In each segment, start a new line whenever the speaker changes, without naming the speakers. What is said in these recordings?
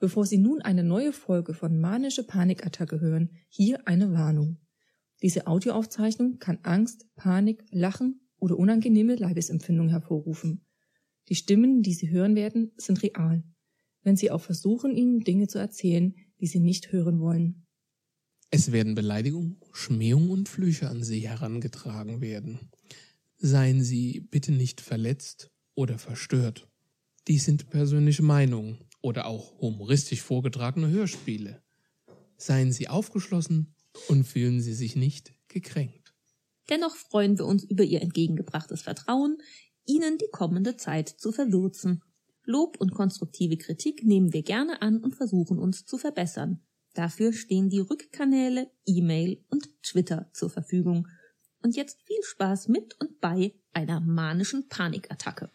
Bevor Sie nun eine neue Folge von Manische Panikattacke hören, hier eine Warnung. Diese Audioaufzeichnung kann Angst, Panik, Lachen oder unangenehme Leibesempfindungen hervorrufen. Die Stimmen, die Sie hören werden, sind real, wenn Sie auch versuchen, Ihnen Dinge zu erzählen, die Sie nicht hören wollen.
Es werden Beleidigungen, Schmähungen und Flüche an Sie herangetragen werden. Seien Sie bitte nicht verletzt oder verstört. Dies sind persönliche Meinungen oder auch humoristisch vorgetragene Hörspiele. Seien Sie aufgeschlossen und fühlen Sie sich nicht gekränkt.
Dennoch freuen wir uns über Ihr entgegengebrachtes Vertrauen, Ihnen die kommende Zeit zu verwürzen. Lob und konstruktive Kritik nehmen wir gerne an und versuchen uns zu verbessern. Dafür stehen die Rückkanäle, E-Mail und Twitter zur Verfügung. Und jetzt viel Spaß mit und bei einer manischen Panikattacke.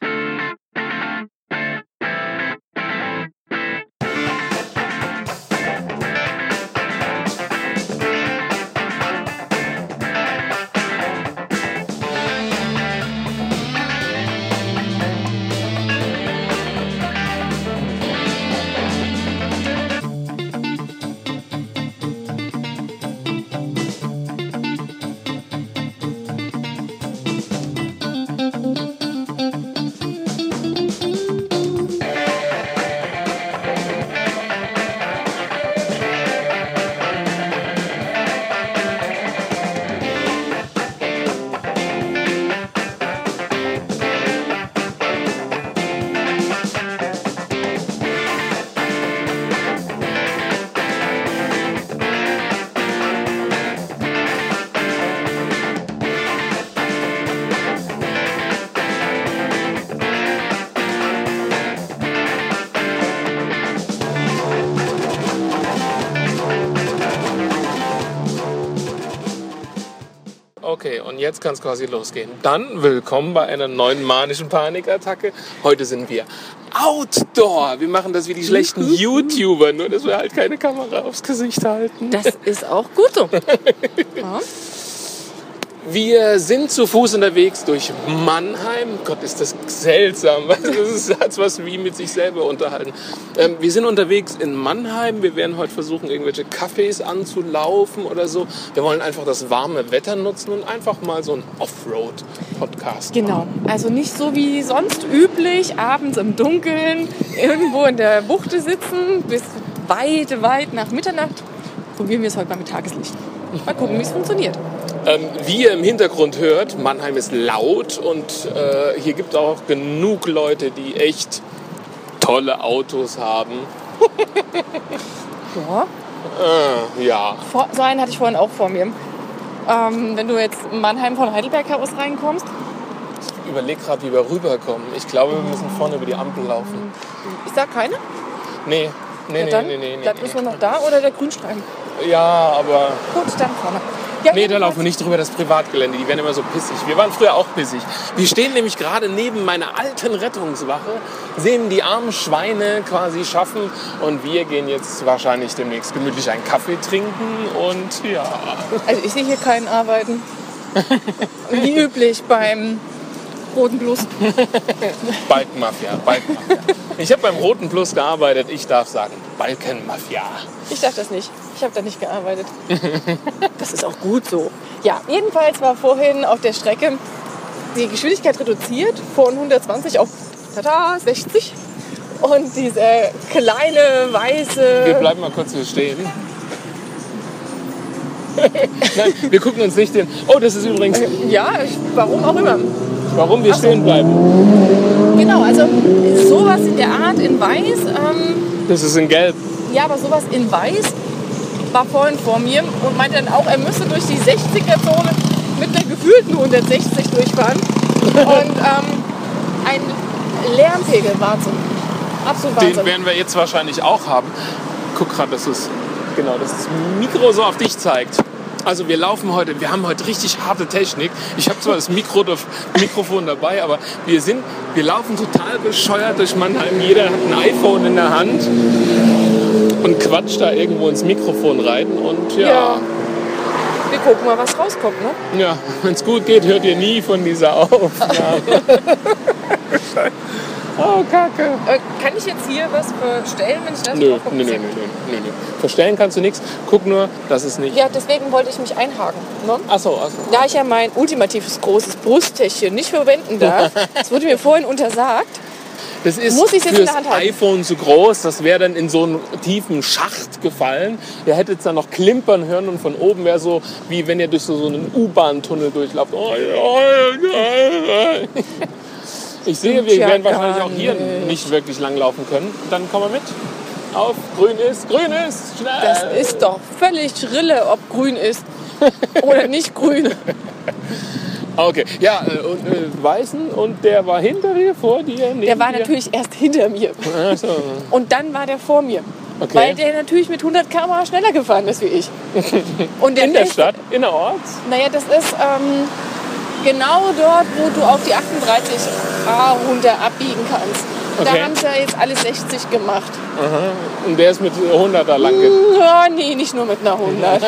Okay, und jetzt kann es quasi losgehen. Dann willkommen bei einer neuen manischen Panikattacke. Heute sind wir outdoor. Wir machen das wie die schlechten YouTuber, nur dass wir halt keine Kamera aufs Gesicht halten.
Das ist auch gut so.
Wir sind zu Fuß unterwegs durch Mannheim. Gott, ist das seltsam. Weißt du, Das ist, hat's was wie mit sich selber unterhalten. Ähm, wir sind unterwegs in Mannheim. Wir werden heute versuchen, irgendwelche Cafés anzulaufen oder so. Wir wollen einfach das warme Wetter nutzen und einfach mal so einen Offroad-Podcast
Genau, also nicht so wie sonst üblich, abends im Dunkeln, irgendwo in der Buchte sitzen, bis weit, weit nach Mitternacht. Probieren wir es heute mal mit Tageslicht. Mal gucken, wie es funktioniert.
Ähm, wie ihr im Hintergrund hört, Mannheim ist laut und äh, hier gibt es auch genug Leute, die echt tolle Autos haben.
Ja,
Äh, ja,
vor, so einen hatte ich vorhin auch vor mir. Ähm, wenn du jetzt in Mannheim von Heidelberg heraus reinkommst,
ich überlege gerade, wie wir rüberkommen. Ich glaube, wir müssen vorne über die Ampel laufen.
ich sag keine,
Nee, nee,
ja, dann
nee, nee, nee,
bleibt
nee.
nur noch da oder der Grünstreifen.
nee. Ja, aber.
Gut, dann vorne.
Nee,
Ja,
da
jedenfalls-
laufen wir nicht drüber, das Privatgelände. Die werden immer so pissig. Wir waren früher auch pissig. Wir stehen nämlich gerade neben meiner alten Rettungswache, sehen die armen Schweine quasi schaffen und wir gehen jetzt wahrscheinlich demnächst gemütlich einen Kaffee trinken und ja.
Also ich sehe hier keinen arbeiten. Wie üblich beim Roten Plus.
Balkenmafia, Balkenmafia. Ich habe beim Roten Plus gearbeitet, ich darf sagen, Balkenmafia.
Ich darf das nicht. Ich habe da nicht gearbeitet. Das ist auch gut so. Ja, jedenfalls war vorhin auf der Strecke die Geschwindigkeit reduziert von 120 auf tada, 60. Und diese kleine
Wir
weiße.
bleiben mal kurz hier stehen. Nein, wir gucken uns nicht den. Oh, das ist übrigens,
Ja, ich, warum auch immer.
warum wir stehen bleiben.
Genau, also sowas in der Art in weiß. Ähm,
Das ist in Gelb.
Ja, aber sowas in weiß war vorhin vor mir und meinte dann auch, er müsste durch die 60er-Zone mit einer gefühlten 160 durchfahren. Und ähm, ein Lärmpegel war zum absolut
Den
Wahnsinn.
werden wir jetzt wahrscheinlich auch haben. Guck gerade, dass es genau, dass das Mikro so auf dich zeigt. Also wir laufen heute, wir haben heute richtig harte Technik. Ich habe zwar das Mikro, das Mikrofon dabei, aber wir sind, wir laufen total bescheuert durch Mannheim. Jeder hat ein iPhone in der Hand und quatscht da irgendwo ins Mikrofon rein. Und ja,
Ja. Wir gucken mal, was rauskommt, ne?
ja. wenn es gut geht, hört ihr nie von dieser auf. Ja. Oh, Kacke.
Äh, kann ich jetzt hier was verstellen, wenn ich das
Nö,
drauf gucke?
nö, nö, nö, nö, nö, nö. Verstellen kannst du nichts. Guck nur, dass es nicht.
Ja, deswegen wollte ich mich einhaken. Ne?
Achso, achso.
Da ich ja mein ultimatives großes Brusttäschchen nicht verwenden darf, das wurde mir vorhin untersagt,
Das ist
Muss ich's jetzt in
fürs
der Hand halten?
iPhone zu groß. Das wäre dann in so einen tiefen Schacht gefallen. Ihr hättet es dann noch klimpern hören und von oben wäre so, wie wenn ihr durch so, so einen U-Bahn-Tunnel durchlauft. Oh, ja, ja, ja. Ich sehe, wir
Tja,
werden
gar
wahrscheinlich auch hier
nicht.
nicht wirklich langlaufen können. Dann komm mal mit. Auf, grün ist, grün ist, schnell.
das ist doch völlig Rille, ob grün ist oder nicht grün.
Okay, ja, äh, und äh, Weißen und der war hinter dir, vor dir, neben
Der war
dir?
natürlich erst hinter mir
Ach so,
und dann war der vor mir.
Okay.
Weil der natürlich mit 100 km/h schneller gefahren ist wie ich. Und
In der
rechts-
Stadt, innerorts.
Naja, das ist ähm, genau dort, wo du auf die 38a runter abbiegen kannst.
Okay.
Da haben sie ja jetzt alle 60 gemacht. Hm,
Und der ist mit 100 da lang gegangen.
Ja, nee, nicht nur mit einer 100. Uh.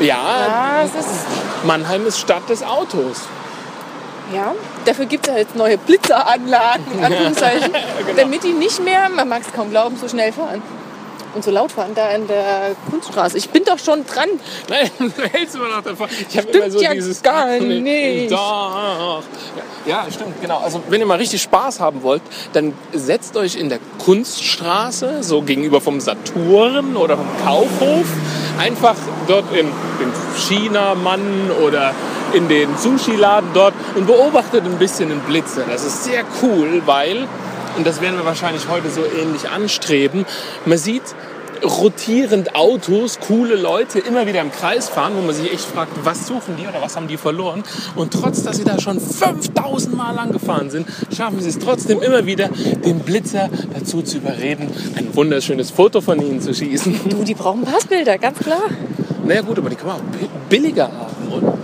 Ja,
Ja, es ist,
Mannheim ist Stadt des Autos.
ja. Dafür gibt es ja jetzt neue Blitzeranlagen,
genau.
in Anführungszeichen, damit die nicht mehr, man mag es kaum glauben, so schnell fahren. Und so laut fahren da an der Kunststraße. Ich bin doch schon dran.
Nein, hältst du mir noch davon. Ich habe
Stimmt
immer so
ja
dieses.
gar
Nee,
nicht.
Doch. Ja, stimmt, genau. Also, wenn ihr mal richtig Spaß haben wollt, dann setzt euch in der Kunststraße, so gegenüber vom Saturn oder vom Kaufhof, einfach dort in den China-Mann oder in den Sushi-Laden dort und beobachtet ein bisschen den Blitzer. Das ist sehr cool, weil, und das werden wir wahrscheinlich heute so ähnlich anstreben, man sieht, rotierend Autos, coole Leute immer wieder im Kreis fahren, wo man sich echt fragt, was suchen die oder was haben die verloren. Und trotz, dass sie da schon 5000 Mal lang gefahren sind, schaffen sie es trotzdem immer wieder, den Blitzer dazu zu überreden, ein wunderschönes Foto von ihnen zu schießen.
Du, die brauchen Passbilder, ganz klar.
naja gut, aber die kann man auch bi- billiger haben. oder?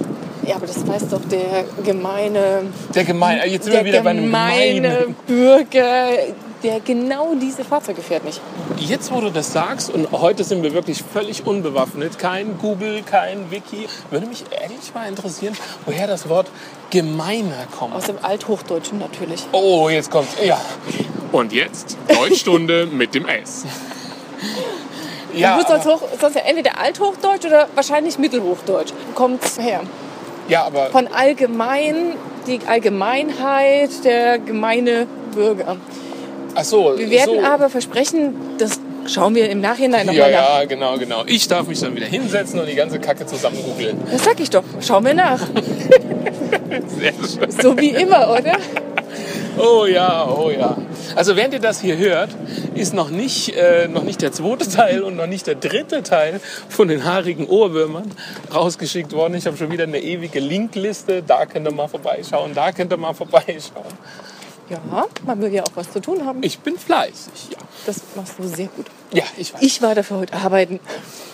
Ja, aber das weiß doch der gemeine
Der gemeine, jetzt sind
der
wir wieder bei einem gemeinen.
gemeine Bürger, der genau diese Fahrzeuge fährt nicht.
Jetzt, wo du das sagst, und heute sind wir wirklich völlig unbewaffnet, kein Google, kein Wiki, würde mich ehrlich mal interessieren, woher das Wort gemeiner kommt.
Aus dem Althochdeutschen natürlich.
Oh, jetzt kommt. Ja. Und jetzt Deutschstunde mit dem S.
Ja,
Ja,
du musst sonst,
aber,
hoch, sonst ja entweder Althochdeutsch oder wahrscheinlich Mittelhochdeutsch. Kommt's her.
ja, aber
Von allgemein, die Allgemeinheit, der gemeine Bürger.
ach so,
Wir werden
so.
aber versprechen, das schauen wir im Nachhinein
Ja,
nochmal nach.
ja, genau, genau. Ich darf mich dann wieder hinsetzen und die ganze Kacke zusammen googeln.
Das sag ich doch. Schauen wir nach.
Sehr schön.
So wie immer, oder?
Oh ja, oh ja. Also während ihr das hier hört, ist noch nicht, äh, noch nicht der zweite Teil und noch nicht der dritte Teil von den haarigen Ohrwürmern rausgeschickt worden. Ich habe schon wieder eine ewige Linkliste. Da könnt ihr mal vorbeischauen, da könnt ihr mal vorbeischauen.
Ja, man will ja auch was zu tun haben.
Ich bin fleißig, ja.
Das machst du sehr gut.
Ja, ich weiß.
Ich war dafür heute arbeiten.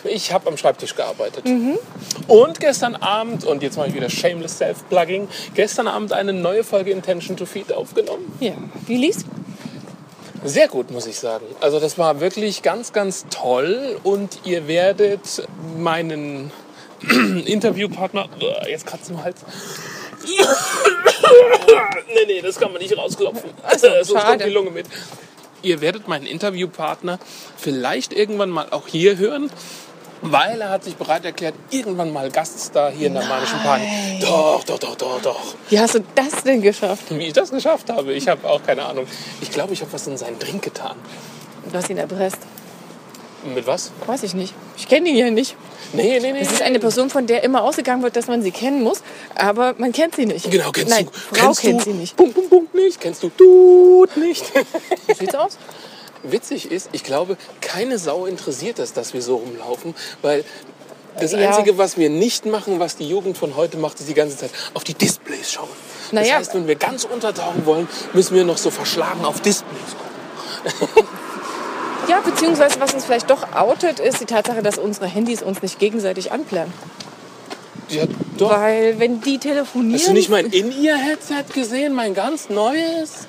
Ich habe am Schreibtisch gearbeitet. Und gestern Abend, und jetzt mache ich wieder Shameless Self-Plugging, gestern Abend eine neue Folge Intention to Feed aufgenommen.
Ja, wie liest?
Sehr gut, muss ich sagen. Also das war wirklich ganz, ganz toll. Und ihr werdet meinen Interviewpartner, Uah, jetzt kratzt im Hals. nee, nee, das kann man nicht rausklopfen. Sonst kommt
schade.
die Lunge mit. Ihr werdet meinen Interviewpartner vielleicht irgendwann mal auch hier hören. Weil er hat sich bereit erklärt, irgendwann mal Gaststar hier in der Manischen Panik. Doch, doch, doch, doch, doch.
Wie hast du das denn geschafft?
Wie ich das geschafft habe, ich habe auch keine Ahnung. Ich glaube, ich habe was in seinen Drink getan.
Du hast ihn erpresst.
Mit was?
Weiß ich nicht. Ich kenne ihn ja nicht.
Nee, nee, nee.
Es ist eine Person, von der immer ausgegangen wird, dass man sie kennen muss, aber man kennt sie nicht.
Genau, kennst
Nein,
du.
Frau
kennst
kennt
du,
sie nicht.
Punkt, Punkt, Punkt nicht. Kennst du Dude nicht.
So sieht's aus.
Witzig ist, ich glaube, keine Sau interessiert das, dass wir so rumlaufen, weil das
Ja.
Einzige, was wir nicht machen, was die Jugend von heute macht, ist die ganze Zeit auf die Displays schauen.
Naja.
Das heißt, wenn wir ganz untertauchen wollen, müssen wir noch so verschlagen auf Displays gucken.
Ja, beziehungsweise was uns vielleicht doch outet, ist die Tatsache, dass unsere Handys uns nicht gegenseitig anplanen.
Ja, doch.
Weil wenn die telefonieren,
Hast du nicht mein In-Ear-Headset gesehen? Mein ganz neues?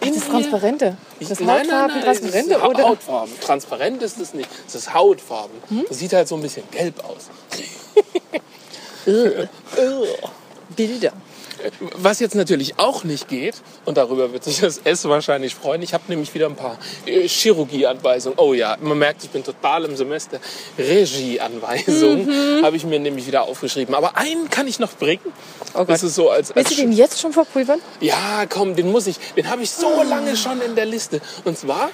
das ist transparente. Das ist
Nein, nein,
Hautfarben
nein,
transparente
es ist
oder
Hautfarben. Transparent ist es nicht. Es ist Hautfarben.
Mhm.
Es sieht halt so ein bisschen gelb aus.
Bilder.
Was jetzt natürlich auch nicht geht, und darüber wird sich das S wahrscheinlich freuen, ich habe nämlich wieder ein paar äh, Chirurgieanweisungen. Oh ja, man merkt, ich bin total im Semester. Regieanweisungen
Mhm.
habe ich mir nämlich wieder aufgeschrieben. Aber einen kann ich noch bringen. das ist so als,
Oh Willst du
als
den jetzt schon verpulvern?
ja, komm, den muss ich. Den habe ich
Ah.
so lange schon in der Liste. Und zwar,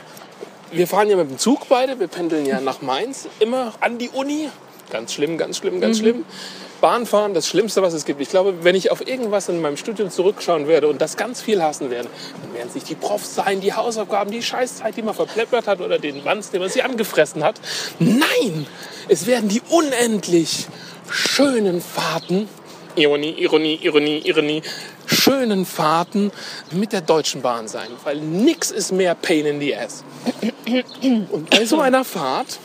wir fahren ja mit dem Zug beide, wir pendeln ja nach Mainz, immer an die Uni. Ganz schlimm, ganz schlimm, ganz schlimm. Bahnfahren, das Schlimmste, was es gibt. Ich glaube, wenn ich auf irgendwas in meinem Studium zurückschauen werde und das ganz viel hassen werde, dann werden es nicht die Profs sein, die Hausaufgaben, die Scheißzeit, die man verpleppert hat oder den Wanz, den man sich angefressen hat. Nein! Es werden die unendlich schönen Fahrten Ironie, Ironie, Ironie, Ironie, schönen Fahrten mit der Deutschen Bahn sein, weil nix ist mehr Pain in the Ass. Und bei so einer Fahrt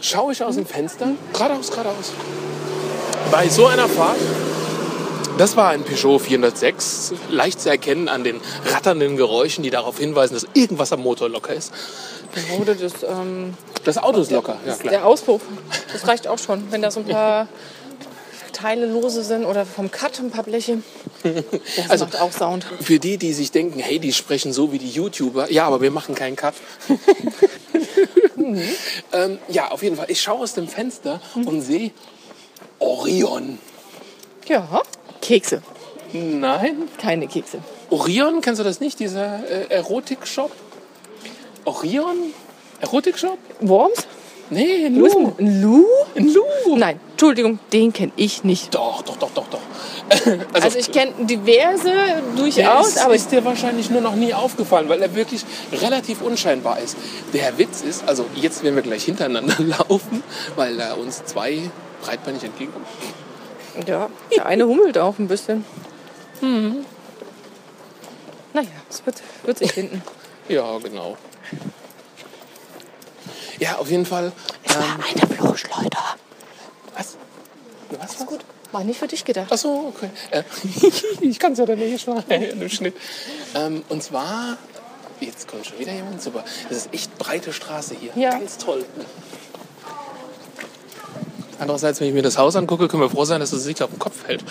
schaue ich aus dem Fenster, geradeaus, geradeaus. Bei so einer Fahrt, das war ein Peugeot 406, leicht zu erkennen an den ratternden Geräuschen, die darauf hinweisen, dass irgendwas am Motor locker ist.
Oder das, ähm,
Das Auto ist locker, ja klar.
der Auspuff. Das reicht auch schon, wenn da so ein paar Teile lose sind oder vom Cut ein paar Bleche. Das
Also-
macht auch Sound.
Für die, die sich denken, hey, die sprechen so wie die YouTuber. Ja, aber wir machen keinen Cut. ähm, ja, auf jeden Fall. Ich schaue aus dem Fenster und sehe Orion.
Ja. Kekse.
Nein?
Keine Kekse.
Orion, kennst du das nicht? Dieser äh, Erotik-Shop? Orion? Erotik-Shop?
Worms?
Nee,
Lu?
Lu.
Lu?
Lu.
Nein, Entschuldigung, den kenne ich nicht.
Doch, doch, doch, doch, doch.
Also ich kenne diverse
Der
durchaus,
ist,
aber
ist dir wahrscheinlich nur noch nie aufgefallen, weil er wirklich relativ unscheinbar ist. Der Witz ist, also jetzt werden wir gleich hintereinander laufen, weil da uns zwei breitbeinig entgegenkommen.
ja, der eine hummelt auch ein bisschen. Hm. Naja, es wird, wird sich finden.
Ja, genau. Ja, auf jeden Fall. Ähm,
Eine Bloßschleuder.
was? Was?
Ist gut. War nicht für dich gedacht.
Ach so, okay. Äh, ich kann es ja dann eh schneiden im Schnitt. Ähm, und zwar, jetzt kommt schon wieder jemand, super. Das ist echt breite Straße hier.
Ja.
Ganz toll. Andererseits, wenn ich mir das Haus angucke, können wir froh sein, dass es nicht auf den Kopf fällt.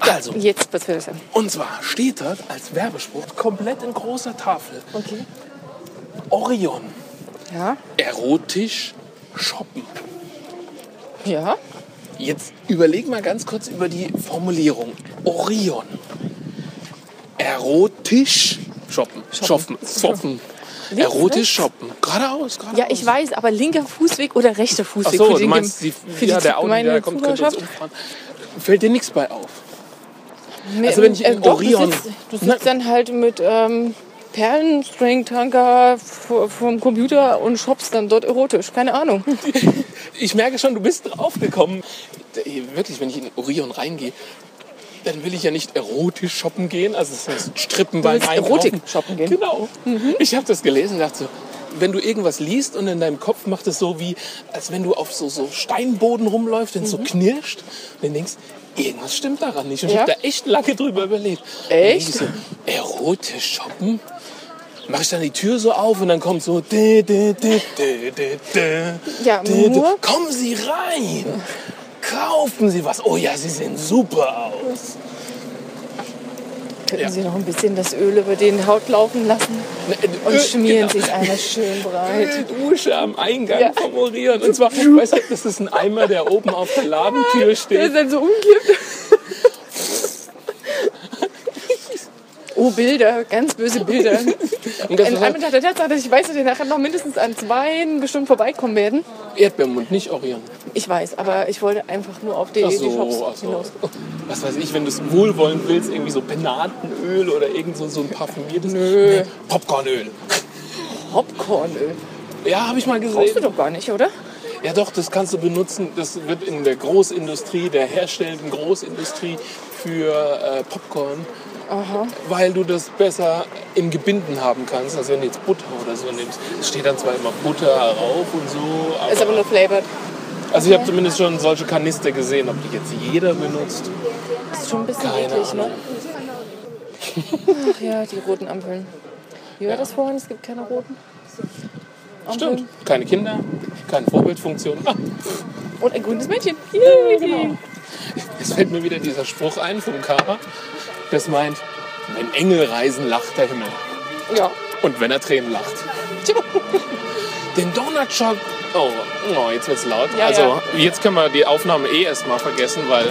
Also,
Jetzt wird's wieder sein.
und zwar steht dort als Werbespruch komplett in großer Tafel.
Okay.
Orion.
Ja.
Erotisch shoppen.
Ja.
Jetzt überleg mal ganz kurz über die Formulierung. Orion. Erotisch shoppen. Shoppen. Shoppen. Erotisch shoppen. Geradeaus, geradeaus.
Ja, ich weiß, aber linker Fußweg oder rechter
Ach
Fußweg?
so,
für
du
den
meinst, die,
Gem- für
ja,
die
der Audi, der
gemeine
da kommt, könnte uns
Zuhörerschaft?
umfahren. Fällt dir nichts bei auf.
Nee,
also wenn ich
äh,
in
doch,
Orion-
Du sitzt, du
Nein.
sitzt dann halt mit ähm, Perlenstring-Tanker v- vom Computer und shoppst dann dort erotisch. Keine Ahnung.
Ich merke schon, du bist draufgekommen. D- Wirklich, wenn ich in Orion reingehe, dann will ich ja nicht erotisch shoppen gehen, also das heißt Strippen beim
willst
Einkaufen.
Erotik shoppen gehen? Mhm.
Genau. Ich habe das gelesen und dachte so, wenn du irgendwas liest und in deinem Kopf macht es so wie, als wenn du auf so, so Steinboden rumläufst, wenn es
Mhm.
so knirscht und dann denkst, irgendwas stimmt daran nicht. Und ich
Ja?
habe da echt lange drüber überlegt. Und dann
Echt?
denk ich So, erotisch shoppen? Mach ich dann die Tür so auf und dann kommt so. dä, dä, dä, dä, dä, dä,
Ja,
dä, dä.
nur-
Kommen Sie rein! Kaufen Sie was! Oh ja, Sie sehen super aus!
Könnten
Ja. Ne,
Sie noch ein bisschen das Öl über den Haut laufen lassen
äh,
und
genau.
schmieren sich einmal schön breit.
Dusche am Eingang
Ja.
vom Orion. Und zwar, weißt du, das ist ein Eimer, der oben auf der Ladentür
Der
steht.
ist dann so umkippt. Oh, Bilder, ganz böse Bilder.
Und das
In
ist halt
Anbetracht der Tatsache, dass ich weiß, dass wir nachher noch mindestens an zwei bestimmt vorbeikommen werden.
Erdbeermund, nicht Orion.
Ich weiß, aber ich wollte einfach nur auf die,
Ach
die Shops
so, ach
hinaus.
so. Was weiß ich, wenn du es wohlwollend willst, irgendwie so Penatenöl oder irgend so, so ein parfümiertes
Nö.
Nee, Popcornöl.
Popcornöl.
Ja, habe ich mal gesehen.
Brauchst du doch gar nicht, oder?
Ja doch, das kannst du benutzen. Das wird in der Großindustrie, der herstellenden Großindustrie für äh, Popcorn, weil du das besser in Gebinden haben kannst, als wenn du jetzt Butter oder so nimmst. Es steht dann zwar immer Butter drauf und so, aber,
Ist aber nur flavored.
also ich habe zumindest schon solche Kanister gesehen, ob die jetzt jeder benutzt.
Ist schon ein bisschen
Keine
eklig,
Ahnung.
ne? Ach ja, die roten Ampeln. Wie war das vorhin? Es gibt keine roten.
Stimmt, keine Kinder, keine Vorbildfunktion. Ah,
Und
genau.
ein grünes Mädchen. Yay.
Jetzt fällt mir wieder dieser Spruch ein vom Kara. das meint, wenn Engel reisen, lacht der Himmel.
Ja.
Und wenn er Tränen lacht.
Tja.
Den Donut Shop. Oh, oh, jetzt wird's laut.
Ja,
also
ja.
jetzt können wir die Aufnahme eh erstmal vergessen, weil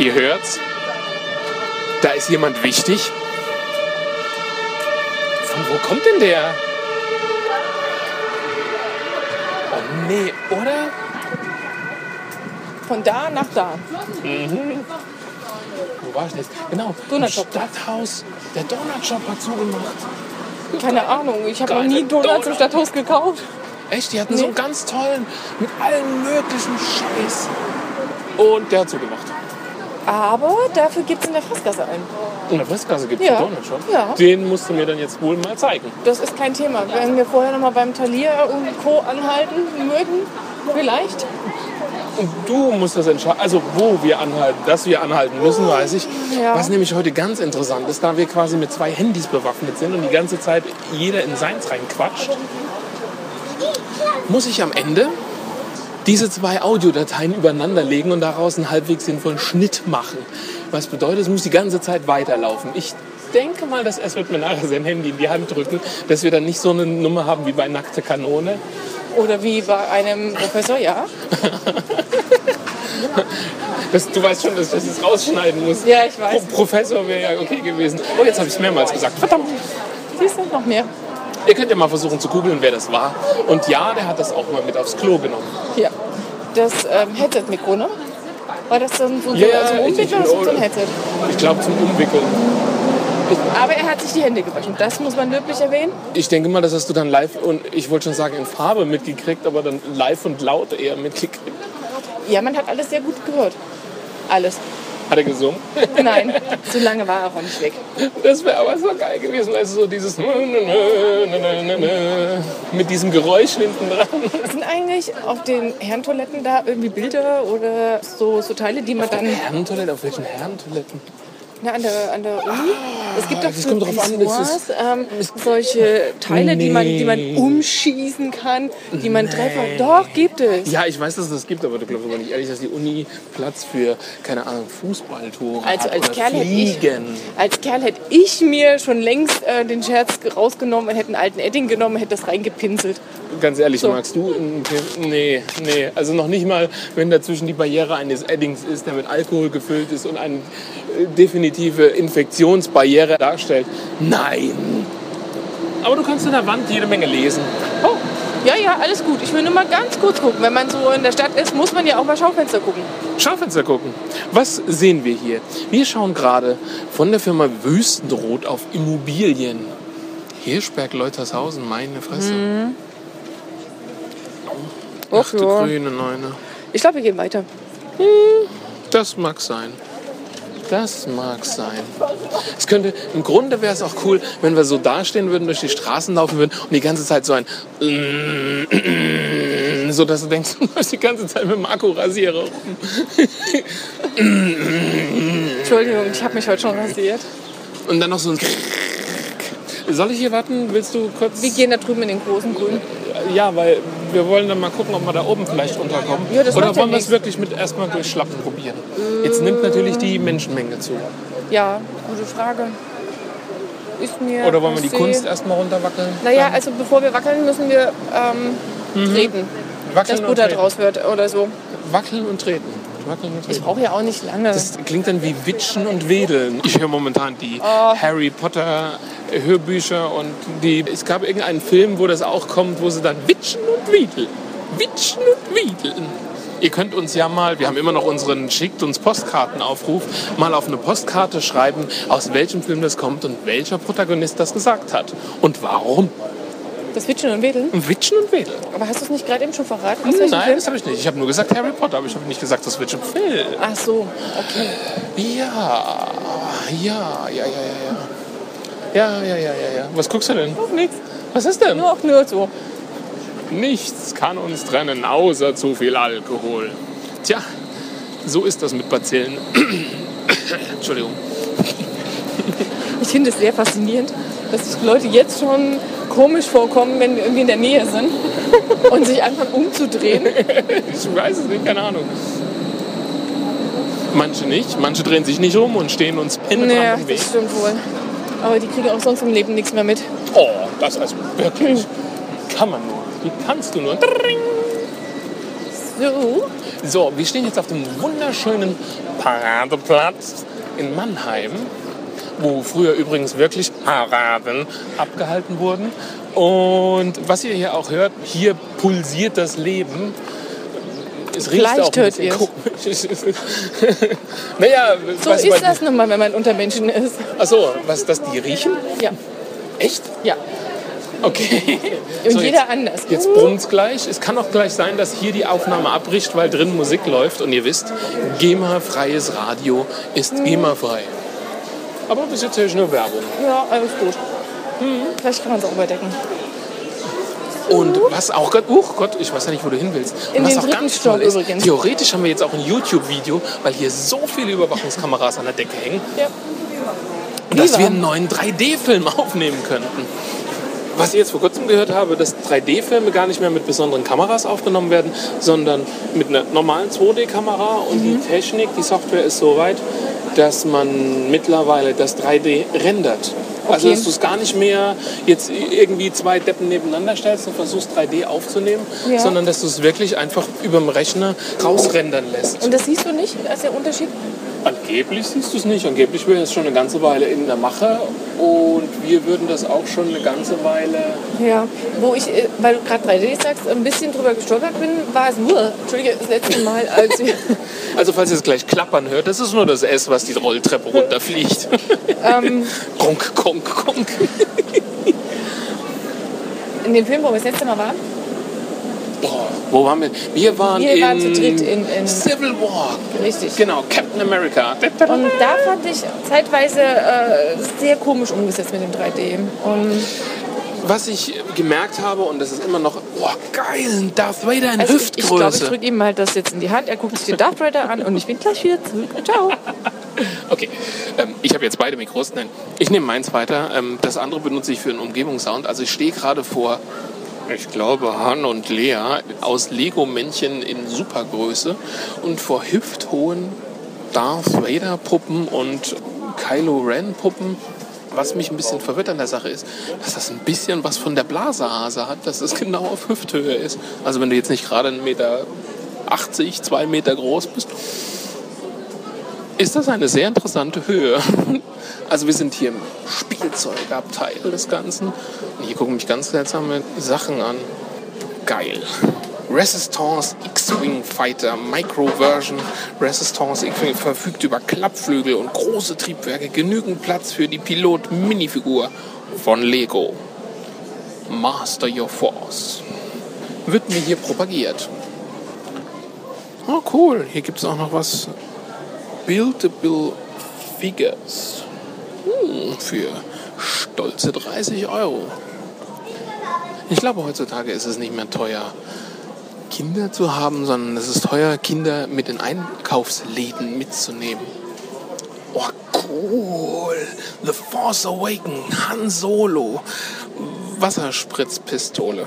ihr hört's. Da ist jemand wichtig. Von wo kommt denn der? Oh nee, oder?
Von da nach da.
Wo war ich denn jetzt? Genau.
Donut
im
Shop.
Stadthaus. Der Donut Shop hat zugemacht.
Keine Ahnung, ich habe noch
Geile
nie Donuts im
Donuts.
Stadthaus gekauft.
Echt? Die hatten so einen ganz tollen, mit allem möglichen Scheiß. Und der hat zugemacht.
Aber dafür gibt es in der Fassgasse einen.
In der Fressgasse gibt es
Ja.
einen Donut Shop.
Ja.
Den musst du mir dann jetzt wohl mal zeigen.
Das ist kein Thema. Wenn wir vorher nochmal beim Talier und Co. anhalten mögen, vielleicht.
Und du musst das entscheiden. Also wo wir anhalten, dass wir anhalten müssen, weiß ich.
Ja.
Was nämlich heute ganz interessant ist, da wir quasi mit zwei Handys bewaffnet sind und die ganze Zeit jeder in seins reinquatscht, muss ich am Ende diese zwei Audiodateien übereinander legen und daraus einen halbwegs sinnvollen Schnitt machen. Was bedeutet, es muss die ganze Zeit weiterlaufen. Ich denke mal, dass es wird mir nachher sein Handy in die Hand drücken, dass wir dann nicht so eine Nummer haben wie bei Nackte Kanone.
Oder wie bei einem Professor, ja.
Das, du weißt schon, dass ich das jetzt rausschneiden muss.
Ja, ich weiß.
Pro Professor wäre ja okay gewesen. Oh, jetzt habe ich es mehrmals gesagt. Verdammt.
Siehst du noch mehr?
Ihr könnt ja mal versuchen zu googeln, wer das war. Und ja, der hat das auch mal mit aufs Klo genommen.
Ja. Das ähm, Headset-Mikro, ne? War das dann so
Ja,
so
ja, ich-
ein Umweg oder so
ich-
ein Headset?
Ich glaube, zum Umwickeln.
Aber er hat sich die Hände gewaschen. Das muss man löblich erwähnen.
Ich denke mal, das hast du dann live und ich wollte schon sagen in Farbe mitgekriegt, aber dann live und laut eher mitgekriegt.
Ja, man hat alles sehr gut gehört. Alles.
Hat er gesungen?
Nein, so lange war er auch nicht weg.
Das wäre aber so geil gewesen. Also so dieses mit diesem Geräusch hinten dran.
Sind eigentlich auf den Herrentoiletten da irgendwie Bilder oder so, so Teile, die man dann
Herrentoiletten? Auf welchen Herrentoiletten?
Na, an, der, an der Uni? Es gibt doch
Ah, das
so
kommt drauf an, das
Pissoirs, ähm, solche Teile, die, man, die man
Nee.
umschießen kann, die man treffen Doch, gibt es.
Ja, ich weiß, dass es das gibt, aber du glaubst aber nicht ehrlich, dass die Uni Platz für, keine Ahnung, Fußballtore
Also
hat
als
oder
Kerl, hätte ich,
Fliegen.
als Kerl hätte ich mir schon längst äh, den Scherz rausgenommen und hätte einen alten Edding genommen und hätte das reingepinselt.
Ganz ehrlich, magst du? ein Pin- Nee, nee. Also noch nicht mal, wenn dazwischen die Barriere eines Eddings ist, der mit Alkohol gefüllt ist und eine äh, definitive Infektionsbarriere darstellt. Nein. Aber du kannst in der Wand jede Menge lesen.
Oh, ja, ja, alles gut. Ich will nur mal ganz kurz gucken. Wenn man so in der Stadt ist, muss man ja auch mal Schaufenster gucken.
Schaufenster gucken. Was sehen wir hier? Wir schauen gerade von der Firma Wüstenrot auf Immobilien. Hirschberg, Leutershausen, meine Fresse.
Och,
Achte
ja.
grüne Neune.
Ich glaube, wir gehen weiter.
Das mag sein. Das mag sein. Es könnte, im Grunde wäre es auch cool, wenn wir so dastehen würden, durch die Straßen laufen würden und die ganze Zeit so ein so dass du denkst, du läufst die ganze Zeit mit dem Akkurasierer rum.
Entschuldigung, ich habe mich heute schon rasiert.
Und dann noch so ein Soll ich hier warten? Willst du kurz?
Wir gehen da drüben in den großen Grün.
Ja, weil wir wollen dann mal gucken, ob wir da oben vielleicht unterkommen.
Ja, das
Oder
macht ja
wollen wir es
nichts.
wirklich mit erstmal durch Schlappen probieren? Jetzt nimmt natürlich die Menschenmenge zu.
Ja, gute Frage. Ist mir
Oder wollen wir die
per se-
Kunst erstmal runterwackeln?
Naja, also bevor wir wackeln, müssen wir ähm,
Mhm.
treten, dass
Wackeln und
Butter
treten.
draus wird oder so.
Wackeln und treten. Wackeln und
Ich
treten.
brauche ja auch nicht lange.
Das klingt dann wie Witschen und Wedeln. Oh. Ich höre momentan die Harry Potter Hörbücher und die. Es gab irgendeinen Film, wo das auch kommt, wo sie dann Witschen und Wedeln. Witschen und Wedeln. Ihr könnt uns ja mal, wir haben immer noch unseren Schickt uns Postkartenaufruf, mal auf eine Postkarte schreiben, aus welchem Film das kommt und welcher Protagonist das gesagt hat. Und warum?
das Witschen und Wedeln.
Witschen und Wedeln.
Aber hast du es nicht gerade eben schon verraten? aus welchem
Nein,
Film?
das habe ich nicht. Ich habe nur gesagt Harry Potter, aber ich habe nicht gesagt, das wird schon Film.
Ach so, okay.
Ja, ja, ja, ja, ja, ja. Ja, ja, ja, ja, ja. Was guckst du denn?
Auch nichts.
Was ist denn?
Nur auch nur so.
Nichts kann uns trennen, außer zu viel Alkohol. Tja, so ist das mit Bazillen. Entschuldigung.
Ich finde es sehr faszinierend, dass sich Leute jetzt schon komisch vorkommen, wenn wir irgendwie in der Nähe sind und sich anfangen umzudrehen.
Ich weiß es nicht, keine Ahnung. Manche nicht. Manche drehen sich nicht um und stehen uns
Naja,
penetrant im Weg.
das stimmt wohl. Aber die kriegen auch sonst im Leben nichts mehr mit.
Oh, das ist wirklich. Kann man nur. Wie kannst du nur?
So.
So, wir stehen jetzt auf dem wunderschönen Paradeplatz in Mannheim, wo früher übrigens wirklich Paraden abgehalten wurden. Und was ihr hier auch hört, hier pulsiert das Leben. Es riecht
Vielleicht
auch ein
hört
bisschen
ihr's.
komisch. naja,
So
was,
ist das nun mal, wenn man unter Menschen ist.
Ach so, was, dass die riechen?
Ja,
Echt?
ja.
Okay.
Und
So,
jeder
jetzt-
anders. Mhm.
Jetzt brummt's gleich. Es kann auch gleich sein, dass hier die Aufnahme abbricht, weil drin Musik läuft. Und ihr wisst, GEMA-freies Radio ist
Mhm.
GEMA-frei. Aber bis jetzt höre ich nur Werbung.
Ja, alles gut. Hm, Vielleicht kann man es auch überdecken.
Und was auch Gott, uch Gott, ich weiß ja nicht, wo du hin willst. Und
Mhm. In
was
den
auch
dritten
ganz
Stock
toll ist,
übrigens.
theoretisch haben wir jetzt auch ein YouTube-Video, weil hier so viele Überwachungskameras an der Decke hängen,
Ja.
dass
Viva.
wir einen neuen 3D-Film aufnehmen könnten. Was ich jetzt vor kurzem gehört habe, dass 3D-Filme gar nicht mehr mit besonderen Kameras aufgenommen werden, sondern mit einer normalen 2D-Kamera und
Mhm.
die Technik, die Software ist so weit, dass man mittlerweile das 3D rendert. Also,
Okay.
dass du es gar nicht mehr jetzt irgendwie zwei Deppen nebeneinander stellst und versuchst 3D aufzunehmen,
Ja.
sondern dass du es wirklich einfach über dem Rechner rausrendern lässt.
Und das siehst du nicht als der Unterschied?
Angeblich siehst du es nicht. Angeblich wäre es schon eine ganze Weile in der Mache und wir würden das auch schon eine ganze Weile.
Ja. Wo ich, äh, weil du gerade 3D sagst, ein bisschen drüber gestolpert bin, war es nur, Entschuldige, das letzte Mal, als wir,
Also falls ihr es gleich klappern hört, das ist nur das S, was die Rolltreppe runterfliegt.
ähm,
konk, konk, konk.
in dem Film, wo wir das letzte Mal waren,
Boah, wo waren wir? Wir waren,
Wir
in,
waren zu dritt in- in-
Civil War.
richtig.
Genau, Captain America.
Und da fand ich zeitweise äh, sehr komisch umgesetzt mit dem 3D. Und
Was ich gemerkt habe, und das ist immer noch, boah, geil, ein Darth Vader in
also ich
Hüftgröße.
ich glaube, ich drücke ihm halt das jetzt in die Hand, er guckt sich den Darth Vader an und ich bin gleich wieder zurück. Ciao.
Okay, ähm, ich habe jetzt beide Mikros. Nein, ich nehme meins weiter. Ähm, das andere benutze ich für den Umgebungssound. Also ich stehe gerade vor, ich glaube, Han und Lea aus Lego-Männchen in Supergröße und vor hüfthohen Darth Vader-Puppen und Kylo Ren-Puppen. Was mich ein bisschen verwirrt an der Sache ist, dass das ein bisschen was von der Blasehase hat, dass es genau auf Hüfthöhe ist. Also wenn du jetzt nicht gerade 1,80 Meter, 2 Meter groß bist, ist das eine sehr interessante Höhe. Also wir sind hier im Spielzeugabteil des Ganzen. Und hier gucken mich ganz seltsame Sachen an. Geil. Resistance X-Wing Fighter Micro Version. Resistance X-Wing verfügt über Klappflügel und große Triebwerke, genügend Platz für die Pilot-Minifigur von Lego. Master Your Force. Wird mir hier propagiert. Oh cool, hier gibt es auch noch was Buildable Figures hm, für stolze 30 Euro. Ich glaube, heutzutage ist es nicht mehr teuer, Kinder zu haben, sondern es ist teuer, Kinder mit in Einkaufsläden mitzunehmen. Oh, cool. The Force Awaken, Han Solo, Wasserspritzpistole.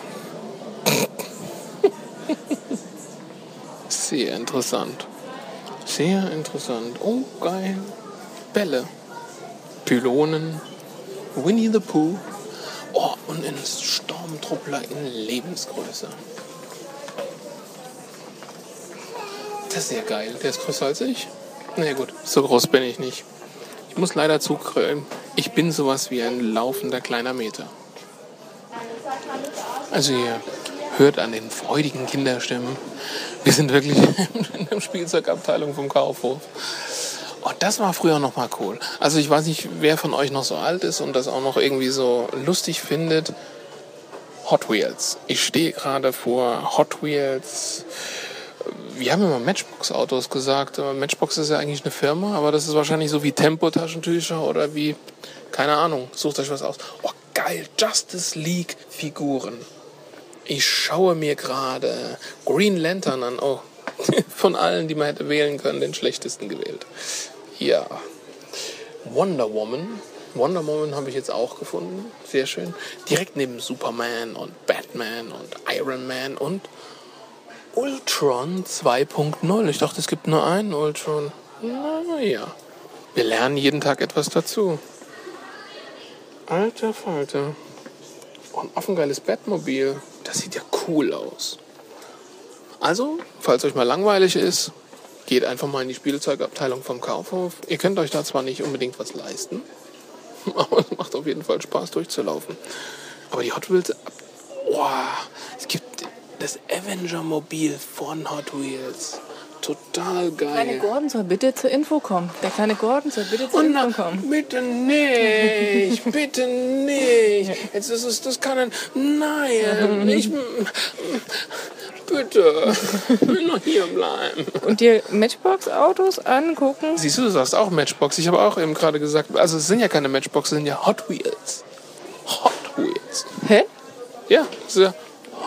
Sehr interessant. Sehr interessant. Oh, geil. Bälle. Pylonen. Winnie the Pooh. Oh, und ein Stormtruppler in Lebensgröße. Das ist ja geil. Der ist größer als ich. Na ja, gut, so groß bin ich nicht. Ich muss leider zukrönen. Ich bin sowas wie ein laufender kleiner Meter. Also ihr hört an den freudigen Kinderstimmen, wir sind wirklich in der Spielzeugabteilung vom Kaufhof. Und das war früher noch mal cool. Also ich weiß nicht, wer von euch noch so alt ist und das auch noch irgendwie so lustig findet. Hot Wheels. Ich stehe gerade vor Hot Wheels. Wir haben immer Matchbox-Autos gesagt. aber Matchbox ist ja eigentlich eine Firma, aber das ist wahrscheinlich so wie Tempo-Taschentücher oder wie, keine Ahnung, sucht euch was aus. Oh, geil, Justice League-Figuren. Ich schaue mir gerade Green Lantern an. Oh, von allen, die man hätte wählen können, den schlechtesten gewählt. Ja. Wonder Woman. Wonder Woman habe ich jetzt auch gefunden. Sehr schön. Direkt neben Superman und Batman und Iron Man und Ultron 2.0. Ich dachte, es gibt nur einen Ultron. Naja, wir lernen jeden Tag etwas dazu. Alter Falter. Oh, ein offengeiles Bettmobil. Das sieht ja cool aus. Also, falls euch mal langweilig ist, geht einfach mal in die Spielzeugabteilung vom Kaufhof. Ihr könnt euch da zwar nicht unbedingt was leisten, aber es macht auf jeden Fall Spaß durchzulaufen. Aber die Hot Wheels. ab- Boah, es gibt das Avenger-Mobil von Hot Wheels. Total
kleine
geil.
Gordon soll bitte zur Info kommen. Der kleine Gordon soll bitte zur
Und
Info
na,
kommen.
bitte nicht, bitte nicht. Jetzt ist es, das kann ein, nein, ich, bitte, ich will noch hier bleiben.
Und dir Matchbox-Autos angucken.
Siehst du, du sagst auch Matchbox. Ich habe auch eben gerade gesagt, also es sind ja keine Matchbox, es sind ja Hot Wheels. Hot Wheels.
Hä?
Ja, es ist ja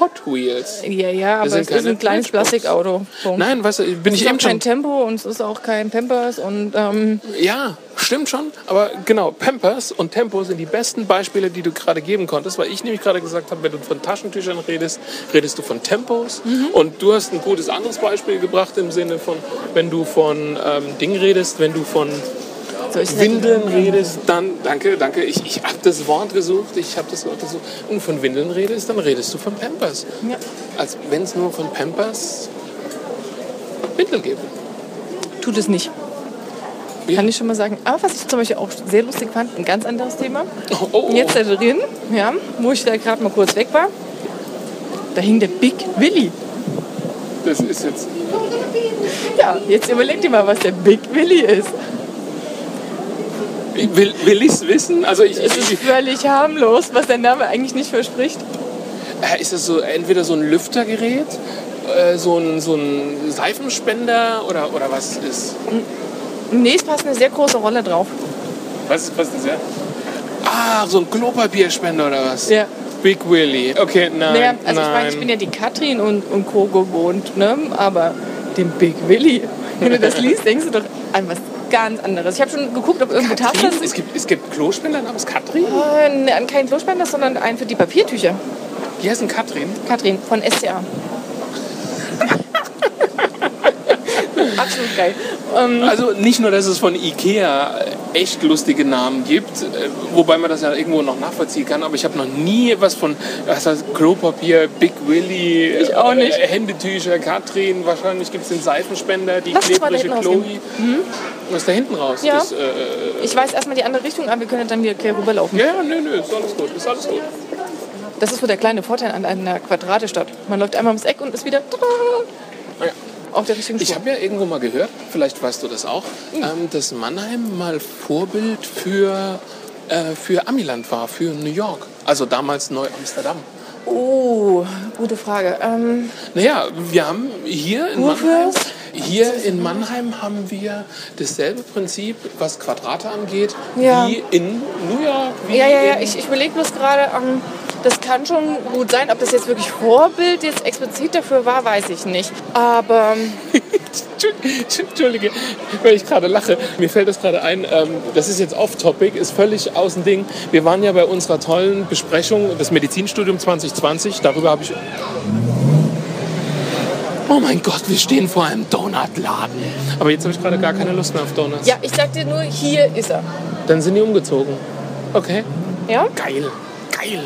Hot Wheels.
Ja, ja, aber
sind
es ist
keine
ein kleines
Matchbox.
Plastikauto. Punkt.
Nein, weißt du, bin
Es
ich
ist auch
eben
kein
schon.
Tempo und es ist auch kein Pampers und ähm,
Ja, stimmt schon. Aber genau, Pampers und Tempo sind die besten Beispiele, die du gerade geben konntest, weil ich nämlich gerade gesagt habe, wenn du von Taschentüchern redest, redest du von Tempos.
Mhm.
Und du hast ein gutes anderes Beispiel gebracht im Sinne von, wenn du von ähm, Ding redest, wenn du von
soll ich
Windeln redest, dann, danke, danke, ich, ich habe das Wort gesucht, ich habe das Wort gesucht. Und von Windeln redest, dann redest du von Pampers.
Ja.
Als wenn es nur von Pampers Windeln gäbe.
Tut es nicht.
Ja.
Kann ich schon mal sagen. Aber was ich zum Beispiel auch sehr lustig fand, ein ganz anderes Thema.
Oh, oh, oh.
Jetzt äh, da drin, ja, wo ich da gerade mal kurz weg war, da hing der Big Willy.
das ist jetzt.
Ja, jetzt überleg dir mal, was der Big Willy ist.
Will, will ich es wissen? Also ich,
Es ist
ich,
völlig harmlos, was der Name eigentlich nicht verspricht.
äh, ist das so entweder so ein Lüftergerät, äh, so, ein, so ein Seifenspender oder, oder was ist?
Nee, es passt eine sehr große Rolle drauf.
Was ist was ist das ja? Ah, so ein Klopapierspender oder was?
Ja.
Big Willy. Okay, nein.
Naja, also ich
nein.
meine, ich bin ja die Katrin und, und Co. gewohnt, ne? aber den Big Willy, wenn du das liest, denkst du doch an was ganz anderes. Ich habe schon geguckt, ob irgendeine Tafel
Katrin? Es
ist.
gibt, es gibt Klospender namens Katrin?
Äh, ne, an keinen Klospender, sondern einen für die Papiertücher.
Die heißen Katrin.
Katrin von SCA. Absolut geil. Ähm,
Also nicht nur, dass es von Ikea echt lustige Namen gibt, äh, wobei man das ja irgendwo noch nachvollziehen kann, aber ich habe noch nie was von was heißt, Klopapier, Big Willy,
Ich auch nicht.
äh, Händetücher, Katrin, wahrscheinlich gibt es den Seifenspender, die
Lass uns mal da
klebrische
hinten Hm?
Chloe. Was ist da hinten raus?
Ja.
Das, äh,
ich weiß erstmal die andere Richtung an, wir können dann wieder quer rüberlaufen.
ja, ja, nö, nö, ist alles gut, ist alles gut.
Das ist so der kleine Vorteil an einer Quadratestadt. Man läuft einmal ums Eck und ist wieder
Ah, Ja.
auf der richtigen
Ich
Spur.
habe ja irgendwo mal gehört, vielleicht weißt du das auch,
Hm.
ähm, dass Mannheim mal Vorbild für, äh, für Amiland war, für New York, also damals Neu-Amsterdam.
Oh, gute Frage. Ähm,
Naja, wir haben hier in
Wofür?
Mannheim, hier in Mannheim haben wir dasselbe Prinzip, was Quadrate angeht,
Ja.
wie in New York. Wie
Ja, ja, ja,
in-
ich, ich überlege bloß gerade, ähm, das kann schon gut sein. Ob das jetzt wirklich Vorbild jetzt explizit dafür war, weiß ich nicht. Aber ähm,
Entschuldige, weil ich gerade lache. Mir fällt das gerade ein, ähm, das ist jetzt off-topic, ist völlig außen Ding. Wir waren ja bei unserer tollen Besprechung des Medizinstudium 2020, darüber habe ich... Oh mein Gott, wir stehen vor einem Donutladen. Aber jetzt habe ich gerade gar keine Lust mehr auf Donuts.
ja, ich sag dir nur, hier ist er.
Dann sind die umgezogen. Okay.
Ja?
Geil. Geil.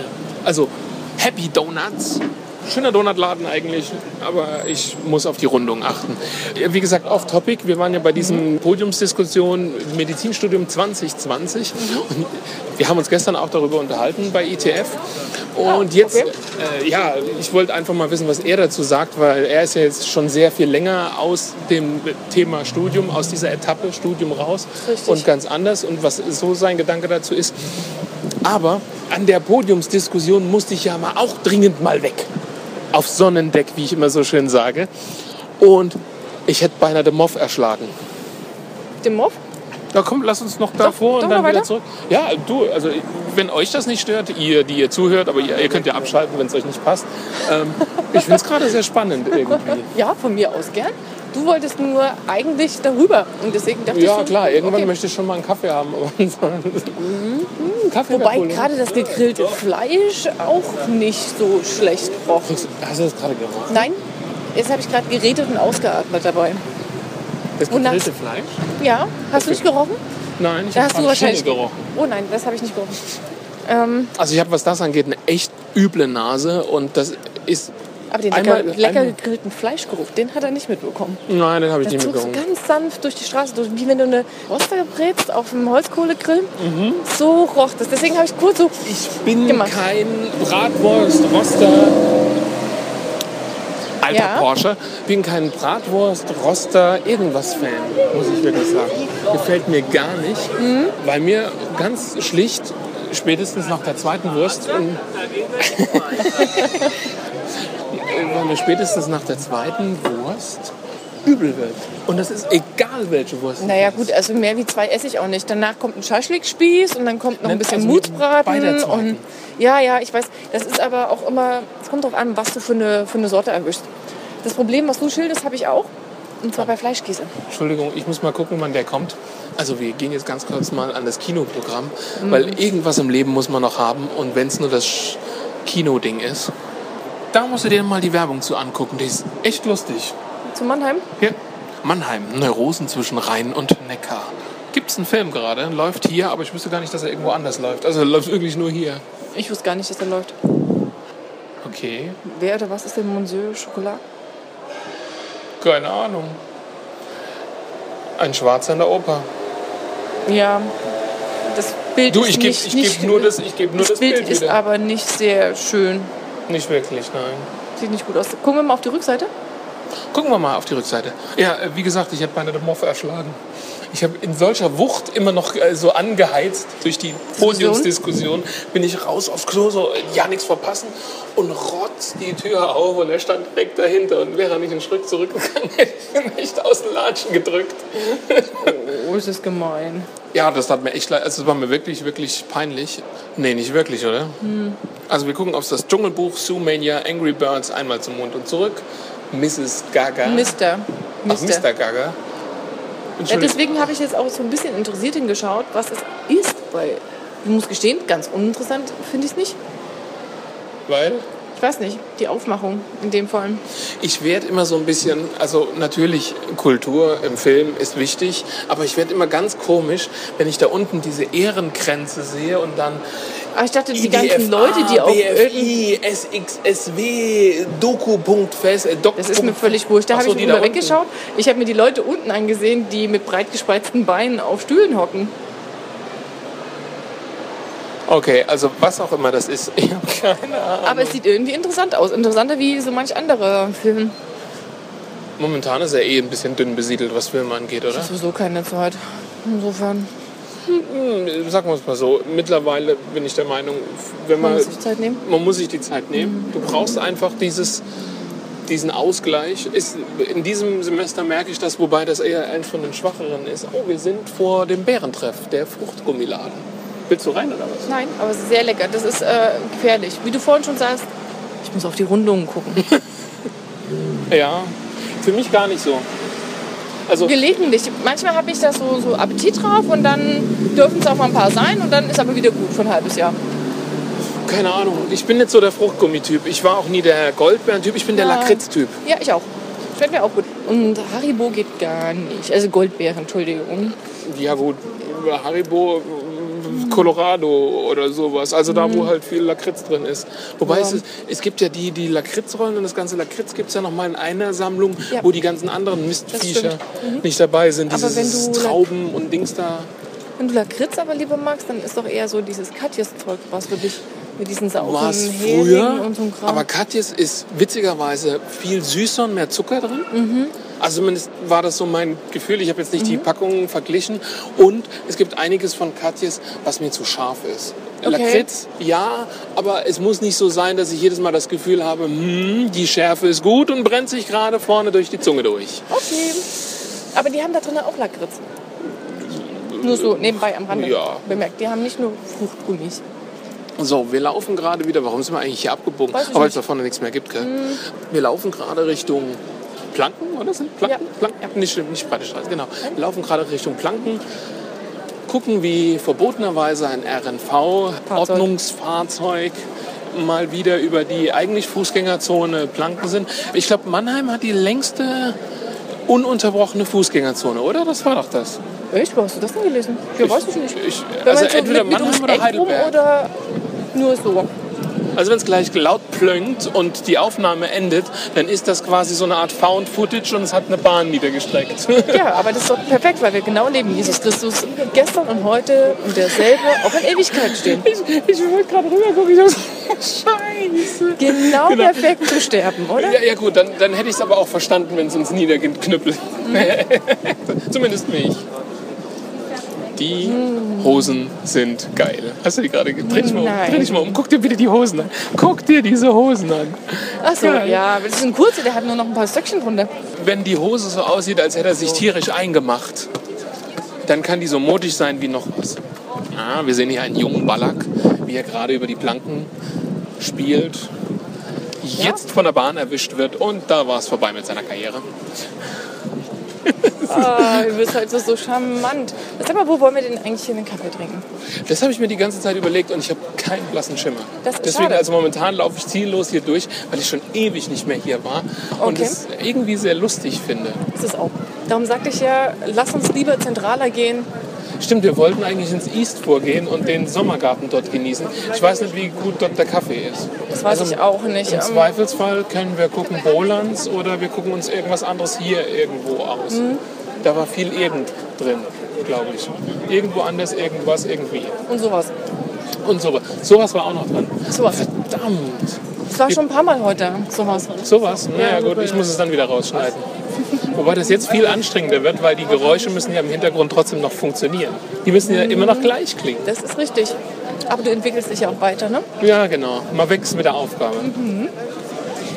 Also, Happy Donuts. Schöner Donutladen eigentlich, aber ich muss auf die Rundung achten. Wie gesagt, off topic. Wir waren ja bei diesen Podiumsdiskussionen Medizinstudium 2020. Und wir haben uns gestern auch darüber unterhalten bei ITF. Und jetzt, äh, ja, ich wollte einfach mal wissen, was er dazu sagt, weil er ist ja jetzt schon sehr viel länger aus dem Thema Studium, aus dieser Etappe Studium raus
Richtig.
und ganz anders. Und was so sein Gedanke dazu ist, aber an der Podiumsdiskussion musste ich ja mal auch dringend mal weg. Auf Sonnendeck, wie ich immer so schön sage. Und ich hätte beinahe den Moff erschlagen.
Dem Moff?
Na komm, lass uns noch davor
doch
und dann
noch
wieder
weiter?
zurück. Ja, du, also wenn euch das nicht stört, ihr, die ihr zuhört, aber ihr, ihr könnt ja abschalten, wenn es euch nicht passt. Ähm, ich finde es gerade sehr spannend irgendwie.
Ja, von mir aus gern. Du wolltest nur eigentlich darüber. Und deswegen dachte ich
Ja
schon,
klar, irgendwann
okay. Mhm,
möchte ich schon mal einen Kaffee haben. Aber ansonsten- Ein Kaffee wär
Wobei
cool, ne?
gerade das gegrillte Fleisch auch nicht so schlecht roch.
Hast du das gerade gerochen?
Nein, jetzt habe ich gerade geredet und ausgeatmet dabei.
Das
Und
gegrillte Fleisch?
Ja, hast du nicht gerochen?
Nein, ich
Da
habe
hast du wahrscheinlich.
Pancini gerochen.
Oh nein, das habe ich nicht gerochen. Ähm,
Also ich habe, was das angeht, eine echt üble Nase und das ist...
aber den lecker,
Einmal-
lecker
einmal-
gegrillten Fleischgeruch, den hat er nicht mitbekommen.
Nein, den habe ich
Das
nicht
zog so
mitgenommen.
ganz sanft durch die Straße, durch, wie wenn du eine Roster brätst auf dem Holzkohlegrill. So roch das. Deswegen habe ich kurz so.
Mhm. Ich bin
gemacht.
kein Bratwurst-Roster. Alter
Ja?
Porsche. Bin kein Bratwurst-Roster irgendwas-Fan, muss ich wirklich sagen. Gefällt mir gar nicht,
Mhm.
weil mir ganz schlicht spätestens nach der zweiten Wurst und weil mir spätestens nach der zweiten Wurst übel wird. Und das ist egal, welche Wurst. es
Naja,
ist.
gut, also mehr wie zwei esse ich auch nicht. Danach kommt ein Schaschlikspieß und dann kommt noch ein
Nennt
bisschen
also bei der
Mutsbraten.
zweiten.
Und ja, ja, ich weiß. Das ist aber auch immer. Es kommt drauf an, was du für eine, für eine Sorte erwischst. Das Problem, was du schilderst, habe ich auch. Und zwar bei Fleischkäse.
Entschuldigung, ich muss mal gucken, wann der kommt. Also wir gehen jetzt ganz kurz mal an das Kinoprogramm,
Mhm.
weil irgendwas im Leben muss man noch haben und wenn es nur das Sch- Kinoding ist, da musst du dir mal die Werbung zu angucken. Die ist echt lustig.
Zu Mannheim?
Hier. Mannheim, Neurosen zwischen Rhein und Neckar. Gibt's einen Film gerade? Läuft hier, aber ich wüsste gar nicht, dass er irgendwo anders läuft. Also er läuft wirklich nur hier.
Ich wusste gar nicht, dass der läuft.
Okay,
Wer oder was ist denn Monsieur Schokolade?
keine Ahnung. Ein Schwarzer in der Oper.
Ja, das Bild
Du,
ist
ich gebe
nicht, nicht
geb nur das, ich geb nur das,
das Bild, ist
wieder.
aber nicht sehr schön.
Nicht wirklich, nein.
Sieht nicht gut aus. Gucken wir mal auf die Rückseite.
Gucken wir mal auf die Rückseite. Ja, äh, wie gesagt, ich habe meine Moff erschlagen. Ich habe in solcher Wucht immer noch äh, so angeheizt durch die Podiumsdiskussion. Bin ich raus aufs Klo, so äh, ja nichts verpassen und rotz die Tür auf und er stand direkt dahinter. Und wäre er nicht einen Schritt zurückgegangen, hätte ich ihn echt aus den Latschen gedrückt.
Oh, ist das gemein.
Ja, das hat mir echt leid. Also, das war mir wirklich, wirklich peinlich. Nee, nicht wirklich, oder? Also, wir gucken auf das Dschungelbuch, Zoomania, Angry Birds, einmal zum Mond und zurück. Mrs. Gaga.
Mister.
Ach,
Mister.
Mr. Gaga.
ja,
Entschuldigung.
deswegen habe ich jetzt auch so ein bisschen interessiert hingeschaut, was es ist, weil ich muss gestehen, ganz uninteressant finde ich es nicht.
weil
Ich weiß nicht, die Aufmachung in dem Fall.
ich werde immer so ein bisschen, also natürlich Kultur im Film ist wichtig, aber ich werde immer ganz komisch, wenn ich da unten diese Ehrenkränze sehe und dann
Aber Ah, ich dachte, die ganzen
IDFA,
Leute, die auf irgendein-
BFI, SXSW, Doku.fest, äh, Doc.
Das ist mir völlig wurscht. Da
Ach
habe
so,
ich
die
drüber
da unten.
weggeschaut. Ich habe mir die Leute unten angesehen, die mit breit gespreizten Beinen auf Stühlen hocken.
Okay, also was auch immer das ist, ich habe keine Ahnung.
Aber es sieht irgendwie interessant aus. Interessanter wie so manch anderer Film.
Momentan ist er eh ein bisschen dünn besiedelt, was Filme angeht,
Ich
oder?
habe sowieso keine Zeit. Insofern
Hm, Sagen wir es mal so. Mittlerweile bin ich der Meinung, wenn
man
man
muss sich Zeit nehmen. Mhm.
man muss sich die Zeit nehmen. Du brauchst einfach dieses, diesen Ausgleich. Ist, in diesem Semester merke ich das, wobei das eher eins von den schwacheren ist. Oh, wir sind vor dem Bärentreff, der Fruchtgummiladen. Willst du rein oder was?
Nein, aber es ist sehr lecker. Das ist äh, gefährlich. Wie du vorhin schon sagst, ich muss auf die Rundungen gucken.
Ja, für mich gar nicht so. Also,
Gelegentlich. Manchmal habe ich das so, so Appetit drauf und dann dürfen es auch mal ein paar sein und dann ist aber wieder gut für ein halbes Jahr.
keine Ahnung. Ich bin nicht so der Fruchtgummityp. Ich war auch nie der Goldbeeren-Typ. Ich bin der
Ja.
Lakritz-Typ.
Ja, ich auch. Fällt mir auch gut. Und Haribo geht gar nicht. Also Goldbeeren, Entschuldigung.
Ja, gut. Haribo, Colorado oder sowas. Also da, wo halt viel Lakritz drin ist. Wobei
Mhm. Ja.
es, ist, es gibt ja die, die Lakritzrollen und das ganze Lakritz gibt es ja nochmal in einer Sammlung,
Ja. Mhm.
wo die ganzen anderen Mistviecher nicht dabei sind.
Aber wenn
Dieses
du Lak-
Trauben und Dings da.
Wenn du Lakritz aber lieber magst, dann ist doch eher so dieses Katjes-Zeug was für dich. Mit diesen sauren
War es
Heringen
früher.
und so einem Kram.
Aber Katjes ist witzigerweise viel süßer und mehr Zucker drin. Also zumindest war das so mein Gefühl. Ich habe jetzt nicht die Packungen verglichen. Und es gibt einiges von Katjes, was mir zu scharf ist.
Okay.
Lakritz, ja, aber es muss nicht so sein, dass ich jedes Mal das Gefühl habe, hm, die Schärfe ist gut und brennt sich gerade vorne durch die Zunge durch.
Okay. Aber die haben da drinnen auch Lakritz. Nur so nebenbei am Rande
Ja.
bemerkt. Die haben nicht nur Fruchtgummis.
So, wir laufen gerade wieder. Warum sind wir eigentlich hier abgebogen?
Weiß ich
Aber weil es
nicht.
da
Mhm.
vorne nichts mehr gibt, gell? Wir laufen gerade Richtung Planken, oder? Sind Planken?
Ja.
Planken? Nicht, nicht breite Straße, genau. Wir laufen gerade Richtung Planken, gucken, wie verbotenerweise ein RNV-Ordnungsfahrzeug mal wieder über die eigentlich Fußgängerzone Planken sind. Ich glaube, Mannheim hat die längste ununterbrochene Fußgängerzone, oder? Das war doch das.
Echt? Äh, Wo hast du das denn gelesen? Ja, weiß ich nicht.
Ich,
Wenn
also
man so
entweder
mit- mit
Mannheim
ums
oder
Eck rum
Heidelberg.
Oder nur so.
Also wenn es gleich laut plönkt und die Aufnahme endet, dann ist das quasi so eine Art Found Footage und es hat eine Bahn niedergestreckt.
Ja, aber das ist doch perfekt, weil wir genau neben Jesus Christus gestern und heute und derselbe auch in Ewigkeit stehen.
ich wollte gerade rübergucken, ich Scheiße.
Genau,
Genau.
perfekt zu sterben, oder?
Ja, ja gut, dann, dann hätte ich es aber auch verstanden, wenn es uns niederknüppelt. Zumindest mich. Die Hosen sind geil. Hast du die gerade ge- Dreh dich mal um.
Nein.
Dreh dich mal um. Guck dir bitte die Hosen an. Guck dir diese Hosen an.
Ach so,
Geil.
ja, aber das ist ein kurzer, der hat nur noch ein paar Stöckchen runter.
Wenn die Hose so aussieht, als hätte er sich tierisch eingemacht, dann kann die so modig sein wie noch was. Ah, wir sehen hier einen jungen Ballack, wie er gerade über die Planken spielt. Jetzt von der Bahn erwischt wird und da war es vorbei mit seiner Karriere.
Ah, du bist halt so, so charmant. Sag mal, wo wollen wir denn eigentlich hier einen Kaffee trinken?
Das habe ich mir die ganze Zeit überlegt und ich habe keinen blassen Schimmer.
Das ist
Deswegen,
schade.
also momentan laufe ich ziellos hier durch, weil ich schon ewig nicht mehr hier war und
Okay.
es irgendwie sehr lustig finde.
Das ist auch. Darum sagte ich ja, lass uns lieber zentraler gehen.
Stimmt, wir wollten eigentlich ins East vorgehen und den Sommergarten dort genießen. Ich weiß nicht, wie gut dort der Kaffee ist. Also
Das weiß ich auch nicht.
Im
Ähm,
Zweifelsfall können wir gucken Bolands oder wir gucken uns irgendwas anderes hier irgendwo aus.
Mhm.
Da war viel irgend drin, glaube ich. Irgendwo anders, irgendwas, irgendwie.
Und sowas.
Und sowas. Sowas war auch noch drin.
Sowas.
Verdammt.
Das war schon ein paar Mal heute, sowas.
Sowas? Naja, gut, ich muss es dann wieder rausschneiden. Wobei das jetzt viel anstrengender wird, weil die Geräusche müssen ja im Hintergrund trotzdem noch funktionieren. Die müssen ja immer noch gleich klingen.
Das ist richtig. Aber du entwickelst dich ja auch weiter, ne?
Ja, genau. Man wächst mit der Aufgabe.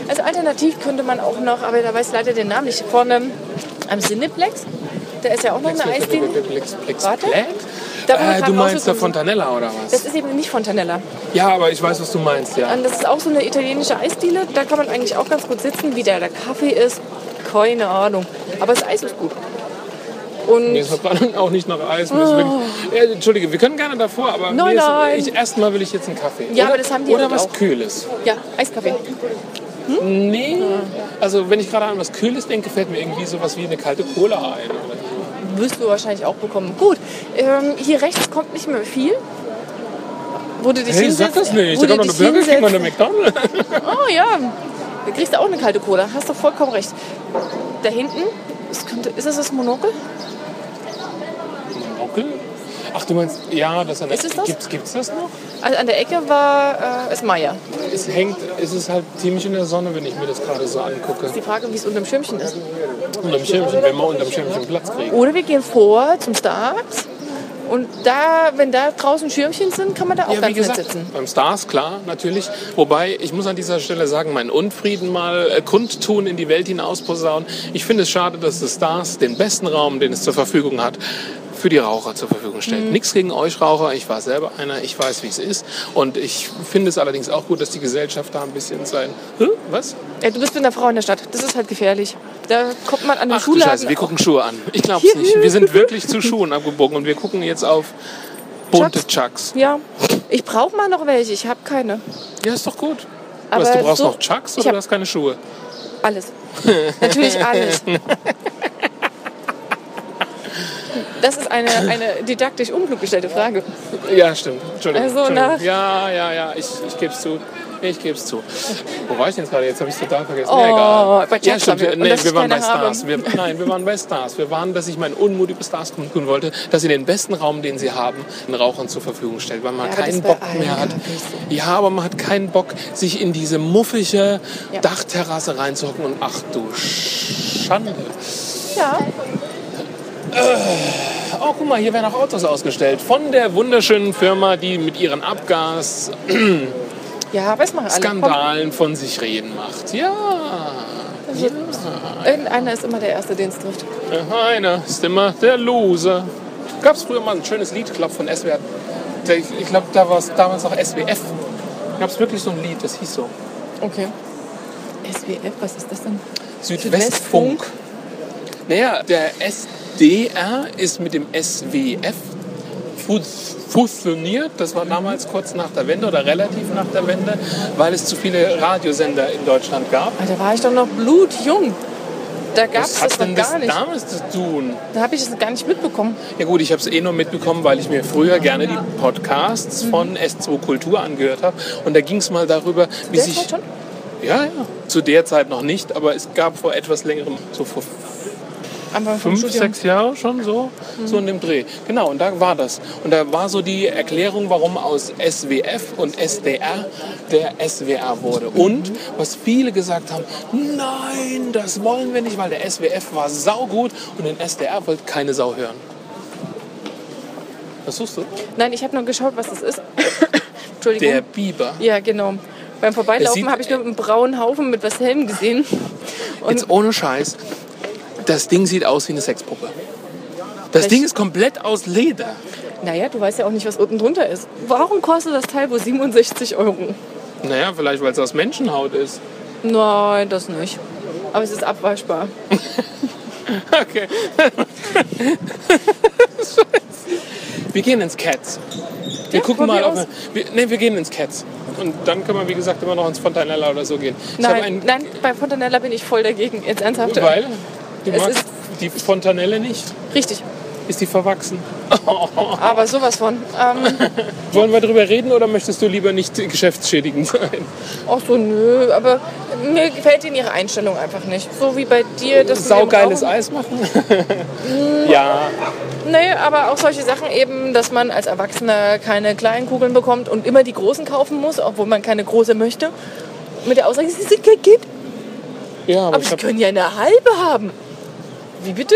Also alternativ könnte man auch noch, aber da weiß ich leider den Namen nicht, vorne am Cineplex, da ist ja auch noch eine Eisdiele.
Plex, Plex,
Warte.
Plex?
Da wo wir
Äh, du
gerade
meinst der
rausgekommen sind.
Fontanella oder
Das
was?
ist eben nicht Fontanella.
Ja, aber ich weiß, was du meinst, ja.
Und das ist auch so eine italienische Eisdiele. Da kann man eigentlich auch ganz gut sitzen. Wie der, der Kaffee ist, keine Ahnung. Aber das Eis ist gut. Und
Mir ist noch gerade auch nicht nach
Oh.
Eis. Mir ist wirklich- Äh, Entschuldige, wir können gerne davor, aber
Nein,
mir ist,
nein.
Ich, erstmal will ich jetzt einen Kaffee.
Ja,
oder,
aber das haben die ja
Oder
dort
was
auch.
Kühles.
ja, Eiskaffee.
Nee, also wenn ich gerade an was Kühles denke, fällt mir irgendwie sowas wie eine kalte Cola ein. Oder
Wirst du wahrscheinlich auch bekommen. Gut, ähm, hier rechts kommt nicht mehr viel. Wo du dich
Hey, sag
hinsetzt,
das nicht.
wo
Da
du
kann doch eine
dich
Burger King und eine
hinsetzt.
McDonald's.
Oh ja, da kriegst du auch eine kalte Cola. Hast du vollkommen recht. Da hinten, es könnte, ist das das Monokel?
Nockel? Ach, du meinst, ja, das ist, eine,
Ist es das?
Gibt's, gibt's das noch?
Also an der Ecke war äh, es Meier.
Es hängt, es ist halt ziemlich in der Sonne, wenn ich mir das gerade so angucke.
Die Frage, wie es unterm Schirmchen ist.
Unterm Schirmchen, wenn wir unterm Schirmchen Platz kriegen.
Oder wir gehen vor zum Starbucks und da, wenn da draußen Schirmchen sind, kann man da auch
Ja, wie
ganz
gesagt,
nett sitzen.
beim Stars, klar, natürlich. Wobei, ich muss an dieser Stelle sagen, meinen Unfrieden mal äh, kundtun, in die Welt hinausposaunen. Ich finde es schade, dass das Stars den besten Raum, den es zur Verfügung hat, für die Raucher zur Verfügung stellt.
Mhm.
Nichts gegen euch Raucher, ich war selber einer, ich weiß, wie es ist. Und ich finde es allerdings auch gut, dass die Gesellschaft da ein bisschen sein... Hä? Was?
Ja, du bist mit einer Frau in der Stadt. Das ist halt gefährlich. Da kommt man an den
Ach du
Schuhladen.
Scheiße, wir gucken Schuhe an. Ich glaub's nicht. Wir sind wirklich zu Schuhen abgebogen und wir gucken jetzt auf bunte Chucks.
ja, ich brauche mal noch welche. Ich habe keine.
Ja, ist doch gut.
Aber
Was, du brauchst
so-
noch Chucks
Ich
oder
hab-
du hast keine Schuhe?
Alles. Natürlich alles. Das ist eine, eine didaktisch unklug gestellte Frage.
Ja, stimmt. Entschuldigung.
Also,
Entschuldigung.
nach-
Ja, ja, ja, ich, ich gebe es zu. Ich gebe es zu. Wo war ich denn jetzt gerade? Jetzt habe ich es total vergessen. Oh, egal.
bei Chucks
ja, stimmt.
waren wir.
Wir,
Und
nee,
dass
wir
ich
waren bei
keine habe.
Stars. Wir, nein, wir waren bei Stars. Wir waren, dass ich meinen Unmut über Stars tun wollte, dass sie den besten Raum, den sie haben, den Rauchern zur Verfügung stellt, weil man
Ja, aber
keinen
das
Bock
bei allen
mehr hat.
Cafés
Ja, aber man hat keinen Bock, sich in diese muffige
Ja.
Dachterrasse reinzuhocken und ach du Schande.
Ja,
Oh, guck mal, hier werden auch Autos ausgestellt von der wunderschönen Firma, die mit ihren Abgas
ja, weiß man alle.
Skandalen von sich reden macht. Ja.
Komm, also, irgendeiner ist immer der Erste, den es trifft.
Einer ist immer der Loser. Gab es früher mal ein schönes Lied, glaube von SWR. der- Ich glaube, da war es damals noch SWF. Gab es wirklich so ein Lied, das hieß so.
Okay. SWF, was ist das denn?
Südwestfunk. Naja, der SDR ist mit dem SWF fu- fusioniert. Das
Mhm.
war damals kurz nach der Wende oder relativ nach der Wende, weil es zu viele Radiosender in Deutschland gab.
Ah, da war ich doch noch blutjung. Da gab es
Was hat
das
denn
noch
das
gar nicht.
damit zu tun?
Da habe ich es gar nicht mitbekommen.
Ja gut, ich habe es eh nur mitbekommen, weil ich mir früher gerne die Podcasts
Mhm.
von S2 Kultur angehört habe. Und da ging es mal darüber, wie
Der
sich...
ist halt schon.
Ja, ja. Zu der Zeit noch nicht, aber es gab vor etwas längerem, so vor
Anfang vom
fünf,
Studium.
sechs Jahre schon so, Mhm. so in dem Dreh. Genau, und da war das. Und da war so die Erklärung, warum aus SWF und SDR der SWR wurde. Und was viele gesagt haben, nein, das wollen wir nicht, weil der SWF war saugut und den SDR wollte keine Sau hören. Was suchst du?
Nein, ich habe nur geschaut, was das ist. Entschuldigung.
Der Biber.
Ja, genau. Beim
Es sieht-
Vorbeilaufen habe ich nur einen braunen Haufen mit was Helm gesehen. Und
Jetzt ohne Scheiß, das Ding sieht aus wie eine Sexpuppe. Das
Echt?
Ding ist komplett aus Leder.
naja, du weißt ja auch nicht, was unten drunter ist. Warum kostet das Teil wohl 67 Euro?
Naja, vielleicht weil es aus Menschenhaut ist.
Nein, das nicht. Aber es ist abwaschbar.
Okay. wir gehen ins Cats. Wir
Ja,
gucken mal,
probier
ob
aus.
wir, wir. Nee, wir gehen ins Cats. Und dann können wir, wie gesagt, immer noch ins Fontanella oder so gehen. Ich hab
Nein, nein, bei Fontanella bin ich voll dagegen. Jetzt ernsthaft.
Weil du
Es
magst
ist-
die Fontanelle nicht?
Richtig.
Ist die verwachsen?
Aber sowas von. Ähm,
Wollen wir drüber reden oder möchtest du lieber nicht geschäftsschädigend sein?
auch so, nö. Aber mir gefällt ihnen ihre Einstellung einfach nicht. So wie bei dir. Das
Saugeiles Eis machen? ja,
Nee, aber auch solche Sachen eben, dass man als Erwachsener keine kleinen Kugeln bekommt und immer die großen kaufen muss, obwohl man keine große möchte. Mit der Aussage, sie sind kein Kind,
ja aber,
aber
ich
sie
hab,
können ja eine halbe haben. Wie bitte?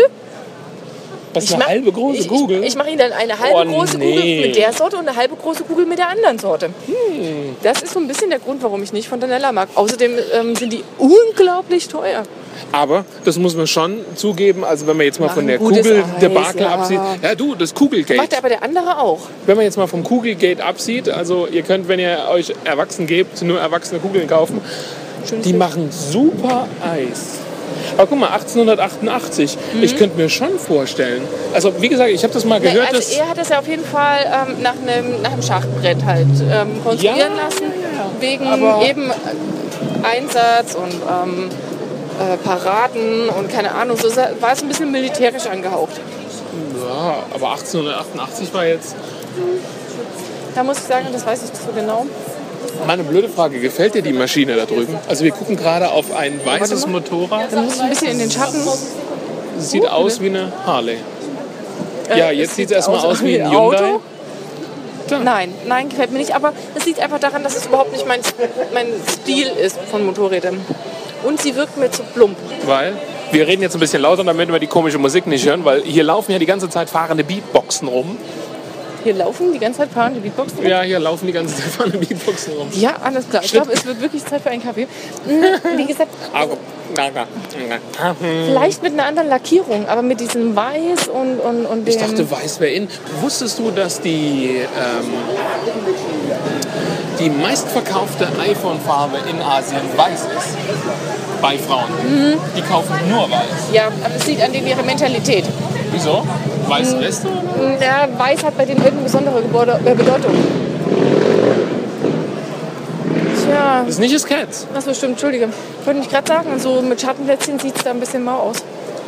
was ist eine
mach-
halbe große
ich,
Kugel?
Ich, ich mache ihnen dann eine halbe
Oh,
große
nee.
Kugel mit der Sorte und eine halbe große Kugel mit der anderen Sorte.
Hm.
Das ist so ein bisschen der Grund, warum ich nicht Fontanella mag. Außerdem ähm, sind die unglaublich teuer.
Aber das muss man schon zugeben, also wenn man jetzt mal
Machen
von der
gutes
Kugel
Eis,
der Barkel
ja.
absieht. Ja, du, das
Macht
Kugelgate.
aber der andere auch.
Wenn man jetzt mal vom Kugelgate absieht, also ihr könnt, wenn ihr euch erwachsen gebt, nur erwachsene Kugeln kaufen.
Schönes
Die
Bild.
machen super Eis. Aber guck mal, 1888. Ich könnte mir schon vorstellen. Also wie gesagt, ich habe das mal
Mhm. Nee,
gehört,
also
dass
er hat das ja auf jeden Fall ähm, nach einem nach einem Schachbrett halt ähm, konstruieren
Ja,
lassen, wegen
Aber-
eben äh, Einsatz und ähm, äh, Paraden und keine Ahnung, so sa- war es ein bisschen militärisch angehaucht.
ja, aber 1888 war jetzt
Da muss ich sagen, das weiß ich nicht so genau.
meine blöde Frage. Gefällt dir die Maschine da drüben? Also wir gucken gerade auf ein weißes Motorrad.
Da muss ich ein bisschen in den Schatten.
Sieht aus wie eine Harley. Ja,
Äh,
jetzt
es
sieht es erstmal aus wie ein Hyundai.
Auto. Nein, nein, gefällt mir nicht. Aber das liegt einfach daran, dass es überhaupt nicht mein, mein Stil ist von Motorrädern. Und sie wirkt mir zu plump.
Weil wir reden jetzt ein bisschen lauter, damit wir die komische Musik nicht hören, weil hier laufen ja die ganze Zeit fahrende Beatboxen rum.
Hier laufen die ganze Zeit fahrende Beatboxen. rum.
Ja, hier laufen die ganze Zeit fahrende Beatboxen rum.
Ja, alles klar. Ich
Schnitt.
glaube, es wird wirklich Zeit für einen Kaffee. Hm, Wie gesagt,
Ah,
vielleicht mit einer anderen Lackierung, aber mit diesem Weiß und, und, und dem...
Ich dachte, weiß wer in. Wusstest du, dass die, ähm, die meistverkaufte iPhone-Farbe in Asien weiß ist? Bei Frauen. Die kaufen nur weiß.
ja, aber es liegt an denen ihre Mentalität.
Wieso? Weiß Reste?
Ja, Weiß hat bei denen irgendeine besondere Gebäude, äh, Bedeutung. Tja,
Das ist nicht das Cats.
das bestimmt, Entschuldige. Wollte ich gerade sagen, so mit Schattenplätzchen sieht es da ein bisschen mau aus.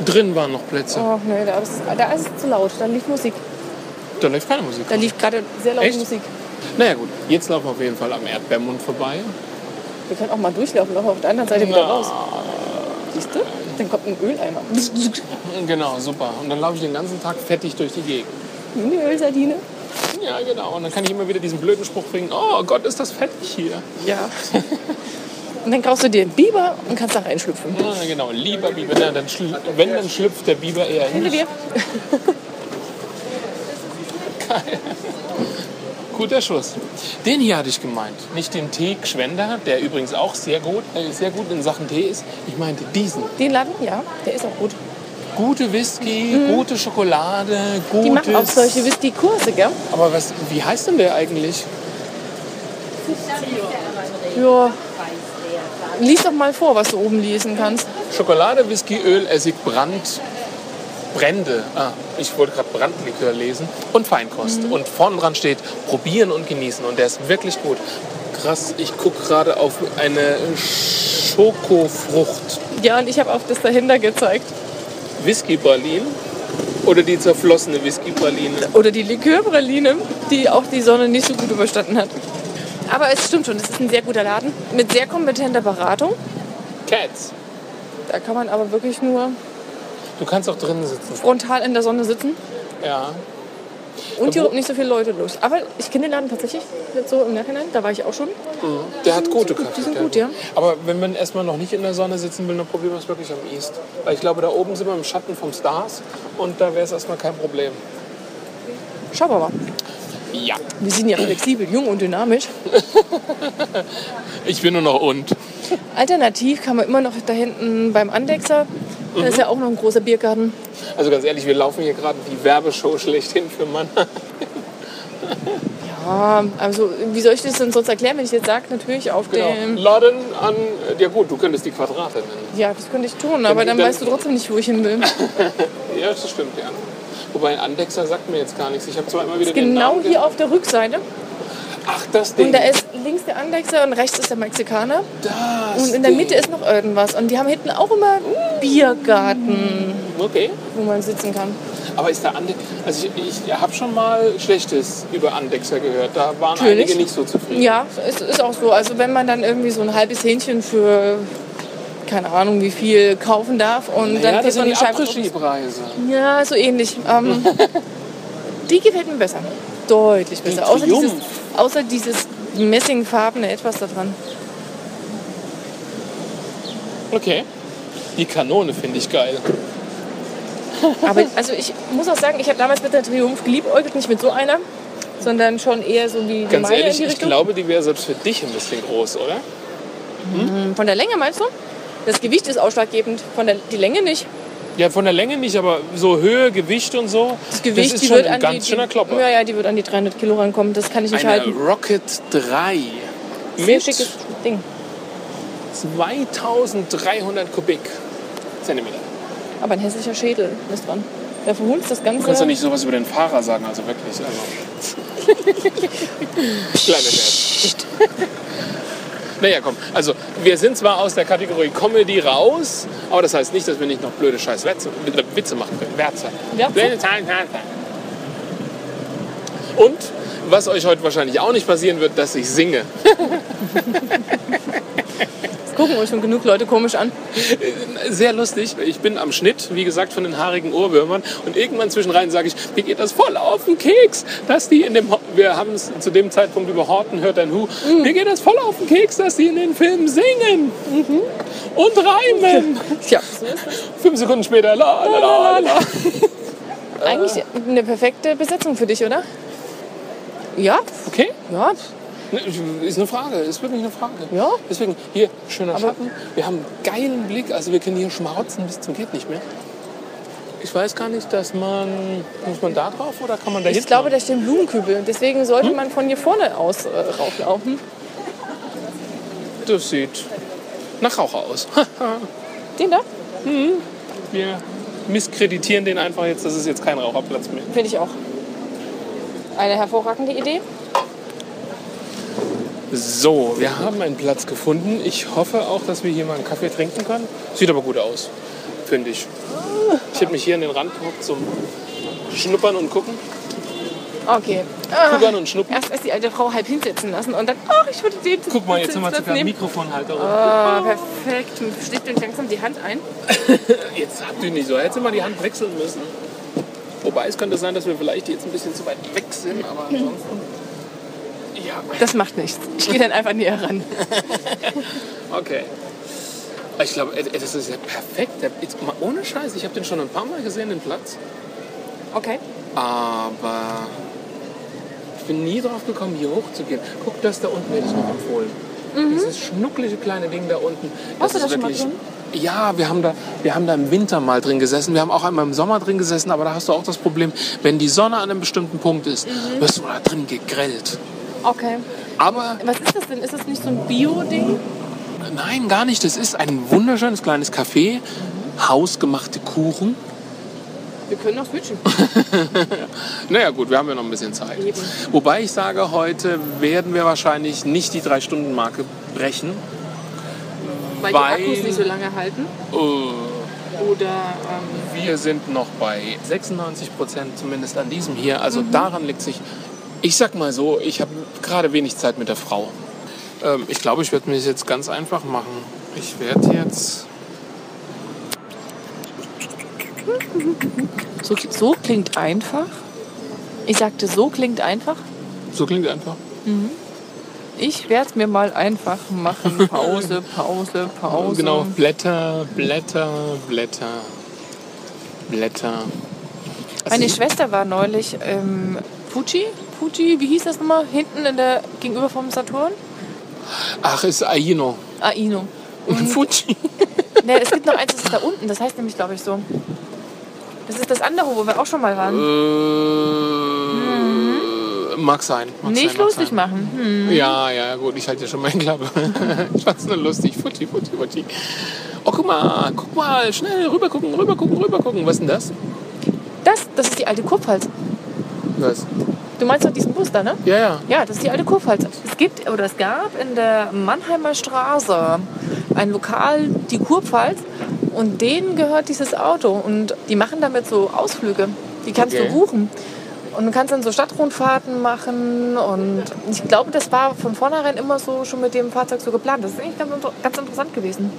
Drin waren noch Plätze.
Oh, nee, da ist, da ist es zu laut. Da lief Musik.
Da läuft keine Musik.
Da lief gerade sehr laute
Echt?
Musik.
Naja gut, jetzt laufen wir auf jeden Fall am Erdbeermund vorbei.
Wir können auch mal durchlaufen, laufen auf der anderen Seite wieder
Na.
raus. Siehst du? Dann kommt ein Öleimer.
Genau, super. Und dann laufe ich den ganzen Tag fettig durch die Gegend.
Wie eine Ölsardine.
Ja, genau. Und dann kann ich immer wieder diesen blöden Spruch bringen, oh Gott, ist das fettig hier.
Ja. Und dann kaufst du dir einen Biber und kannst da reinschlüpfen.
Ja, genau, lieber Biber. Na, dann schl- wenn, dann schlüpft der Biber eher
Finde
hin.
wir?
Guter Schuss. Den hier hatte ich gemeint. Nicht den Tee-Schwender, der übrigens auch sehr gut, äh, sehr gut in Sachen Tee ist. Ich meinte diesen.
Den Laden, ja, der ist auch gut.
Gute Whisky, gute Schokolade, gutes...
Mhm. Die machen auch solche Whisky-Kurse, gell?
Aber was, wie heißt denn der eigentlich?
Ja. Lies doch mal vor, was du oben lesen kannst.
Schokolade, Whisky, Öl, Essig, Brand, Brände. Ah, ich wollte gerade
Mhm.
Brandlikör lesen. Und Feinkost. Und vorn dran steht probieren und genießen. Und der ist wirklich gut. Krass, ich gucke gerade auf eine Schokofrucht.
Ja, und ich habe auf das dahinter gezeigt.
Whisky Berlin oder die zerflossene Whisky Berlin.
Oder die Likörpraline, die auch die Sonne nicht so gut überstanden hat. Aber es stimmt schon, es ist ein sehr guter Laden mit sehr kompetenter Beratung.
Cats.
Da kann man aber wirklich nur
Du kannst auch drinnen sitzen.
frontal in der Sonne sitzen
Ja.
und hier nicht so viele Leute los. Aber ich kenne den Laden tatsächlich jetzt so im Nachhinein, da war ich auch schon.
Der hat gute
gut,
Kaffee.
die sind gut, ja.
Aber wenn man erstmal noch nicht in der Sonne sitzen will, dann probieren wir es wirklich am East. Weil ich glaube, da oben sind wir im Schatten vom Stars und da wäre es erstmal kein Problem.
Schauen wir mal.
Ja.
Wir sind ja flexibel, jung und dynamisch.
Ich bin nur noch und.
Alternativ kann man immer noch da hinten beim Andexer. Da ist ja auch noch ein großer Biergarten.
Also ganz ehrlich, wir laufen hier gerade die Werbeshow schlechthin für Mann.
Ah, also wie soll ich das denn sonst erklären, wenn ich jetzt sage, natürlich auf dem...
Genau. Laden an. Ja gut, du könntest die Quadrate nennen.
Ja, das könnte ich tun, aber dann, Genau.
dann-
weißt du trotzdem nicht, wo ich hin will.
Ja, das stimmt, ja. Wobei Andexer sagt mir jetzt gar nichts. Ich habe zwar immer wieder den
genau
Namen
hier auf der Rückseite.
ge- Ach, das Ding.
Und da ist links der Andexer und rechts ist der Mexikaner.
das
Und in der
Ding.
Mitte ist noch irgendwas. Und die haben hinten auch immer Biergarten,
Okay.
wo man sitzen kann.
Aber ist der Andex... Also ich, ich habe schon mal Schlechtes über Andexer gehört. Da waren
Natürlich.
einige nicht so zufrieden.
Ja, es ist auch so. Also wenn man dann irgendwie so ein halbes Hähnchen für keine Ahnung wie viel kaufen darf und
ja,
dann
das
kriegt
sind
man
die
eine Scheibe.
Abrisski-Preise.
Ja, so ähnlich. Ähm, die gefällt mir besser. Deutlich besser. Außer
Triumph.
dieses, außer dieses messingfarbene etwas da dran.
Okay. Die Kanone finde ich geil.
Aber also ich muss auch sagen, ich habe damals mit der Triumph geliebäugelt, nicht mit so einer, sondern schon eher so wie die
Ganz
meine
ehrlich,
in die
ich
Richtung.
glaube, die wäre selbst für dich ein bisschen groß, oder?
Von der Länge meinst du? Das Gewicht ist ausschlaggebend, von der die Länge nicht.
Ja, von der Länge nicht, aber so Höhe, Gewicht und so.
Das Gewicht,
ist
die
schon
wird
ein
an
ganz
die,
schöner Klopper.
die, ja, ja, die wird an die 300 Kilo rankommen. Das kann ich nicht
Eine
halten.
Rocket 3
Sehr
mit
schickes Ding.
2300 Kubik Zentimeter.
Aber ein hässlicher Schädel ist dran. Da verhunzt das Ganze.
Du kannst doch nicht sowas über den Fahrer sagen, also wirklich. Also. Kleiner Scherz. Naja, komm. Also, wir sind zwar aus der Kategorie Comedy raus, aber das heißt nicht, dass wir nicht noch blöde scheiß Witze, Witze machen können. Werze.
Werze?
Blöde Zahlen, Zahlen, Zahlen. Und, was euch heute wahrscheinlich auch nicht passieren wird, dass ich singe.
Das gucken uns schon genug Leute komisch an.
Äh, Sehr lustig. Ich bin am Schnitt, wie gesagt, von den haarigen Ohrwürmern. Und irgendwann zwischenrein sage ich, mir geht das voll auf den Keks, dass die in dem... Ho- Wir haben es zu dem Zeitpunkt über Horten, hört ein Hu. Mir geht das voll auf den Keks, dass die in den Filmen singen und reimen.
Tja,
Fünf Sekunden später... La, la, la, la. Äh.
eigentlich eine perfekte Besetzung für dich, oder? Ja,
Okay?
ja.
Ne, Ist eine Frage, ist wirklich eine Frage.
Ja.
Deswegen, hier, schöner Schatten. Wir haben einen geilen Blick, also wir können hier schmauzen bis zum geht nicht mehr. Ich weiß gar nicht, dass man. Muss man da drauf oder kann man da
Ich
hinten Hm?
glaube, da steht ein Blumenkübel. Deswegen sollte man von hier vorne aus äh, rauflaufen.
Das sieht nach Raucher aus.
Den da?
Wir misskreditieren den einfach jetzt, das ist jetzt kein Raucherplatz mehr.
Finde ich auch. Eine hervorragende Idee.
So, wir haben einen Platz gefunden. Ich hoffe auch, dass wir hier mal einen Kaffee trinken können. Sieht aber gut aus, finde ich. Ich hätte mich hier an den Rand gehockt zum Schnuppern und Gucken.
Okay. Ah.
Guckern und Schnuppern.
Erst ist die alte Frau halb hinsetzen lassen und dann, ach, ich würde den
Guck mal, jetzt haben wir
Sitzplatz
sogar einen
nehmen.
Mikrofonhalter.
Ah, perfekt. Man Schlägt uns langsam die Hand ein.
Jetzt habt ihr nicht so. Hättest du mal die Hand wechseln müssen. Wobei es könnte sein, dass wir vielleicht jetzt ein bisschen zu weit weg sind, aber ansonsten. Ja,
Das macht nichts. Ich gehe dann einfach näher ran.
okay. Ich glaube, äh, das ist ja perfekt. Der- Jetzt mal ohne Scheiß. Ich habe den schon ein paar Mal gesehen, den Platz.
Okay.
Aber ich bin nie drauf gekommen, hier hochzugehen. Guck, das da unten hätte ich noch empfohlen. Dieses schnucklige kleine Ding da unten.
Warst Mhm. du
ist
da schon mal drin?
Ja, wir haben, da, wir haben da im Winter mal drin gesessen. Wir haben auch einmal im Sommer drin gesessen, aber da hast du auch das Problem, wenn die Sonne an einem bestimmten Punkt ist,
Mhm.
wirst du da drin gegrillt.
Okay.
Aber
Was ist das denn? Ist das nicht so ein Bio-Ding?
Nein, gar nicht. Das ist ein wunderschönes kleines Café, hausgemachte Kuchen.
Wir können noch switchen.
Naja gut, wir haben ja noch ein bisschen Zeit.
Eben.
Wobei ich sage, heute werden wir wahrscheinlich nicht die Drei-Stunden-Marke brechen.
Weil,
Weil-
die Akkus nicht so lange halten.
Äh,
Oder ähm,
wir sind noch bei 96 Prozent, zumindest an diesem hier. Also daran liegt sich. Ich sag mal so, ich habe gerade wenig Zeit mit der Frau. Ähm, ich glaube, ich werde mir das jetzt ganz einfach machen. Ich werde jetzt.
so, so klingt einfach. Ich sagte, so klingt einfach.
So klingt einfach.
Ich werde es mir mal einfach machen. Pause, Pause, Pause.
Genau, Blätter, Blätter, Blätter, Blätter.
Meine Schwester war neulich ähm, Pucci. Pucci, wie hieß das nochmal? Hinten in der gegenüber vom Saturn?
Ach, ist Aino.
Aino.
Fuji.
Ne, es gibt noch eins, das ist da unten. Das heißt nämlich, glaube ich, so. Das ist das andere, wo wir auch schon mal waren.
Äh, Mag sein. Mag
Nicht
sein, mag
lustig
sein.
machen. Hm.
Ja, ja, gut, ich halte ja schon meinen Klappe. ich fand's nur lustig. Futti, Futti, Futti. Oh, guck mal, guck mal, schnell rüber gucken, rüber gucken, rüber gucken. Was ist denn das?
Das, das ist die alte Kurpfalz.
Was?
Du meinst doch diesen Bus da, ne?
Ja, ja.
Ja, das ist die alte Kurpfalz. Es gibt oder es gab in der Mannheimer Straße ein Lokal, die Kurpfalz, und denen gehört dieses Auto. Und die machen damit so Ausflüge. Die kannst
Okay.
du buchen. Und du kannst dann so Stadtrundfahrten machen. Und ich glaube, das war von vornherein immer so schon mit dem Fahrzeug so geplant. Das ist eigentlich ganz, inter- ganz interessant gewesen.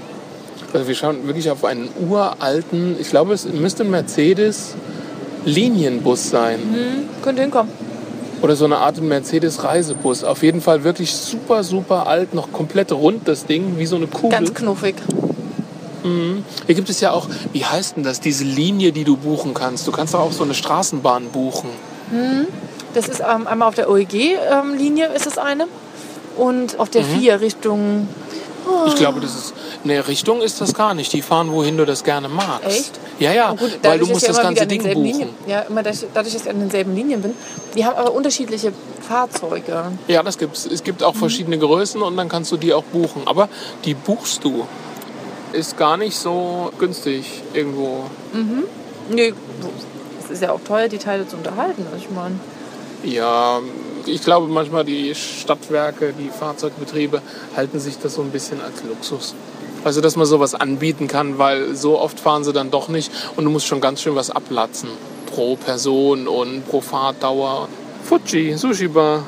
Also wir schauen wirklich auf einen uralten, ich glaube, es müsste ein Mercedes Linienbus sein.
Mhm. Könnte hinkommen.
Oder so eine Art Mercedes-Reisebus. Auf jeden Fall wirklich super, super alt, noch komplett rund das Ding, wie so eine Kugel.
Ganz knuffig.
Hier gibt es ja auch, wie heißt denn das, diese Linie, die du buchen kannst. Du kannst doch auch so eine Straßenbahn buchen.
Das ist ähm, einmal auf der OEG-Linie ist es eine. Und auf der 4 Richtung. Oh.
Ich glaube, das ist. Ne, Richtung ist das gar nicht. Die fahren, wohin du das gerne magst.
Echt?
Ja, ja.
Na gut,
weil du
dadurch, dass
musst
ich
das
immer wieder
ganze
an
Ding
denselben
buchen.
Linien, ja, immer dadurch, dadurch, dass ich an denselben Linien bin. Die haben aber unterschiedliche Fahrzeuge.
Ja, das gibt's. Es gibt
Mhm.
auch verschiedene Größen und dann kannst du die auch buchen. Aber die buchst du. Ist gar nicht so günstig irgendwo.
Nee, es ist ja auch teuer, die Teile zu unterhalten. Also ich meine,
Ja, ich glaube manchmal die Stadtwerke, die Fahrzeugbetriebe halten sich das so ein bisschen als Luxus. Also dass man sowas anbieten kann, weil so oft fahren sie dann doch nicht und du musst schon ganz schön was ablatzen. Pro Person und pro Fahrtdauer. Fuji, Sushi Bar.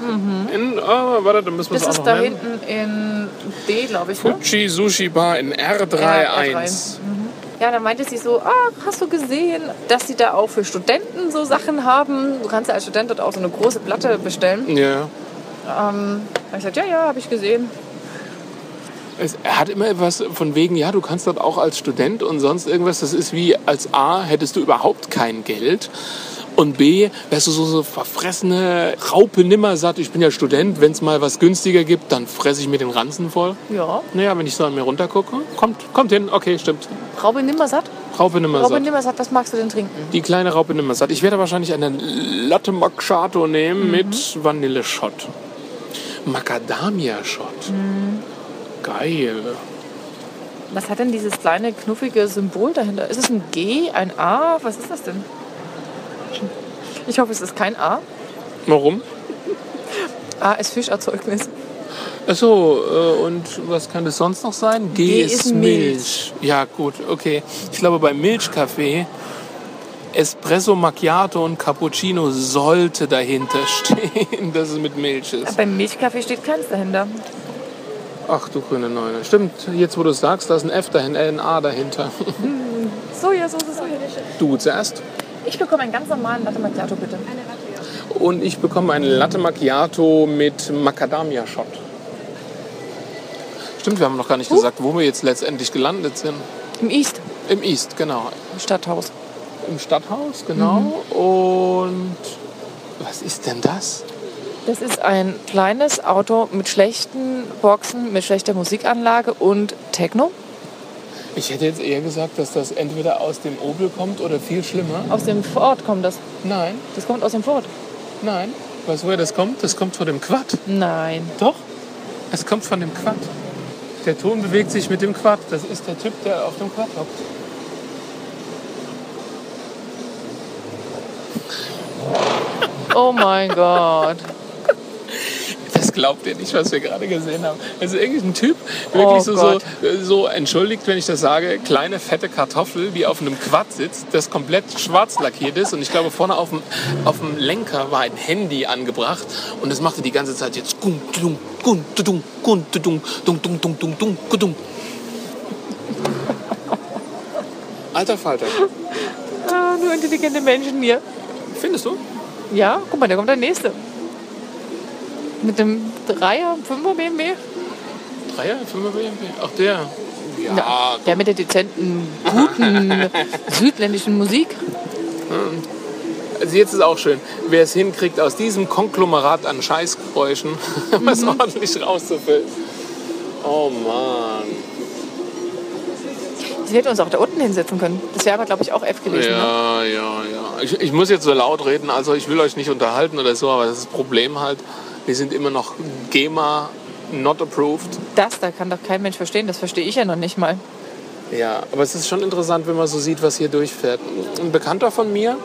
In, ah, warte, dann müssen wir
Mhm. das
es auch
ist
noch
da
nennen.
hinten in D, glaube ich. Ne?
Fuji Sushi Bar in R31.
Ja, dann meinte sie so, ah, hast du gesehen, dass sie da auch für Studenten so Sachen haben? Du kannst ja als Student dort auch so eine große Platte bestellen.
ja.
Ähm, hab ich gesagt, ja, ja, habe ich gesehen.
Es hat immer etwas von wegen, ja, du kannst dort auch als Student und sonst irgendwas. Das ist wie, als A, hättest du überhaupt kein Geld. Und B, wärst du so, so verfressene Raupe nimmer satt. Ich bin ja Student, wenn es mal was günstiger gibt, dann fresse ich mir den Ranzen voll.
Ja,
Naja, wenn ich so an mir runtergucke, kommt, kommt hin, okay, stimmt.
Raupe Nimmersatt.
Raupe nimmer
Raupe
satt.
Nimmersatt, was magst du denn trinken?
Die kleine Raupe nimmer satt. Ich werde wahrscheinlich eine Latte Macchiato nehmen mit Vanilleshot. Macadamia-Shot. Geil.
Was hat denn dieses kleine, knuffige Symbol dahinter? Ist es ein G, ein A? Was ist das denn? Ich hoffe, es ist kein A.
Warum?
A ist Fischerzeugnis.
Achso, äh, und was kann das sonst noch sein? G,
G
ist
ist
Milch. Ja, gut, okay. Ich glaube, beim Milchkaffee Espresso Macchiato und Cappuccino sollte dahinter stehen, dass es mit Milch ist.
Beim Milchkaffee steht keins dahinter.
Ach du grüne Neune. Stimmt, jetzt wo du es sagst, da ist ein F dahinter, äh, ein A dahinter.
Sojasauce ist
Du zuerst.
Ich bekomme einen ganz normalen Latte Macchiato, bitte.
Und ich bekomme einen Latte Macchiato mit Macadamia-Shot. Stimmt, wir haben noch gar nicht gesagt, wo wir jetzt letztendlich gelandet sind.
Im East.
Im East, genau.
Im Stadthaus.
im Stadthaus, genau. Und was ist denn das?
Das ist ein kleines Auto mit schlechten Boxen, mit schlechter Musikanlage und Techno.
Ich hätte jetzt eher gesagt, dass das entweder aus dem Opel kommt oder viel schlimmer.
Aus dem Vorort kommt das.
Nein,
Das kommt aus dem Vorort.
nein. Weißt du, woher das kommt? Das kommt von dem Quad.
Nein.
Doch, es kommt von dem Quad. Der Ton bewegt sich mit dem Quad. Das ist der Typ, der auf dem Quad hockt.
Oh mein Gott.
Das glaubt ihr nicht, was wir gerade gesehen haben. Also irgendein Typ,
Oh
wirklich so, so,
Gott.
so, entschuldigt, wenn ich das sage, kleine fette Kartoffel, die auf einem Quad sitzt, das komplett schwarz lackiert ist. Und ich glaube, vorne auf dem, auf dem Lenker war ein Handy angebracht. Und das machte die ganze Zeit jetzt. gung, tudung, gung, tudung, gung, tudung, dung, dung, dung, dung, dung, gudung. Alter Falter,
Ah, nur intelligente Menschen hier.
findest du?
Ja, guck mal, da kommt der nächste. Mit dem Dreier, Fünfer BMW?
Dreier, Fünfer BMW? Ach, der. Ja,
Na, der mit der dezenten, guten südländischen Musik.
Also jetzt ist auch schön, wer es hinkriegt, aus diesem Konglomerat an Scheißgeräuschen was ordentlich rauszufüllen. Oh Mann.
Sie hätte uns auch da unten hinsetzen können. Das wäre aber, glaube ich, auch F gewesen. Ne?
Ja, ja, ja. Ich, ich muss jetzt so laut reden, also ich will euch nicht unterhalten oder so, aber das ist das Problem halt. Wir sind immer noch GEMA not approved.
Das da kann doch kein Mensch verstehen. Das verstehe ich ja noch nicht mal.
Ja, aber es ist schon interessant, wenn man so sieht, was hier durchfährt. Ein Bekannter von mir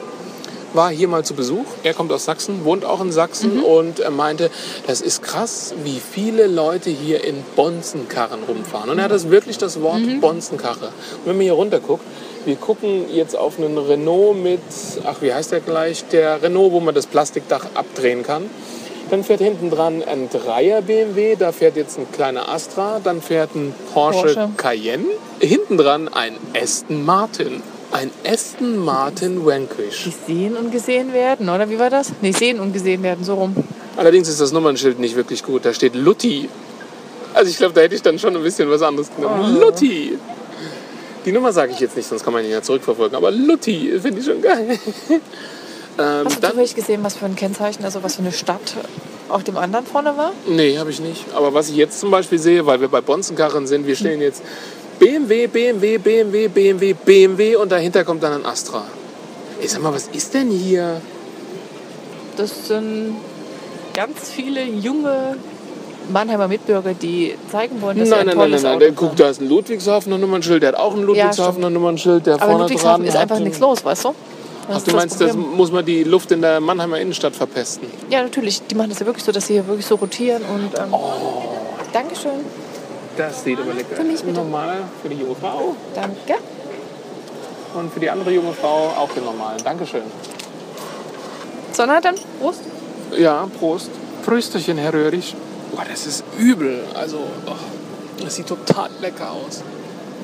war hier mal zu Besuch. Er kommt aus Sachsen, wohnt auch in Sachsen und er meinte, das ist krass, wie viele Leute hier in Bonzenkarren rumfahren. Und er hat das wirklich das Wort Bonzenkarre. Und wenn man hier runter guckt, wir gucken jetzt auf einen Renault mit, ach wie heißt der gleich, der Renault, wo man das Plastikdach abdrehen kann. Dann fährt hinten dran ein Dreier BMW, da fährt jetzt ein kleiner Astra, dann fährt ein Porsche
Porsche.
Cayenne, hinten dran ein Aston Martin. Ein Aston Martin Vanquish.
Die sehen und gesehen werden, oder? Wie war das? Nee, sehen und gesehen werden, so rum.
Allerdings ist das Nummernschild nicht wirklich gut. Da steht Lutti. Also ich glaube, da hätte ich dann schon ein bisschen was anderes genommen.
Oh.
Lutti. Die Nummer sage ich jetzt nicht, sonst kann man ihn ja zurückverfolgen. Aber Lutti finde ich schon geil. ähm,
Hast du
dann,
zufällig gesehen, was für ein Kennzeichen, also was für eine Stadt auf dem anderen vorne war?
nee, habe ich nicht. Aber was ich jetzt zum Beispiel sehe, weil wir bei Bonzenkarren sind, wir stehen jetzt BMW, BMW, BMW, BMW, BMW und dahinter kommt dann ein Astra. Ich sag mal, was ist denn hier?
Das sind ganz viele junge Mannheimer Mitbürger, die zeigen wollen,
Nein,
dass sie
nein,
ein
nein, nein,
tolles
nein.
Auto
Der, guck,
haben.
da ist ein Ludwigshafener Nummernschild, der hat auch ein Ludwigshafener Nummernschild, der
Aber
vorne
Ludwigshafen
dran
ist
hat
einfach
ein-
nichts los, weißt du? Das
Ach,
ist
du meinst, das
Problem.
muss man die Luft in der Mannheimer Innenstadt verpesten?
Ja, natürlich. Die machen das ja wirklich so, dass sie hier wirklich so rotieren und. Ähm,
Oh.
Dankeschön.
Das sieht aber lecker.
Für mich bitte.
Normal für die junge Frau
Danke.
und für die andere junge Frau auch den normalen. Dankeschön.
Sonne dann? Prost.
Ja, Prost. Prösterchen, Herr Röhrig. Boah, das ist übel. Also, ach, das sieht total lecker aus.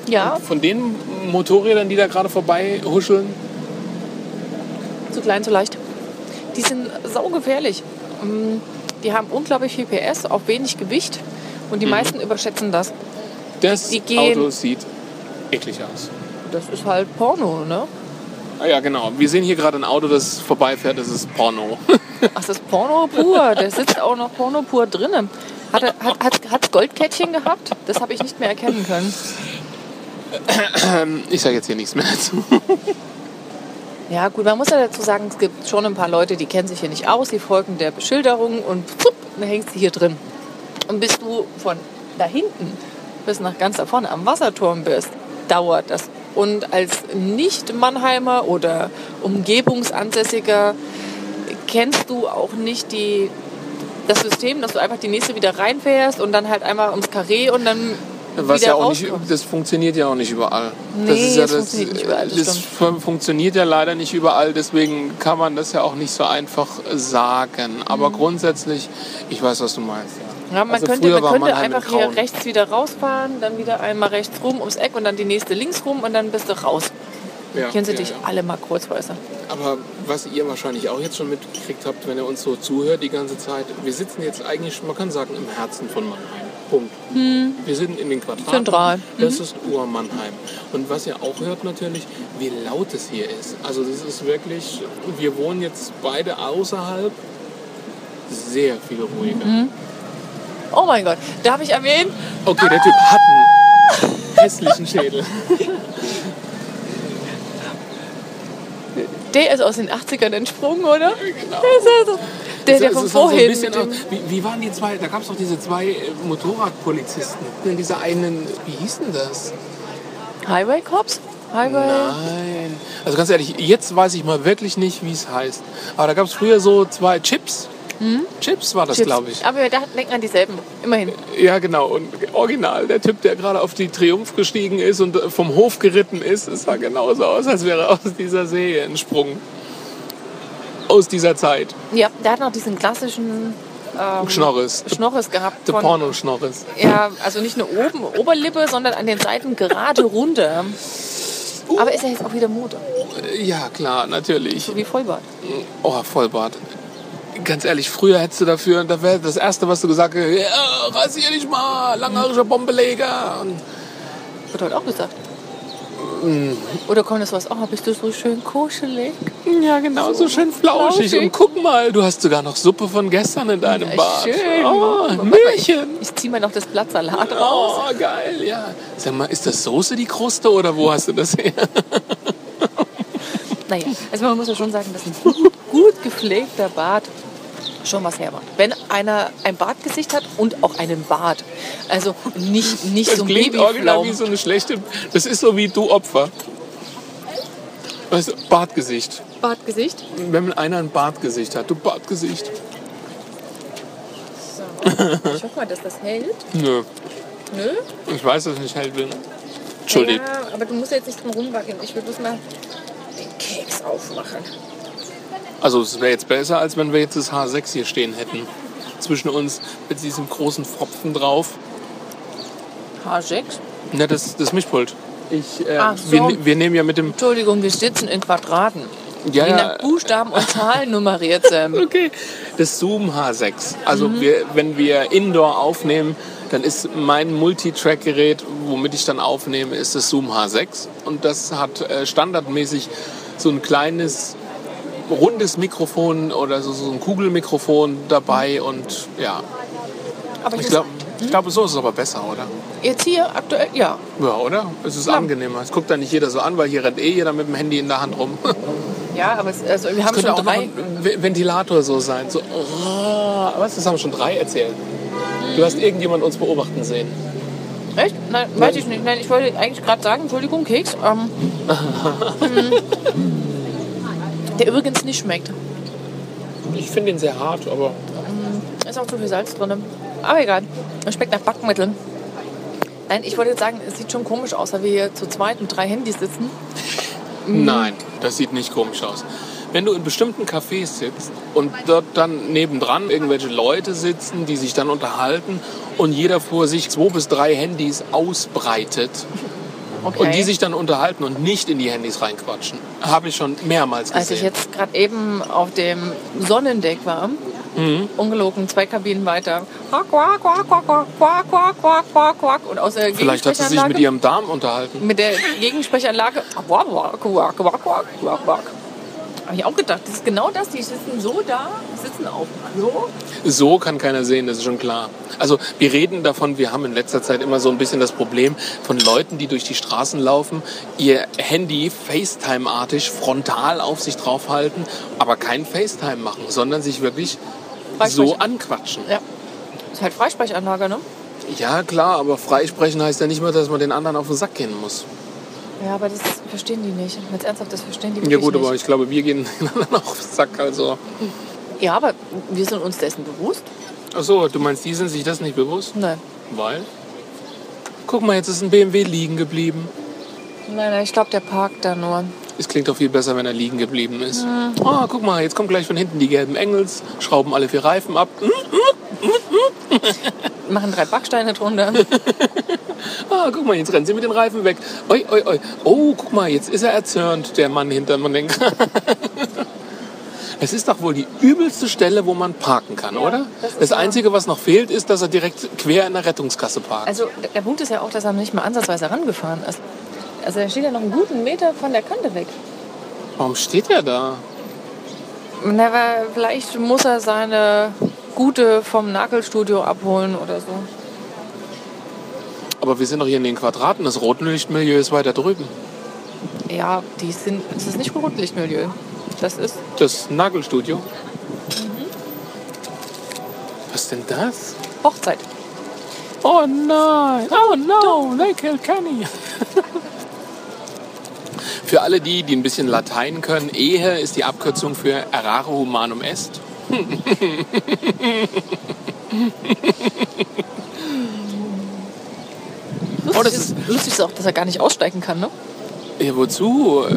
Ja,
Von den Motorrädern, die da gerade vorbei huscheln,
zu klein, zu leicht. Die sind saugefährlich. Mm, Die haben unglaublich viel PS, auch wenig Gewicht.
Mhm.
Und die meisten überschätzen das.
das
Die gehen-
Auto sieht eklig aus.
Das ist halt Porno, ne?
Ah Ja, genau. Wir sehen hier gerade ein Auto, das vorbeifährt. Das ist Porno.
Ach, das ist Porno pur. Der sitzt auch noch Porno pur drinnen. Hat, er- hat, hat, hat Goldkettchen gehabt? Das habe ich nicht mehr erkennen können.
Ähm, Ich sage jetzt hier nichts mehr dazu.
Ja, gut, man muss ja dazu sagen, es gibt schon ein paar Leute, die kennen sich hier nicht aus, die folgen der Beschilderung und pfupp, dann hängst du hier drin. Und bis du von da hinten bis nach ganz da vorne am Wasserturm bist, dauert das. Und als Nicht-Mannheimer oder Umgebungsansässiger kennst du auch nicht die, das System, dass du einfach die nächste wieder reinfährst und dann halt einmal ums Karree und dann
Was
wieder
ja auch nicht,
rauskommst.
das funktioniert ja auch nicht überall.
Nee,
das ist ja
es funktioniert nicht überall, das
das fun- funktioniert ja leider nicht überall, deswegen kann man das ja auch nicht so einfach sagen. Aber grundsätzlich, ich weiß, was du meinst. Ja.
Mhm. Ja, man
Also
könnte,
früher
man
war
könnte
Mannheim
einfach
in Grauen.
hier rechts wieder rausfahren, dann wieder einmal rechts rum ums Eck und dann die nächste links rum und dann bist du raus.
Ja,
Kennen sie
ja,
dich
ja.
alle mal kurzweise.
Aber was ihr wahrscheinlich auch jetzt schon mitgekriegt habt, wenn ihr uns so zuhört die ganze Zeit, wir sitzen jetzt eigentlich, man kann sagen, im Herzen von Mannheim. Punkt. Wir sind in den Quadraten.
Zentral.
Das ist Ur-Mannheim. Und was ihr auch hört natürlich, wie laut es hier ist. Also das ist wirklich, wir wohnen jetzt beide außerhalb, sehr viel ruhiger.
Oh mein Gott, darf ich erwähnen?
Okay, der Typ hat einen hässlichen Schädel.
Der ist aus den 80ern entsprungen,
Genau.
oder? Das ist also der, der
Es
von
ist auch so ein
vorhin. ähm,
bisschen
mit dem-
auch- wie, wie waren die zwei? Da gab es doch diese zwei äh, Motorradpolizisten. In dieser einen, wie hieß denn das?
Highway Cops? Highway.
Nein. Also ganz ehrlich, jetzt weiß ich mal wirklich nicht, wie es heißt. Aber da gab es früher so zwei Chips. Chips war das,
Hm? Chips.
glaube ich.
Aber wir dachten, denken an dieselben. Immerhin.
Ja, genau. Und original, der Typ, der gerade auf die Triumph gestiegen ist und äh, vom Hof geritten ist, es sah genauso aus, als wäre er aus dieser Serie entsprungen. Aus dieser Zeit.
Ja, der hat noch diesen klassischen ähm,
Schnorres.
Schnorres gehabt.
Der
von-
Pornoschnorres.
Ja, also nicht nur oben, Oberlippe, sondern an den Seiten gerade runter.
Uh.
Aber ist ja jetzt auch wieder Mode,
Äh, Ja, klar, natürlich.
so wie Vollbart.
Oh, Vollbart. Ganz ehrlich, früher hättest du dafür, da wäre das Erste, was du gesagt hättest, ja, rasier dich mal, langhaariger Bombeleger. Und
Wird heute auch gesagt.
Mhm.
Oder kommt das was? Oh, bist du so schön kuschelig?
Ja, genau, so, schön flauschig.
flauschig.
Und guck mal, du hast sogar noch Suppe von gestern in deinem
Ja,
Bad.
schön.
Oh,
Warte mal,
Milchchen.
Ich zieh mir noch das Blattsalat raus.
Oh, geil, ja. Sag mal, ist das Soße die Kruste oder wo hast du das her?
Naja, also man muss ja schon sagen, dass ein gut, gut gepflegter Bart schon was hermacht. Wenn einer ein Bartgesicht hat und auch einen Bart. Also nicht, nicht
Das
so ein
klingt original wie
Babyflaum.
so eine schlechte. Das ist so wie du Opfer. Weißt du, Bartgesicht.
Bartgesicht.
Wenn einer ein Bartgesicht hat, du Bartgesicht.
So. Ich hoffe mal, dass das hält.
Nö,
Nö?
ich weiß, dass ich nicht hält bin. Entschuldigung.
Ja, aber du musst jetzt nicht drum rumwackeln. Ich will bloß mal den Keks aufmachen.
Also es wäre jetzt besser, als wenn wir jetzt das H6 hier stehen hätten. Zwischen uns mit diesem großen Pfropfen drauf.
H6?
Na, das, das Mischpult. Ich, äh,
Ach so.
wir, wir nehmen ja mit dem...
Entschuldigung, wir sitzen in Quadraten.
Ja,
Die
ja.
nach Buchstaben und Zahlen nummeriert sind.
Okay. Das Zoom H6. Also
Mhm.
wir, wenn wir Indoor aufnehmen, dann ist mein Multitrack-Gerät, womit ich dann aufnehme, ist das Zoom H6. Und das hat äh, standardmäßig so ein kleines rundes Mikrofon oder so, so ein Kugelmikrofon dabei und ja,
Aber
ich glaube, ich glaube, so ist es aber besser, oder?
muss- jetzt hier aktuell, ja.
Ja, oder? Es ist angenehmer. Es guckt da nicht jeder so an, weil hier rennt eh jeder mit dem Handy in der Hand rum.
Ja, aber es, also wir haben
Das könnte
schon
auch noch
drei.
ein Ve- Ventilator so sein. So, ah, was, das haben schon drei erzählt. Du hast irgendjemand uns beobachten sehen.
Echt? Nein, weiß ich nicht. Nein, ich wollte eigentlich gerade sagen, Entschuldigung, Keks. Ähm, mm, der übrigens nicht schmeckt.
Ich finde ihn sehr hart, aber
Ist auch zu viel Salz drin. Aber egal. Es schmeckt nach Backmitteln. Nein, ich wollte jetzt sagen, es sieht schon komisch aus, weil wir hier zu zweit mit drei Handys sitzen.
nein, das sieht nicht komisch aus. Wenn du in bestimmten Cafés sitzt und dort dann nebendran irgendwelche Leute sitzen, die sich dann unterhalten und jeder vor sich zwei bis drei Handys ausbreitet
Okay.
und die sich dann unterhalten und nicht in die Handys reinquatschen, habe ich schon mehrmals
Als ich
gesehen.
Also jetzt gerade eben auf dem Sonnendeck war,
Mhm.
ungelogen, zwei Kabinen weiter. Quack, quack, quack, quack, quack, quack, quack, quack, quack, quack. Und aus der
Vielleicht hat sie sich mit
Gegensprechanlage-
ihrem Darm unterhalten.
mit der Gegensprechanlage. Quack, quack, quack, quack, quack, quack, quack. Habe ich auch gedacht, das ist genau das. Die sitzen so da, sitzen auf dem Klo.
So kann keiner sehen, das ist schon klar. Also wir reden davon, wir haben in letzter Zeit immer so ein bisschen das Problem von Leuten, die durch die Straßen laufen, ihr Handy FaceTime-artig frontal auf sich draufhalten, aber kein FaceTime machen, sondern sich wirklich so
Freisprechen.
anquatschen.
Ja. Ist halt Freisprechanlage, ne?
Ja klar, aber freisprechen heißt ja nicht mal, dass man den anderen auf den Sack gehen muss.
Ja, aber das verstehen die nicht. Jetzt ernsthaft, das verstehen die
Ja
wirklich
gut,
nicht.
aber ich glaube, wir gehen den anderen auf den Sack. Also.
ja, aber wir sind uns dessen bewusst.
Ach so, du meinst, die sind sich das nicht bewusst?
Nein.
Weil? Guck mal, jetzt ist ein BMW liegen geblieben.
Nein, nein, ich glaube, der parkt da nur.
Es klingt doch viel besser, wenn er liegen geblieben ist. Ah, guck mal, jetzt kommen gleich von hinten die gelben Engels, schrauben alle vier Reifen ab. Hm?
Machen drei Backsteine drunter.
Ah, guck mal, jetzt rennen sie mit den Reifen weg. Oi, oi, oi. Oh, guck mal, jetzt ist er erzürnt, der Mann hinter man denkt. Es ist doch wohl die übelste Stelle, wo man parken kann, oder?
das ist
Das
wahr.
Einzige, was noch fehlt, ist, dass er direkt quer in der Rettungskasse parkt.
Also der Punkt ist ja auch, dass er nicht mal ansatzweise rangefahren ist. Also er steht ja noch einen guten Meter von der Kante weg.
Warum steht er da?
Na, weil vielleicht muss er seine Gute vom Nagelstudio abholen oder so.
Aber wir sind doch hier in den Quadraten. Das Rotlichtmilieu ist weiter drüben.
Ja, die sind, das ist nicht Rotlichtmilieu. Das ist,
Das Nagelstudio.
Mhm.
Was denn das?
Hochzeit.
Oh nein! Oh no! They killed Kenny! Für alle die, die ein bisschen Latein können, Ehe ist die Abkürzung für errare humanum est.
Lustig,
Oh, das
ist, lustig ist auch, dass er gar nicht aussteigen kann, ne?
Ja, wozu? Äh,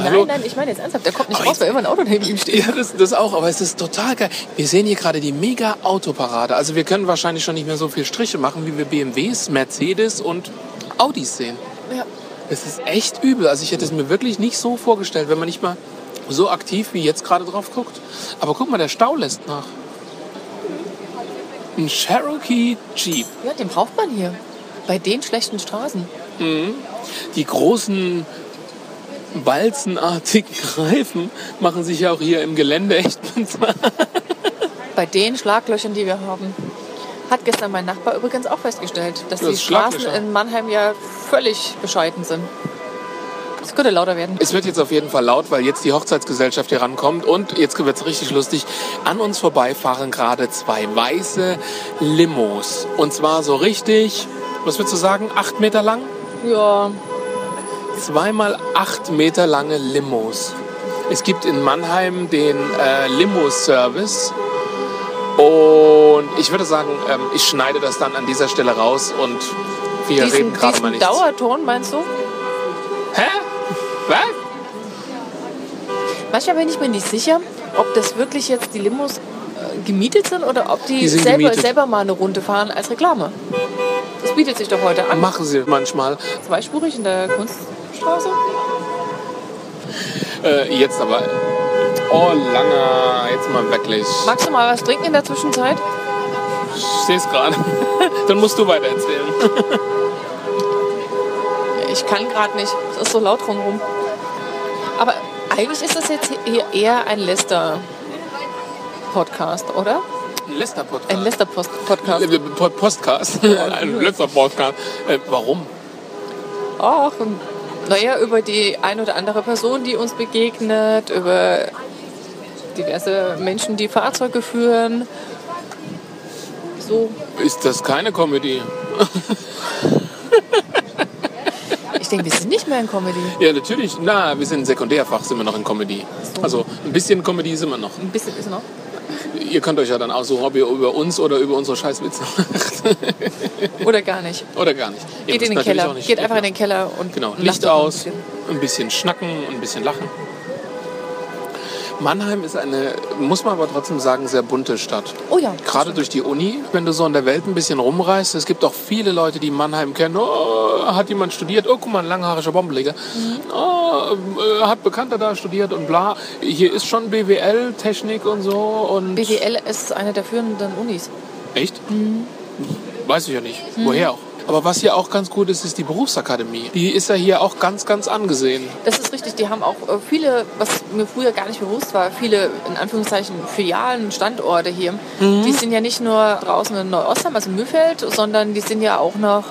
Hallo?
Nein, nein, ich meine jetzt ernsthaft, der kommt nicht
Aber
raus, weil immer ein Auto neben ihm steht.
Ja, das, das auch, aber es ist total geil. Wir sehen hier gerade die mega Autoparade. Also wir können wahrscheinlich schon nicht mehr so viel Striche machen, wie wir BMWs, Mercedes und Audis sehen.
Ja.
Es ist echt übel. Also ich hätte es mir wirklich nicht so vorgestellt, wenn man nicht mal so aktiv wie jetzt gerade drauf guckt. Aber guck mal, der Stau lässt nach. Ein Cherokee Jeep.
ja, den braucht man hier. Bei den schlechten Straßen.
Die großen walzenartigen Reifen machen sich ja auch hier im Gelände echt bezahlt.
Bei den Schlaglöchern, die wir haben. Hat gestern mein Nachbar übrigens auch festgestellt, dass
Das
die Straßen
Schlaglöcher.
in Mannheim ja völlig bescheiden sind. Es könnte lauter werden.
Es wird jetzt auf jeden Fall laut, weil jetzt die Hochzeitsgesellschaft hier rankommt und jetzt wird's richtig lustig. An uns vorbeifahren gerade zwei weiße Limos. Und zwar so richtig, was würdest du sagen, acht Meter lang?
Ja,
Zweimal acht Meter lange Limos. Es gibt in Mannheim den äh, Limo-Service. Und ich würde sagen, ähm, ich schneide das dann an dieser Stelle raus und wir reden
diesen,
gerade mal nichts.
diesen Dauerton meinst du?
Hä? Was?
Manchmal bin ich mir nicht sicher, ob das wirklich jetzt die Limos äh, gemietet sind oder ob die,
Die sind
selber,
gemietet.
selber mal eine Runde fahren als Reklame. Das bietet sich doch heute an.
Machen sie manchmal.
Zweispurig in der Kunststraße.
Äh, jetzt aber. Oh, langer. Jetzt mal wirklich.
Magst du mal was trinken in der Zwischenzeit?
Ich sehe es gerade. Dann musst du weiter erzählen.
Ich kann gerade nicht. Es ist so laut drumherum. Aber eigentlich ist das jetzt hier eher ein Lester-Podcast, oder?
Letzter
Ein
Podcast.
Lester-Podcast.
Podcast. Äh, Podcast. Ein letzter Podcast. Äh, warum?
Ach, naja, über die ein oder andere Person, die uns begegnet, über diverse Menschen, die Fahrzeuge führen. So.
Ist das keine Comedy?
Ich denke, wir sind nicht mehr in Comedy.
Ja, natürlich. Na, wir sind im Sekundärfach, sind wir noch in Comedy. Also ein bisschen Comedy sind wir noch.
Ein bisschen ist noch.
Ihr könnt euch ja dann aussuchen, ob ihr über uns oder über unsere Scheißwitze macht.
oder gar nicht.
oder gar nicht. Ihr
Geht in
müsst
den
natürlich
Keller.
auch nicht-
Geht einfach
Ja,
in den Keller und
Genau,
lacht
Licht
doch ein
aus,
bisschen.
ein bisschen schnacken, ein bisschen lachen. Mannheim ist eine, muss man aber trotzdem sagen, sehr bunte Stadt.
Oh ja.
Gerade durch die Uni, wenn du so in der Welt ein bisschen rumreist, es gibt auch viele Leute, die Mannheim kennen. Oh, hat jemand studiert? Oh, guck mal, ein langhaarischer Bombenleger.
Mhm.
Oh, äh, hat Bekannter da studiert und bla. Hier ist schon BWL-Technik und so. Und
BWL ist eine der führenden Unis.
Echt?
Mhm.
Weiß ich ja nicht. Woher auch? Aber was hier auch ganz gut ist, ist die Berufsakademie. Die ist ja hier auch ganz, ganz angesehen.
Das ist richtig, die haben auch äh, viele, was mir früher gar nicht bewusst war, viele in Anführungszeichen Filialen, Standorte hier.
Mhm.
Die sind ja nicht nur draußen in Neu-Ostheim, also in Mühlfeld, sondern die sind ja auch noch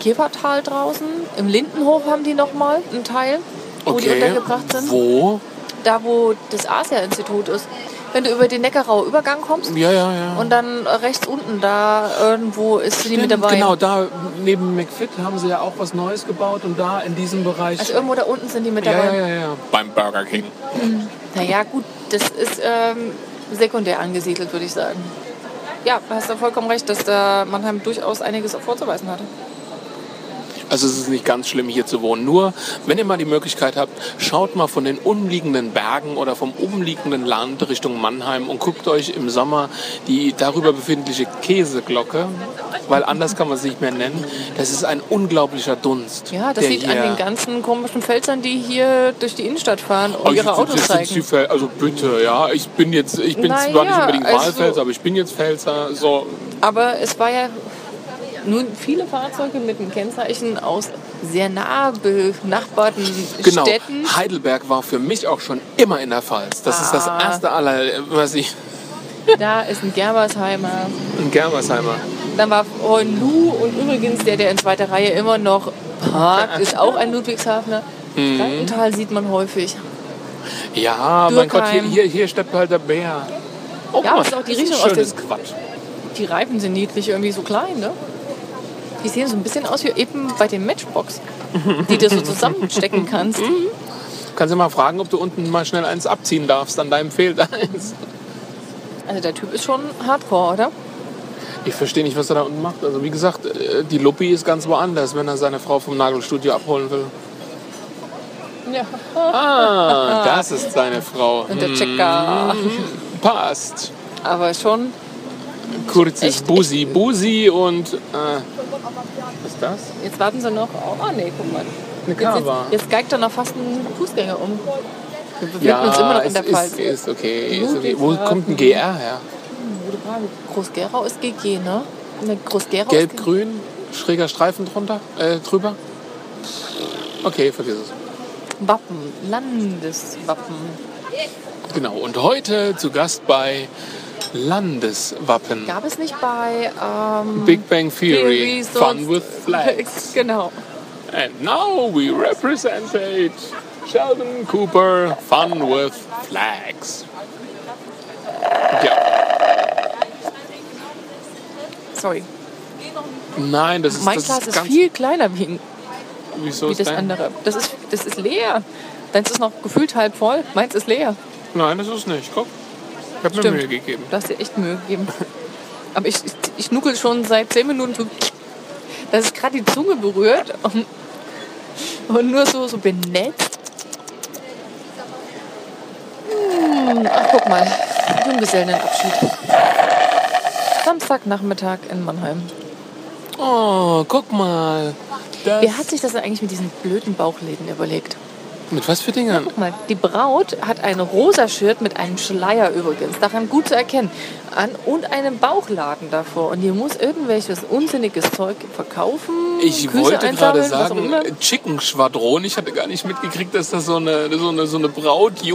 Kiefertal draußen. Im Lindenhof haben die nochmal einen Teil, wo die untergebracht sind.
Wo?
Da, wo das Asia-Institut ist. Wenn du über den Neckarauer Übergang kommst
Ja, ja, ja.
und dann äh, rechts unten, da irgendwo ist die mit dabei.
Genau, da neben McFit haben sie ja auch was Neues gebaut und da in diesem Bereich.
Also irgendwo da unten sind die mit dabei.
ja, ja, ja, ja. Beim Burger King.
Naja, gut, das ist ähm, sekundär angesiedelt, würde ich sagen. Ja, hast du vollkommen recht, dass da Mannheim durchaus einiges vorzuweisen hatte.
Also es ist nicht ganz schlimm, hier zu wohnen. Nur, wenn ihr mal die Möglichkeit habt, schaut mal von den umliegenden Bergen oder vom umliegenden Land Richtung Mannheim und guckt euch im Sommer die darüber befindliche Käseglocke, weil anders kann man es nicht mehr nennen. Das ist ein unglaublicher Dunst.
Ja, das
der
sieht
hier-
an den ganzen komischen Felsern, die hier durch die Innenstadt fahren und
Aber
ihre
Oh, jetzt-
Autos
jetzt sind Sie Fel-
zeigen.
Also bitte, ja, ich bin jetzt, ich bin
Na
zwar nicht
ja,
unbedingt
also-
Wahlfelser, aber ich bin jetzt Pfälzer. So,
Aber es war ja nun viele Fahrzeuge mit dem Kennzeichen aus sehr nah benachbarten
genau.
Städten.
Heidelberg war für mich auch schon immer in der Pfalz. Das ist das
Ah.
erste aller, was ich,
Da ist ein Gerbersheimer,
in Germersheimer.
dann war Hornlu und übrigens der, der in zweiter Reihe immer noch parkt, ist auch ein Ludwigshafener.
Mhm.
Frankenthal sieht man häufig.
Ja, mein Gott, hier,
Dürkheim.
hier, hier steppt halt der Bär. Oh,
Ja,
guck mal,
das ist auch die
ein
Richtung aus
schönes
dem-
Quatsch.
Die Reifen sind niedlich, irgendwie so klein, ne?
Mhm.
Die sehen so ein bisschen aus wie eben bei den Matchbox, die du so zusammenstecken kannst.
Kannst du mal fragen, ob du unten mal schnell eins abziehen darfst. An deinem fehlt eins.
Also der Typ ist schon hardcore, oder?
Ich verstehe nicht, was er da unten macht. Also wie gesagt, äh, die Luppi ist ganz woanders, wenn er seine Frau vom Nagelstudio abholen will.
Ja.
Ah, das ist seine Frau. Hm.
Und der Checker.
Mhm. Passt.
Aber schon.
Kurzes
Echt,
Busi, Busi und... Äh, was ist das?
Jetzt warten sie noch. auf- Oh nee, guck mal.
Eine
Jetzt, jetzt,
Kava.
jetzt geigt er noch fast einen Fußgänger um. Wir befinden
ja,
uns immer noch in der
es ist,
Pfalz.
ist okay. Ist okay. Wo kommt ein GR her?
Groß-Gerau ist GG, ne? Ne, Groß-Gerau ist GG.
Gelb-grün, schräger Streifen drunter, äh, drüber. Okay, vergiss es.
Wappen, Landeswappen.
Genau, und heute zu Gast bei Landeswappen.
Gab es nicht bei ähm,
Big Bang Theory,
Theory
Fun
sonst-
with Flags.
Genau.
And now we representate Sheldon Cooper, Fun with Flags. Ja,
Sorry.
nein, das ist,
Mein
das
Glas ist
ganz...
viel kleiner wie,
wieso
wie
ist
das
dein-
andere. Das ist, das ist leer. Deins ist noch gefühlt halb voll. Meins ist leer.
Nein, das ist nicht. Guck, ich habe mir
Stimmt.
Mühe gegeben.
Du hast dir echt Mühe gegeben. Aber ich, ich, ich nuckel schon seit 10 Minuten so, dass es gerade die Zunge berührt und, und nur so, so benetzt. Hm, Ach, guck mal. Junggesellenabschied. Samstagnachmittag in Mannheim.
Oh, guck mal. Das
Wer hat sich das denn eigentlich mit diesen blöden Bauchläden überlegt?
Mit was für Dingern?
Guck mal, die Braut hat ein rosa Shirt mit einem Schleier übrigens, daran gut zu erkennen, an und einem Bauchladen davor. Und hier muss irgendwelches unsinniges Zeug verkaufen.
Ich
Küsse
wollte gerade
einsammeln, was auch
sagen, äh,
immer.
Chicken Schwadron. Ich hatte gar nicht mitgekriegt, dass das so eine, so eine, so eine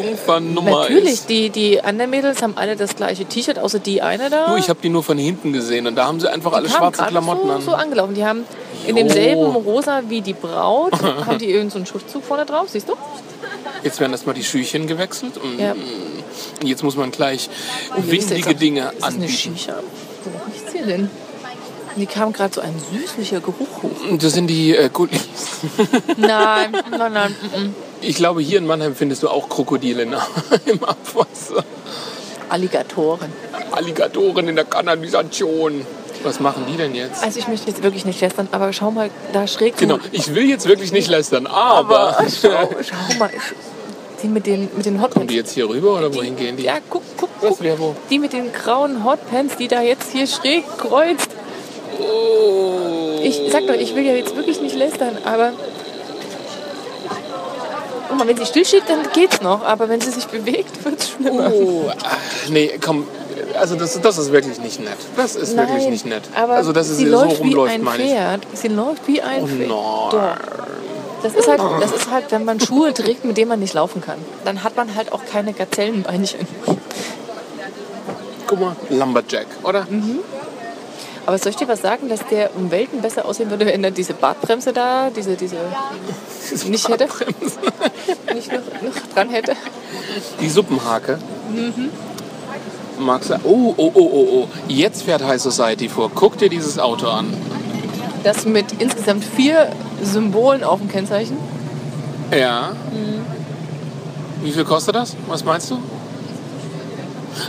Brautjungfernnummer
Natürlich,
ist.
die, die anderen Mädels haben alle das gleiche T-Shirt, außer die eine da.
Nur, ich habe die nur von hinten gesehen und da haben sie einfach alle
Die kamen
schwarze
gerade
Klamotten
so,
an.
so angelaufen. Die haben in
Jo.
demselben rosa wie die Braut, haben die irgendeinen so einen Schriftzug vorne drauf, siehst du?
Jetzt werden erstmal die Schüchchen gewechselt und mm,
Ja.
jetzt muss man gleich
Ist das jetzt
windige
auch-
Dinge
ist das eine
anbieten.
Shisha? Wo riecht's hier denn? Die kam gerade so ein süßlicher Geruch hoch.
Und das sind die äh, Gullis.
Nein, nein, nein. mm, mm.
Ich glaube, hier in Mannheim findest du auch Krokodile in- im Abwasser.
mm. Alligatoren.
Alligatoren in der Kanalisation. Was machen die denn jetzt?
Also ich möchte jetzt wirklich nicht lästern, aber schau mal, da schräg
Genau,
so.
ich will jetzt wirklich nicht lästern, aber...
Aber schau, Oh, schau mal, ich- die mit den, mit
Kommen
den
die
Hotpants.
jetzt hier rüber oder wohin gehen die?
Ja, guck, guck,
Was,
guck.
wer, wo?
Die mit den grauen Hotpants, die da jetzt hier schräg kreuzt.
Oh.
Ich sag doch, ich will ja jetzt wirklich nicht lästern, aber... Guck mal, wenn sie still steht, dann geht's noch, aber wenn sie sich bewegt, wird's schlimmer.
Oh, ah, nee, komm. Also das, das ist wirklich nicht nett. Das ist wirklich nicht nett.
Aber
also dass es
sie
hier so
läuft wie
rumläuft,
ein
meine Oh,
Pferd. Sie läuft wie ein
ich.
Pferd.
No.
Doch. Das ist, halt, das ist halt, wenn man Schuhe trägt, mit denen man nicht laufen kann. Dann hat man halt auch keine Gazellenbeinchen.
Guck mal, Lumberjack, oder?
Mhm. Aber soll ich dir was sagen, dass der um Welten besser aussehen würde, wenn er diese Bartbremse da, diese, diese, nicht hätte? Nicht noch, noch dran hätte?
Die Suppenhake. Mhm. Magst du? Oh, oh, oh, oh, oh. Jetzt fährt High Society vor. Guck dir dieses Auto an.
Das mit insgesamt vier Symbolen auf dem Kennzeichen.
Ja.
Mhm.
Wie viel kostet das? Was meinst du?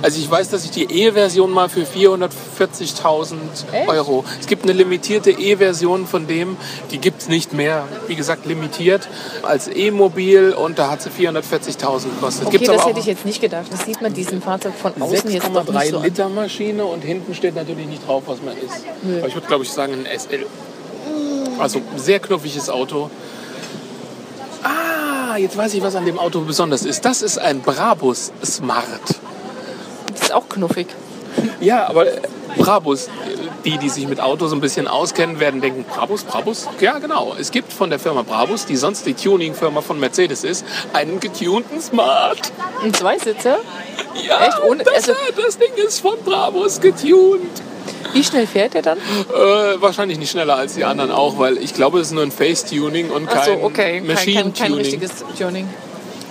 Also ich weiß, dass ich die E-Version mal für 440.000
Echt?
Euro. Es gibt eine limitierte E-Version von dem, die gibt's nicht mehr. Wie gesagt, limitiert als E-Mobil und da hat sie 440.000 gekostet.
Okay,
Gibt's
das
aber
hätte ich jetzt nicht gedacht. Das sieht man diesem Fahrzeug von
auch
außen jetzt doch nicht so
6,3
an.
Liter Maschine und hinten steht natürlich nicht drauf, was man ist. Aber ich würde, glaube ich, sagen ein SL. Also sehr knuffiges Auto. Ah, jetzt weiß ich, was an dem Auto besonders ist. Das ist ein Brabus Smart.
Das ist auch knuffig.
Ja, aber äh, Brabus, äh, die, die sich mit Autos ein bisschen auskennen, werden denken, Brabus, Brabus? Ja, genau. Es gibt von der Firma Brabus, die sonst die Tuning-Firma von Mercedes ist, einen getunten Smart.
Ein Zweisitzer?
Ja,
Echt? Ohne-
das,
also-
das Ding ist von Brabus getuned.
Wie schnell fährt er dann?
Äh, wahrscheinlich nicht schneller als die anderen auch, weil ich glaube, es ist nur ein Face-Tuning und
Ach
kein
so, okay. Kein, kein, kein
Machine-Tuning.
richtiges Tuning.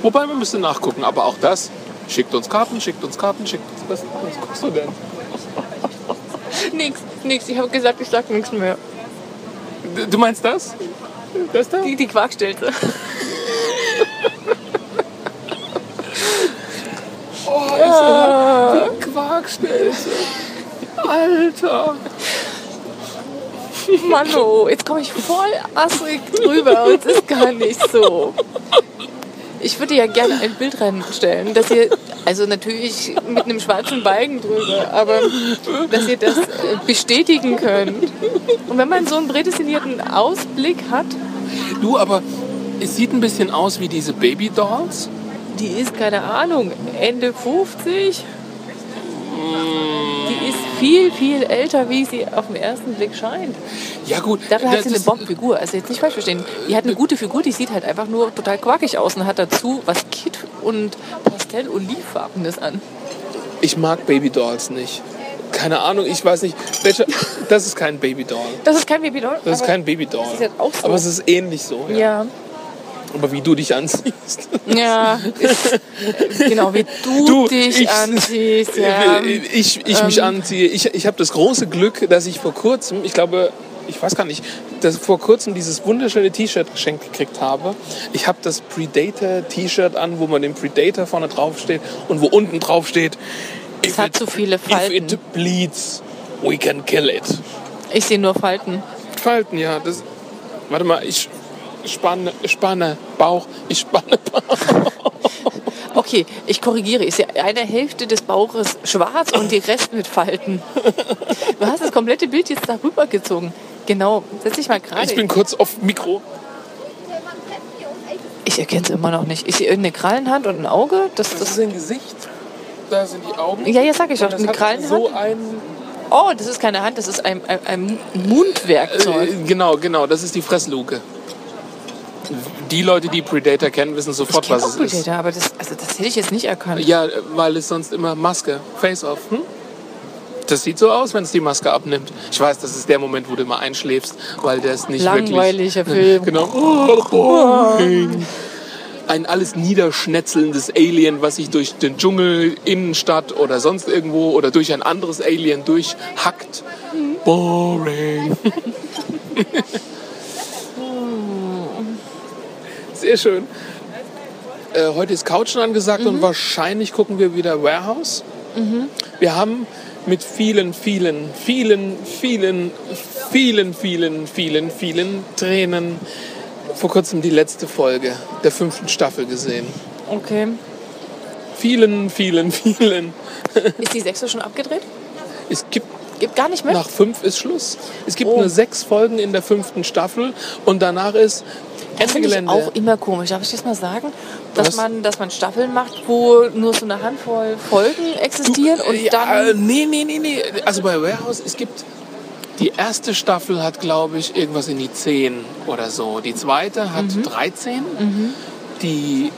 Wobei, man müsste nachgucken, aber auch das. Schickt uns Karten, schickt uns Karten, schickt uns... Was, was guckst du denn?
Nix, nix. Ich habe gesagt, ich sag nichts mehr.
D- Du meinst das? Das da?
Die, die Quarkstelze. Ah.
schnell. Alter.
Mann, oh, jetzt komme ich voll assig drüber und es ist gar nicht so. Ich würde ja gerne ein Bild reinstellen, dass ihr, also natürlich mit einem schwarzen Balken drüber, aber dass ihr das äh, bestätigen könnt. Und wenn man so einen prädestinierten Ausblick hat,
Du, aber es sieht ein bisschen aus wie diese Baby-Dolls.
die ist, keine Ahnung, Ende 50, die ist viel, viel älter, wie sie auf den ersten Blick scheint.
Ja gut.
Dafür hat
das
sie eine
ist-
Bombenfigur. Also jetzt nicht falsch verstehen. Die hat eine gute Figur, die sieht halt einfach nur total quakig aus und hat dazu was Kit und Pastell-Olivfarbenes an.
Ich mag Baby-Dolls nicht. Keine Ahnung, ich weiß nicht. Welche, das ist kein Baby-Doll.
Das ist kein Baby Doll.
Das ist
aber-
kein Baby-Doll.
das ist halt auch so.
Aber es ist ähnlich so. Ja.
Ja.
Aber wie du dich anziehst.
Ja. Ist, äh, genau, wie du, dich anziehst. Ja.
Ich, ich,
Ähm.
mich anziehe. Ich, ich habe das große Glück, dass ich vor kurzem, ich glaube, ich weiß gar nicht, dass vor kurzem dieses wunderschöne T-Shirt geschenkt gekriegt habe. Ich habe das Predator-T-Shirt an, wo man den Predator vorne drauf steht und wo unten drauf steht. "If
hat
it-
so viele
If
Falten."
it bleeds, we can kill it.
Ich sehe nur Falten.
Falten, ja. Das, warte mal, ich spanne, spanne Bauch, ich spanne Bauch.
Okay, ich korrigiere. Ich sehe eine Hälfte des Bauches schwarz und die Rest mit Falten. Du hast das komplette Bild jetzt darüber gezogen. Genau, setz dich mal gerade.
Ich bin kurz auf Mikro.
Ich erkenne es immer noch nicht. Ich sehe eine Krallenhand und ein Auge. Das,
Das
das,
ist ein Gesicht. Da sind die Augen.
ja, ja, sag ich doch.
Das
Eine
hat
Krallenhand.
so ein.
oh, das ist keine Hand, das ist ein, ein, ein Mundwerkzeug.
Äh, genau, genau, das ist die Fressluke. Die Leute, die Predator kennen, wissen sofort,
ich kenne
was
auch
es ist.
Predator, aber das, also das hätte ich jetzt nicht erkannt.
Ja, weil es sonst immer Maske, Face-Off. Hm? Das sieht so aus, wenn es die Maske abnimmt. Ich weiß, das ist der Moment, wo du immer einschläfst, weil der ist nicht wirklich...
Langweiliger Film.
Genau. Oh, boring. Ein alles niederschnetzelndes Alien, was sich durch den Dschungel, Innenstadt oder sonst irgendwo oder durch ein anderes Alien durchhackt. Boring. Sehr schön. Äh, heute ist Couchen angesagt
Mhm.
und wahrscheinlich gucken wir wieder Warehouse. Wir haben mit vielen, vielen, vielen, vielen, vielen, vielen, vielen, vielen Tränen vor kurzem die letzte Folge der fünften Staffel gesehen.
Okay.
Vielen, vielen, vielen.
Ist die sechste schon abgedreht?
Es gibt
Gibt gar nicht mehr?
nach fünf ist Schluss. Es gibt
Oh.
nur sechs Folgen in der fünften Staffel und danach ist
das
Ende
finde ich
Gelände.
auch immer komisch. Darf ich das mal sagen? Dass
Was?
man, dass man Staffeln macht, wo nur so eine Handvoll Folgen existieren und
ja,
dann...
äh, Nee, nee, nee, nee. Also bei Warehouse, es gibt. Die erste Staffel hat, glaube ich, irgendwas in die 10 oder so. Die zweite hat
Mhm.
13. Die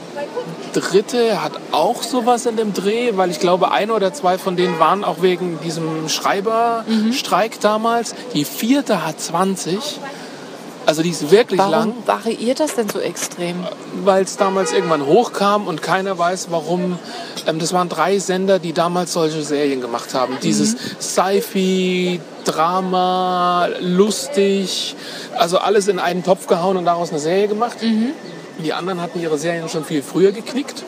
dritte hat auch sowas in dem Dreh, weil ich glaube, ein oder zwei von denen waren auch wegen diesem Schreiberstreik
Mhm.
damals. Die vierte hat 20. Also die ist wirklich lang
Warum variiert das denn so extrem?
weil es damals irgendwann hochkam und keiner weiß, warum. Ähm, das waren drei Sender, die damals solche Serien gemacht haben. Dieses Sci-Fi, Drama, lustig, also alles in einen Topf gehauen und daraus eine Serie gemacht. Die anderen hatten ihre Serien schon viel früher geknickt.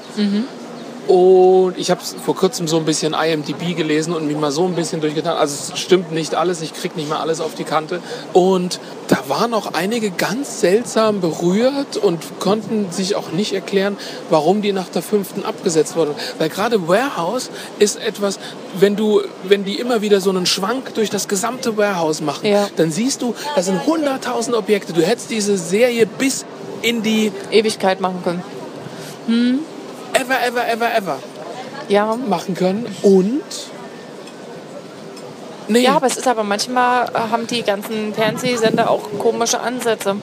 Und ich habe vor kurzem so ein bisschen IMDb gelesen und mich mal so ein bisschen durchgetan. Also es stimmt nicht alles, ich krieg nicht mal alles auf die Kante. Und da waren auch einige ganz seltsam berührt und konnten sich auch nicht erklären, warum die nach der fünften abgesetzt wurden. Weil gerade Warehouse ist etwas, wenn du, wenn die immer wieder so einen Schwank durch das gesamte Warehouse machen,
Ja.
dann siehst du, das sind 100.000 Objekte. Du hättest diese Serie bis in die
Ewigkeit machen können.
ever, ever, ever, ever
Ja,
machen können und nee,
Ja, aber es ist aber manchmal äh, haben die ganzen Fernsehsender auch komische Ansätze.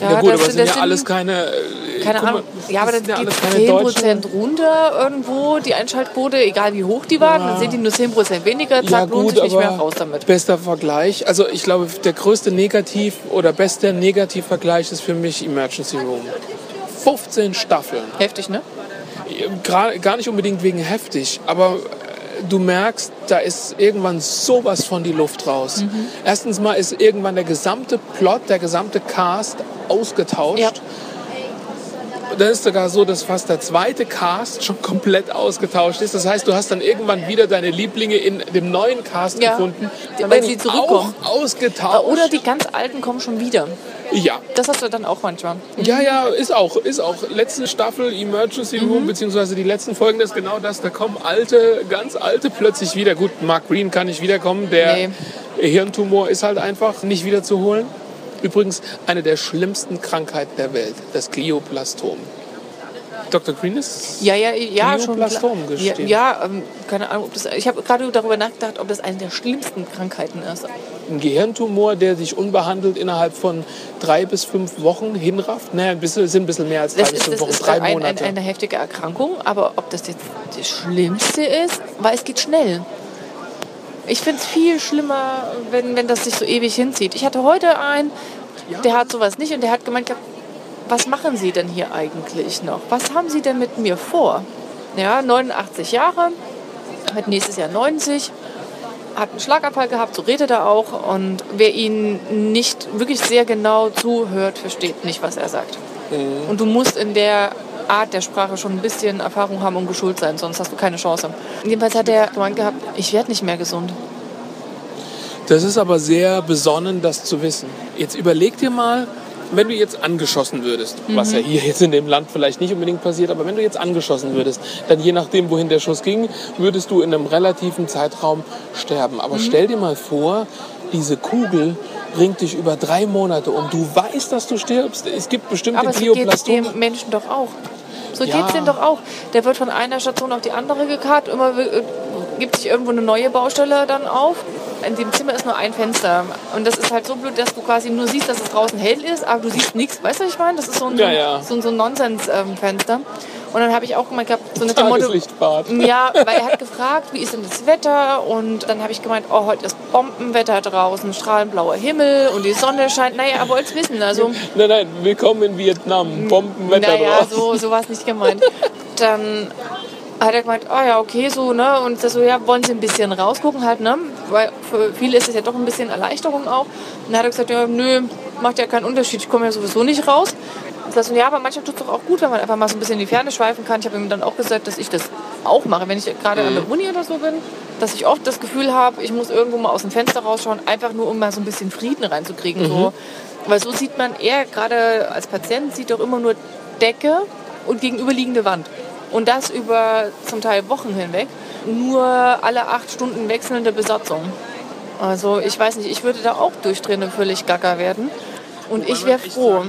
Ja,
ja gut,
das
aber es sind
das
ja alles keine äh,
keine
guck mal,
Ahnung. ja, aber
das
dann
sind ja alles
geht
keine
10
Deutschen.
Prozent runter irgendwo, die Einschaltquote, egal wie hoch die waren, dann sind die nur 10 Prozent weniger, zack,
Ja
lohnt
gut,
sich nicht
aber
mehr raus damit.
bester Vergleich. Also ich glaube, der größte Negativ oder beste Negativvergleich ist für mich Emergency Room. 15 Staffeln.
Heftig, ne?
Gra- Gar nicht unbedingt wegen heftig, aber äh, du merkst, da ist irgendwann sowas von die Luft raus.
Mhm.
Erstens mal ist irgendwann der gesamte Plot, der gesamte Cast ausgetauscht.
Ja.
da ist sogar so, dass fast der zweite Cast schon komplett ausgetauscht ist. Das heißt, du hast dann irgendwann wieder deine Lieblinge in dem neuen Cast
Ja.
gefunden.
Wenn
werden
sie
die
zurückkommen.
Auch ausgetauscht.
Äh, Oder die ganz alten kommen schon wieder.
ja.
Das hast du dann auch manchmal.
Ja, ja, ist auch, ist auch. Letzte Staffel Emergency Room,
Mhm.
beziehungsweise die letzten Folgen, das ist genau das. Da kommen alte, ganz alte plötzlich wieder. Gut, Mark Green kann nicht wiederkommen. Der
Nee.
Hirntumor ist halt einfach nicht wiederzuholen. Übrigens eine der schlimmsten Krankheiten der Welt, das Glioblastom. Dr. Green ist
Ja, ja, ja, schon klar.
Glioblastom
Ja,
gestehen.
ja ähm, keine Ahnung, ob das, ich habe gerade darüber nachgedacht, ob das eine der schlimmsten Krankheiten ist.
ein Gehirntumor, der sich unbehandelt innerhalb von drei bis fünf Wochen hinrafft. Naja, ein bisschen, sind ein bisschen mehr als drei
Das
bis
ist,
fünf
das
Wochen,
ist
drei
ein, ein,
Monate.
eine heftige Erkrankung, aber ob das jetzt das Schlimmste ist, weil es geht schnell. Ich finde es viel schlimmer, wenn, wenn das sich so ewig hinzieht. Ich hatte heute einen, der hat sowas nicht und der hat gemeint, gehabt, was machen Sie denn hier eigentlich noch? Was haben Sie denn mit mir vor? Ja, 89 Jahre, wird nächstes Jahr 90 hat einen Schlaganfall gehabt, so redet er auch. Und wer ihn nicht wirklich sehr genau zuhört, versteht nicht, was er sagt. Und du musst in der Art der Sprache schon ein bisschen Erfahrung haben und geschult sein, sonst hast du keine Chance. Jedenfalls hat er gemeint gehabt, ich werde nicht mehr gesund.
Das ist aber sehr besonnen, das zu wissen. Jetzt überleg dir mal, wenn du jetzt angeschossen würdest, was
Mhm.
ja hier jetzt in dem Land vielleicht nicht unbedingt passiert, aber wenn du jetzt angeschossen würdest, dann je nachdem, wohin der Schuss ging, würdest du in einem relativen Zeitraum sterben.
Mhm.
Aber stell dir mal vor, diese Kugel bringt dich über drei Monate um. Du weißt, dass du stirbst. Es gibt bestimmte
Aber so geht es
Glioblastomen.
dem Menschen doch auch. So
Ja.
geht's dem doch auch. Der wird von einer Station auf die andere gekarrt, immer äh, gibt sich irgendwo eine neue Baustelle dann auf. In dem Zimmer ist nur ein Fenster. Und das ist halt so blöd, dass du quasi nur siehst, dass es draußen hell ist, aber du siehst nichts. Weißt du, was ich meine? Das ist so ein,
Ja, ja.
so ein, so ein Nonsens-Fenster. Und dann habe ich auch gemeint, gehabt, so eine
Tageslichtbad.
ja, weil er hat gefragt, wie ist denn das Wetter? Und dann habe ich gemeint, oh, heute ist Bombenwetter draußen, strahlend blauer Himmel und die Sonne scheint. Naja, er wollte es wissen. Also,
Nein, nein, willkommen in Vietnam. Bombenwetter
naja,
draußen.
so, so war es nicht gemeint. Dann hat er gemeint, ah ja, okay, so, ne? Und das so, ja, wollen Sie ein bisschen rausgucken halt, ne? Weil für viele ist es ja doch ein bisschen Erleichterung auch. Und dann hat er gesagt, ja, nö, macht ja keinen Unterschied, ich komme ja sowieso nicht raus. Und das so, ja, aber manchmal tut es doch auch gut, wenn man einfach mal so ein bisschen in die Ferne schweifen kann. Ich habe ihm dann auch gesagt, dass ich das auch mache, wenn ich gerade an der Uni oder so bin, dass ich oft das Gefühl habe, ich muss irgendwo mal aus dem Fenster rausschauen, einfach nur, um mal so ein bisschen Frieden reinzukriegen. So. Weil so sieht man eher, gerade als Patient, sieht doch immer nur Decke und gegenüberliegende Wand. Und das über zum Teil Wochen hinweg. Nur alle acht Stunden wechselnde Besatzung. Also ich weiß nicht, ich würde da auch durchdrehen und völlig gacker werden. Und ich wäre froh.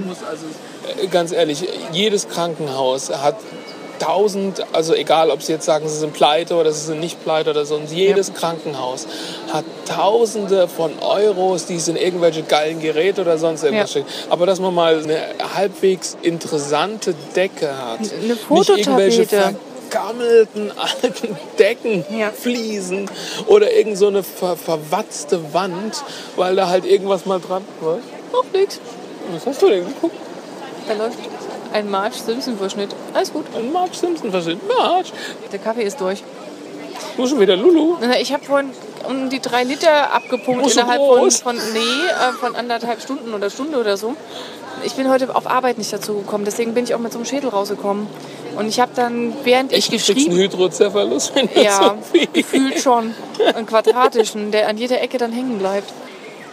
Äh, Ganz ehrlich, jedes Krankenhaus hat tausend, also egal ob sie jetzt sagen, sie sind pleite oder sie sind nicht pleite oder sonst, jedes Krankenhaus hat tausende von Euros, die es in irgendwelche geilen Geräte oder sonst irgendwas
Ja.
stecken. Aber dass man mal eine halbwegs interessante Decke hat.
Eine
Nicht irgendwelche
Fototapete.
vergammelten alten Decken,
Ja.
Fliesen oder irgend so eine ver verwatzte Wand, weil da halt irgendwas mal dran war.
Auch nix.
Was hast du denn geguckt?
Da läuft ein Marge Simpson-Verschnitt. Alles gut.
Ein Marge Simpson verschieden. Marge,
Der Kaffee ist durch.
du schon wieder Lulu.
Na, Äh, Ich habe vorhin um die drei Liter abgepumpt
Große
innerhalb von,
Brust.
von, nee, äh, von anderthalb Stunden oder Stunde oder so. Ich bin heute auf Arbeit nicht dazu gekommen, deswegen bin ich auch mit so einem Schädel rausgekommen. Und ich habe dann, während ich
Du kriegst einen
geschrieben
Hydrocephalus, wenn du
ja,
so viel.
gefühlt schon, einen quadratischen, der an jeder Ecke dann hängen bleibt.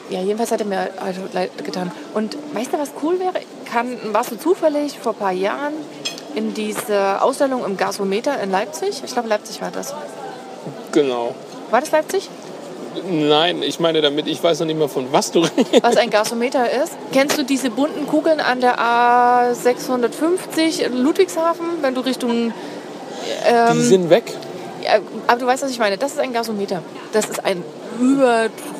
Ja, jedenfalls hat er mir also leid getan. Und weißt du, was cool wäre? Kann, warst du zufällig vor ein paar Jahren in diese Ausstellung im Gasometer in Leipzig? Ich glaube, Leipzig war das.
Genau.
War das Leipzig?
Nein, ich meine damit, ich weiß noch nicht mehr von was du redest.
was ein Gasometer ist. Kennst du diese bunten Kugeln an der A650 in Ludwigshafen, wenn du Richtung... Ähm,
Die sind weg.
Ja, aber du weißt, was ich meine. Das ist ein Gasometer. Das ist ein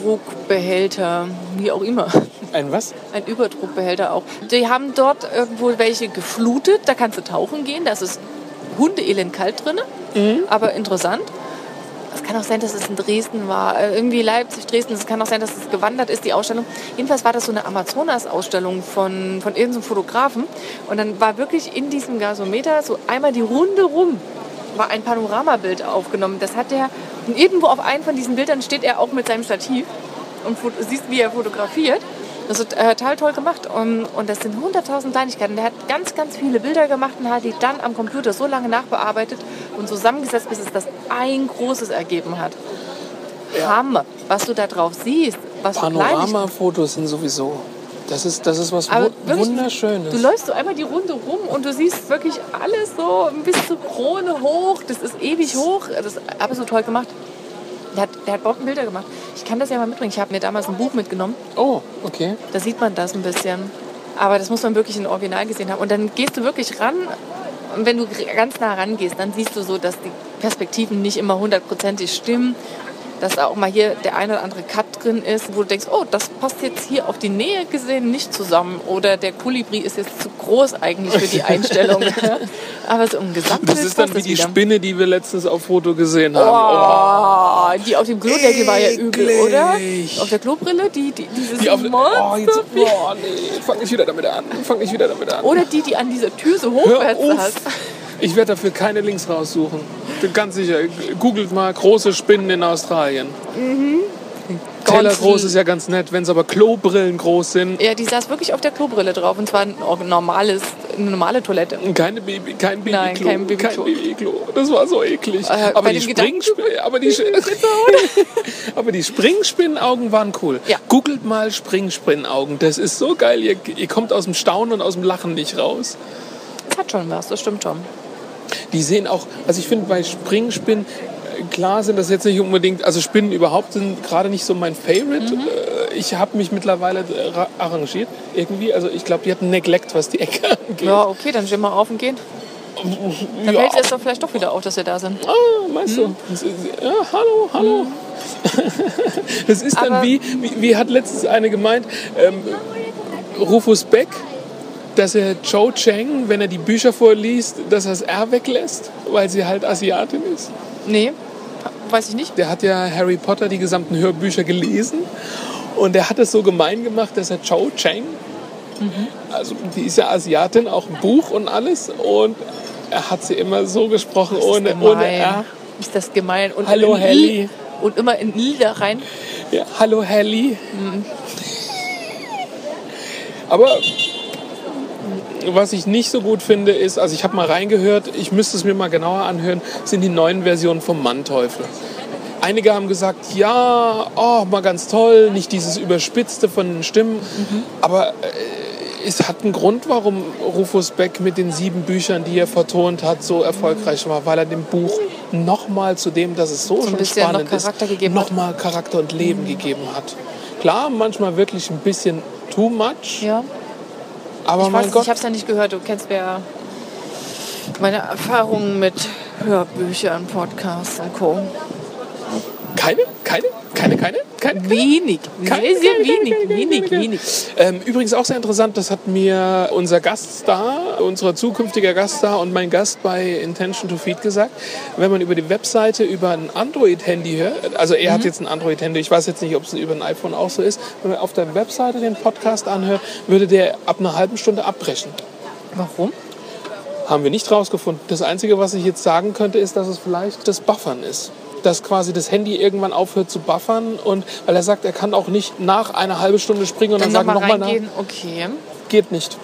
Überdruckbehälter, wie auch immer.
Ein was?
Ein Überdruckbehälter auch. Die haben dort irgendwo welche geflutet. Da kannst du tauchen gehen. Da ist es hundeelend kalt drin, aber interessant. Es kann auch sein, dass es in Dresden war. Äh, Irgendwie Leipzig, Dresden. Es kann auch sein, dass es gewandert ist, die Ausstellung. Jedenfalls war das so eine Amazonas-Ausstellung von, von irgendeinem Fotografen. Und dann war wirklich in diesem Gasometer so einmal die Runde rum war ein Panoramabild aufgenommen. Das hat er, und irgendwo auf einem von diesen Bildern steht er auch mit seinem Stativ und fot- siehst, wie er fotografiert. Das ist äh, total toll gemacht. Und, und das sind 100.000 Kleinigkeiten. Der hat ganz, ganz viele Bilder gemacht und hat die dann am Computer so lange nachbearbeitet und zusammengesetzt, bis es das ein großes ergeben hat. Hammer. Was du da drauf siehst, was für Kleinigkeiten.
Panoramafotos sind sowieso. Das ist, das ist was
Aber
wu-
wirklich,
Wunderschönes.
Du läufst so einmal die Runde rum und du siehst wirklich alles so bis zur Krone hoch. Das ist ewig hoch. Das ist absolut toll gemacht. Der hat, der hat Bombenbilder gemacht. Ich kann das ja mal mitbringen. Ich habe mir damals ein Buch mitgenommen.
oh, okay.
Da sieht man das ein bisschen. Aber das muss man wirklich in Original gesehen haben. Und dann gehst du wirklich ran. Und wenn du gr- ganz nah rangehst, dann siehst du so, dass die Perspektiven nicht immer hundertprozentig stimmen. Dass auch mal hier der eine oder andere Cut drin ist, wo du denkst, oh, das passt jetzt hier auf die Nähe gesehen nicht zusammen. Oder der Kolibri ist jetzt zu groß eigentlich für die Einstellung. Aber so im Gesamtbild
Das ist dann
passt
wie
es
die
wieder.
Spinne, die wir letztens auf Foto gesehen haben.
Oh, die auf dem Klodeckel war ja übel,
Eklig.
oder? Auf der Klobrille, die, die, dieses
Die auf,
Monster.
oh, jetzt, oh, nee, fang nicht wieder damit an. Fang nicht wieder damit an.
Oder die, die an dieser Tür so
Hör
hochwärts
auf.
saß.
Ich werde dafür keine Links raussuchen. Bin ganz sicher. Googelt mal große Spinnen in Australien. Teller
Mhm. Ganz
groß
lieb.
ist ja ganz nett, wenn es aber Klobrillen groß sind.
Ja, die saß wirklich auf der Klobrille drauf. Und zwar ein or- normales, eine normale Toilette.
Keine Baby, kein Babyklo.
Nein, kein Babyklo.
Babyklo. Das war so eklig.
Äh,
aber,
bei
die
dem Gedanken-
Springspinnen, aber die Aber die Springspinnenaugen waren cool.
Ja.
Googelt mal Springspinnenaugen. Das ist so geil. Ihr, ihr kommt aus dem Staunen und aus dem Lachen nicht raus.
Das hat schon was, das stimmt schon.
Die sehen auch, also ich finde bei Springspinnen, äh, klar sind das jetzt nicht unbedingt, also Spinnen überhaupt sind gerade nicht so mein Favorite. Äh, Ich habe mich mittlerweile äh, ra- arrangiert irgendwie. Also ich glaube, die hatten Neglect, was die Ecke angeht.
Ja, okay, dann stehen wir auf und gehen. Dann
Ja.
fällt es doch vielleicht doch wieder auf, dass wir da sind.
Ah, meinst du? Ja, hallo, hallo. Das ist dann
Aber-
wie, wie, wie hat letztens eine gemeint, ähm, Rufus Beck, dass er Cho Chang, wenn er die Bücher vorliest, dass er das R weglässt, weil sie halt Asiatin ist.
Nee, weiß ich nicht.
Der hat ja Harry Potter die gesamten Hörbücher gelesen und er hat es so gemein gemacht, dass er Cho Chang, also die ist ja Asiatin, auch im Buch und alles, und er hat sie immer so gesprochen, ohne, ohne
Gemein.
R.
Ist das gemein. Und
Hallo,
in
Helly.
I, und immer in I da rein.
Ja, hallo Helly. Aber was ich nicht so gut finde, ist, also ich habe mal reingehört, ich müsste es mir mal genauer anhören, sind die neuen Versionen vom Manteuffel. Einige haben gesagt, ja, oh, mal ganz toll, nicht dieses Überspitzte von den Stimmen.
Mhm.
Aber äh, es hat einen Grund, warum Rufus Beck mit den sieben Büchern, die er vertont hat, so erfolgreich war, weil er dem Buch nochmal zu dem, dass es so
ein
schon
bisschen noch
spannend
Charakter
ist,
gegeben hat.
nochmal Charakter und Leben gegeben hat. Klar, manchmal wirklich ein bisschen too much,
Ja.
aber
ich
Oh mein
weiß nicht,
Gott,
ich hab's ja nicht gehört. Du kennst mir ja meine Erfahrungen mit Hörbüchern, Podcasts und Co.
keine, keine, keine, keine, keine.
Wenig, sehr,
Keine,
sehr
keine, keine,
wenig,
keine, keine,
wenig,
keine.
wenig.
Ähm, übrigens auch sehr interessant, das hat mir unser Gaststar, unser zukünftiger Gaststar und mein Gast bei Intention to Feed gesagt, wenn man über die Webseite über ein Android-Handy hört, also er hat
Mhm.
jetzt ein Android-Handy, ich weiß jetzt nicht, ob es über ein iPhone auch so ist, wenn man auf der Webseite den Podcast anhört, würde der ab einer halben Stunde abbrechen.
Warum?
Haben wir nicht rausgefunden. Das Einzige, was ich jetzt sagen könnte, ist, dass es vielleicht das Buffern ist. Dass quasi das Handy irgendwann aufhört zu buffern und weil er sagt, er kann auch nicht nach einer halben Stunde springen und dann, sagen,
Dann
nochmal
nochmal
nach.
reingehen. Okay,
Geht nicht.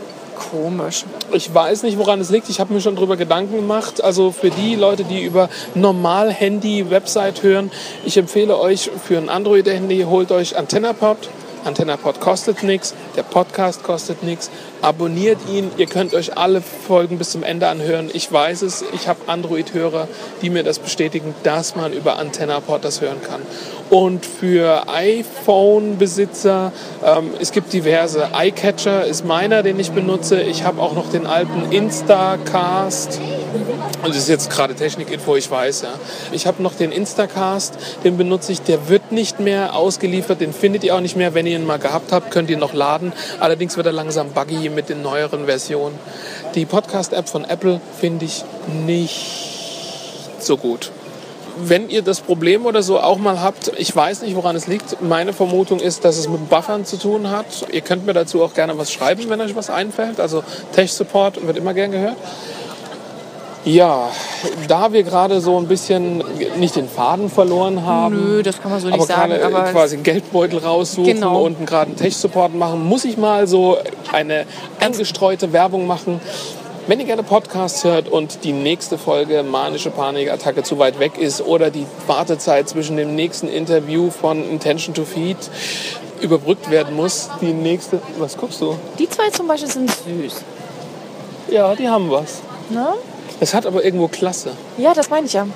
komisch.
Ich weiß nicht, woran es liegt. Ich habe mir schon drüber Gedanken gemacht. Also für die Leute, die über normal Handy Website hören, ich empfehle euch für ein Android Handy holt euch AntennaPod. AntennaPod kostet nichts, der Podcast kostet nichts. Abonniert ihn, ihr könnt euch alle Folgen bis zum Ende anhören. Ich weiß es, ich habe Android-Hörer, die mir das bestätigen, dass man über AntennaPod das hören kann. Und für iPhone-Besitzer, ähm, es gibt diverse. iCatcher ist meiner, den ich benutze. Ich habe auch noch den alten Instacast. Und das ist jetzt gerade Technikinfo, ich weiß, ja. Ich habe noch den Instacast, den benutze ich. Der wird nicht mehr ausgeliefert, den findet ihr auch nicht mehr. Wenn ihr ihn mal gehabt habt, könnt ihr ihn noch laden. Allerdings wird er langsam buggy mit den neueren Versionen. Die Podcast-App von Apple finde ich nicht so gut. Wenn ihr das Problem oder so auch mal habt, ich weiß nicht, woran es liegt. Meine Vermutung ist, dass es mit dem Buffern zu tun hat. Ihr könnt mir dazu auch gerne was schreiben, wenn euch was einfällt. Also Tech Support wird immer gern gehört. Ja, da wir gerade so ein bisschen nicht den Faden verloren haben,
Nö, das kann man so nicht
Mhm. aber
sagen.
gerade
Aber
quasi einen Geldbeutel raussuchen
Genau.
und gerade einen Tech-Support machen, muss ich mal so eine angestreute Werbung machen. Wenn ihr gerne Podcasts hört und die nächste Folge Manische Panikattacke zu weit weg ist oder die Wartezeit zwischen dem nächsten Interview von Intention to Feed überbrückt werden muss, die nächste... Was guckst du?
die zwei zum Beispiel sind süß.
Ja, die haben was.
Ne?
Es hat aber irgendwo Klasse.
Ja, das meine ich ja.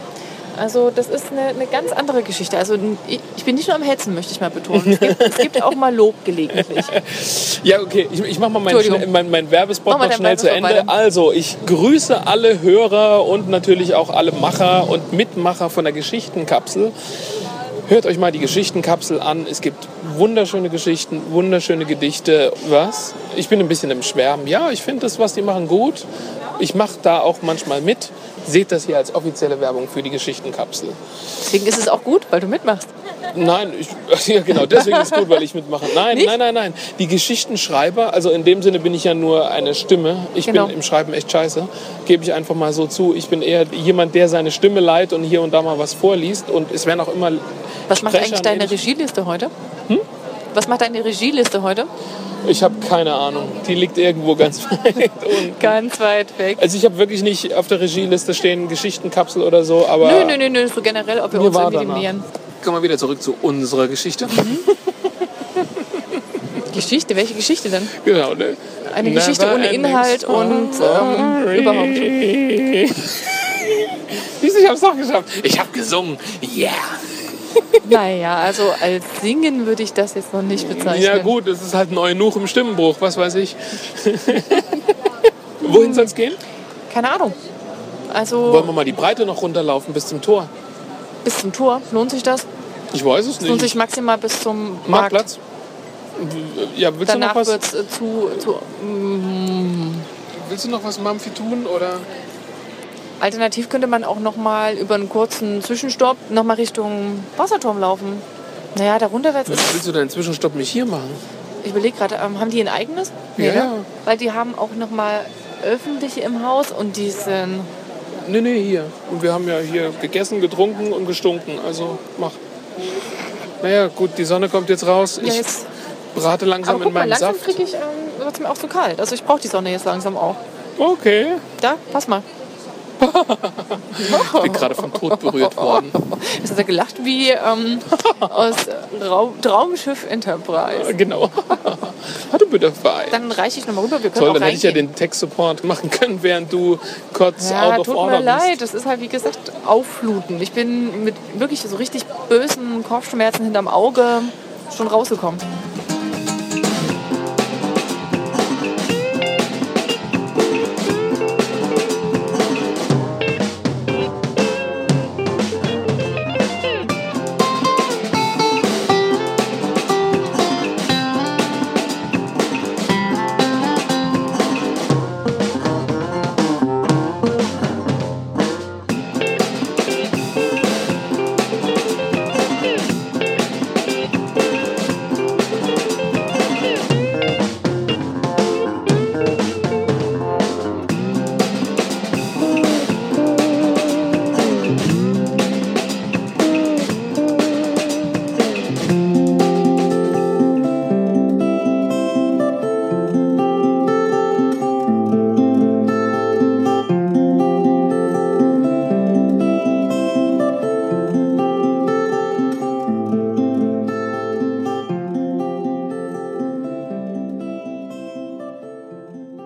Also das ist eine, eine ganz andere Geschichte. Also ich ich bin nicht nur am Hetzen, möchte ich mal betonen. Es gibt, es gibt auch mal Lob gelegentlich.
Ja, okay, ich, ich mache mal meinen
Entschuldigung.
schnell- mein, mein Werbespot
Mach mal
noch
deinen
schnell zu
Werbespot
Ende.
weiter.
Also, ich grüße alle Hörer und natürlich auch alle Macher und Mitmacher von der Geschichtenkapsel. Hört euch mal die Geschichtenkapsel an. Es gibt wunderschöne Geschichten, wunderschöne Gedichte. Was? Ich bin ein bisschen im Schwärmen. Ja, ich finde das, was die machen, gut. Ich mache da auch manchmal mit. Seht das hier als offizielle Werbung für die Geschichtenkapsel.
Deswegen ist es auch gut, weil du mitmachst.
Nein, ich, ja genau, deswegen ist gut, weil ich mitmache. Nein, nein, nein, nein. Die Geschichtenschreiber, also in dem Sinne bin ich ja nur eine Stimme. Ich
Genau.
bin im Schreiben echt scheiße, gebe ich einfach mal so zu. Ich bin eher jemand, der seine Stimme leiht und hier und da mal was vorliest. Und es werden auch immer.
Was
Sprecher
macht
Hm?
eigentlich deine
nehme ich-
Regieliste heute? Was macht deine Regieliste heute?
Ich habe keine Ahnung. Die liegt irgendwo ganz weit. unten.
Ganz weit weg.
also ich habe wirklich nicht auf der Regieliste stehen Geschichtenkapsel oder so, aber.
Nö, nö, nö, nö, so generell, ob wir
Mir
uns
war
irgendwie dem
danach.
nähern.
Kommen wir wieder zurück zu unserer Geschichte.
Geschichte, welche Geschichte denn?
genau, ne?
Eine Geschichte ohne
Never-ending
Inhalt und ähm,
story.
überhaupt.
Siehst du, ich hab's doch geschafft. Ich hab gesungen. Yeah.
Naja, also als Singen würde ich das jetzt noch nicht bezeichnen.
Ja gut, es ist halt ein Eunuch im Stimmenbruch, was weiß ich. Wohin soll's gehen?
Keine Ahnung. Also
Wollen wir mal die Breite noch runterlaufen bis zum Tor?
bis zum Tor, lohnt sich das?
Ich weiß es
Lohnt
nicht.
sich maximal bis zum Markt.
Marktplatz? Ja, willst
Danach
du noch was?
wird es äh, zu, zu mm,
Willst du noch was Mamfi tun oder?
Alternativ könnte man auch noch mal über einen kurzen Zwischenstopp noch mal Richtung Wasserturm laufen. Naja, darunter wird es.
Willst du deinen Zwischenstopp nicht hier machen?
Ich überlege gerade, ähm, haben die ein eigenes?
Ja,
ne?
ja.
Weil die haben auch noch mal öffentliche im Haus und die sind.
Nee, nee, hier. Und wir haben ja hier gegessen, getrunken und gestunken. Also mach. Naja, gut, die Sonne kommt jetzt raus.
Ja,
Ich
jetzt,
brate langsam in
aber guck mal,
meinem
langsam
Saft.
kriege ich, ähm, wird's mir auch zu kalt. Also ich brauche die Sonne jetzt langsam auch.
Okay.
Da, pass mal. Oh.
Ich bin gerade vom Tod berührt worden.
Das hat er gelacht wie ähm, aus äh, Raum, Traumschiff Enterprise.
Genau. Hatte Butterfly.
Dann reiche ich nochmal rüber. Wir können
Toll,
auch
dann hätte ich ja
reingehen.
den Tech-Support machen können, während du kurz
Ja,
out of
tut
order
mir leid. Das ist halt, wie gesagt, auffluten. Ich bin mit wirklich so richtig bösen Kopfschmerzen hinterm Auge schon rausgekommen.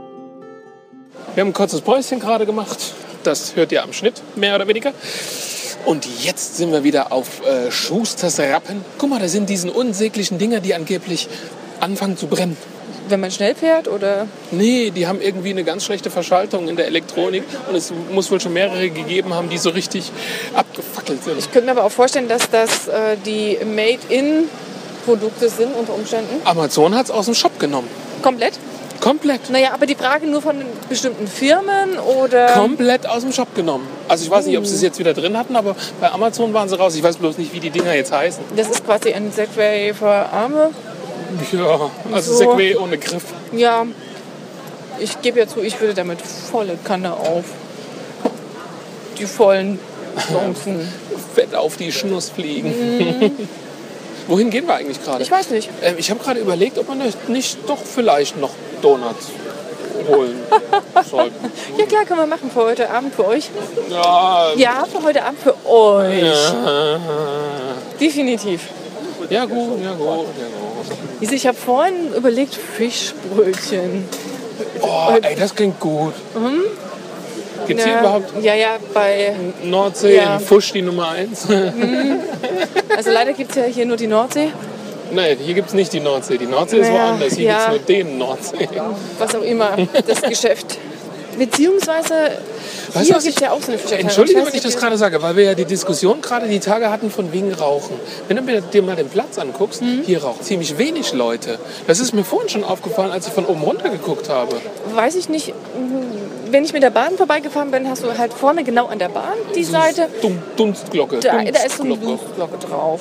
bist. Wir haben ein kurzes Päuschen gerade gemacht. Das hört ihr am Schnitt, mehr oder weniger. Und jetzt sind wir wieder auf äh, Schusters Rappen. Guck mal, da sind diese unsäglichen Dinger, die angeblich anfangen zu brennen.
Wenn man schnell fährt oder
Nee, die haben irgendwie eine ganz schlechte Verschaltung in der Elektronik und es muss wohl schon mehrere gegeben haben, die so richtig abgefackelt sind.
ich könnte mir aber auch vorstellen, dass das äh, die Made-in-Produkte sind unter Umständen.
Amazon hat es aus dem Shop genommen.
Komplett.
Komplett.
Naja, aber die Frage nur von bestimmten Firmen oder.
Komplett aus dem Shop genommen. Also ich weiß nicht, ob sie es jetzt wieder drin hatten, aber bei Amazon waren sie raus. Ich weiß bloß nicht, wie die Dinger jetzt heißen.
Das ist quasi ein Segway für Arme.
Ja, also
So.
Segway ohne Griff.
Ja, ich gebe ja zu, ich würde damit volle Kanne auf. die vollen Chancen.
Fett auf die Schnuss fliegen. Wohin gehen wir eigentlich gerade?
Ich weiß nicht.
Ähm, ich habe gerade überlegt, ob man nicht doch vielleicht noch Donuts holen sollten.
Ja klar, können wir machen für heute Abend für euch.
Ja,
Ja, für heute Abend für euch. Definitiv.
ja gut, ja gut, ja gut.
Lisa, Ich habe vorhin überlegt, Fischbrötchen.
Oh, ey, das klingt gut. Gibt's hier
Mhm. Ja,
überhaupt
Ja, ja, bei.
Nordsee
Ja.
in Fusch die Nummer 1?
Also leider gibt es ja hier nur die Nordsee.
Nein, hier gibt's nicht die Nordsee. Die Nordsee ist
Naja,
woanders. Hier
ja.
gibt's nur den Nordsee.
was auch immer, das Geschäft. Beziehungsweise,
Weißt du,
hier
was
gibt es ja auch so eine Fischerei.
Entschuldige,
weiß
wenn ich
nicht,
das gerade sage, weil wir ja die Diskussion gerade die Tage hatten von wegen Rauchen. Wenn du mir- dir mal den Platz anguckst,
Mhm.
hier rauchen ziemlich wenig Leute. Das ist mir vorhin schon aufgefallen, als ich von oben runter geguckt habe.
Weiß ich nicht, wenn ich mit der Bahn vorbeigefahren bin, hast du halt vorne genau an der Bahn die Seite.
Dun Dunstglocke.
Da, da ist so eine
Dunstglocke.
Dunstglocke drauf.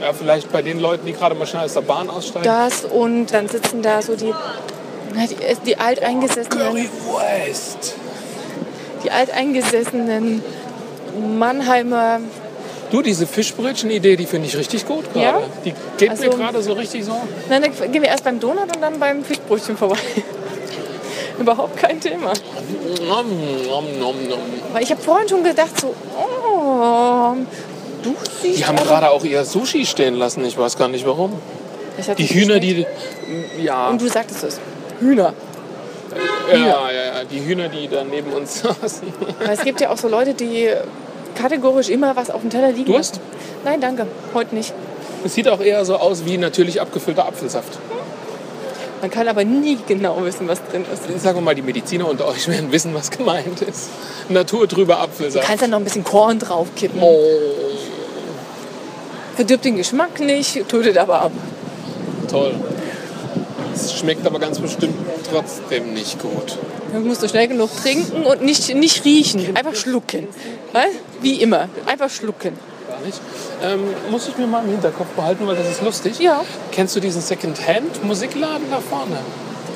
ja, vielleicht bei den Leuten, die gerade mal schnell aus der Bahn aussteigen.
Das und dann sitzen da so die, na, die, äh, die alteingesessenen,
Currywurst.
die alteingesessenen Mannheimer.
Du, diese Fischbrötchen-Idee, die finde ich richtig gut gerade.
Ja?
Die geht mir
Also-
gerade so richtig so.
Nein, dann gehen wir erst beim Donut und dann beim Fischbrötchen vorbei. Überhaupt kein Thema.
Nom, nom, nom, nom.
Weil ich habe vorhin schon gedacht, so, oh, du siehst
Die haben
aber-
gerade auch ihr Sushi stehen lassen. Ich weiß gar nicht warum.
Ich hatte
Die
es
Hühner,
geschmeckt.
die. Ja.
Und du sagtest es. Hühner.
Ja, ja, ja, die Hühner, die da neben uns saßen.
Weil es gibt ja auch so Leute, die kategorisch immer was auf dem Teller liegen
Durst?
lassen. Nein, danke. Heute nicht.
Es sieht auch eher so aus wie natürlich abgefüllter Apfelsaft.
Man kann aber nie genau wissen, was drin ist. Du
Sagen wir mal, die Mediziner unter euch werden wissen, was gemeint ist. Natur drüber Apfelsaft.
kannst dann noch ein bisschen Korn draufkippen.
Oh,
Verdirbt den Geschmack nicht, tötet aber ab.
toll. Es schmeckt aber ganz bestimmt trotzdem nicht gut.
Dann musst du schnell genug trinken und nicht, nicht riechen. Einfach schlucken. Weißt? Wie immer. Einfach schlucken.
Gar nicht. Ähm, muss ich mir mal im Hinterkopf behalten, weil das ist lustig.
Ja.
Kennst du diesen Secondhand-Musikladen da vorne?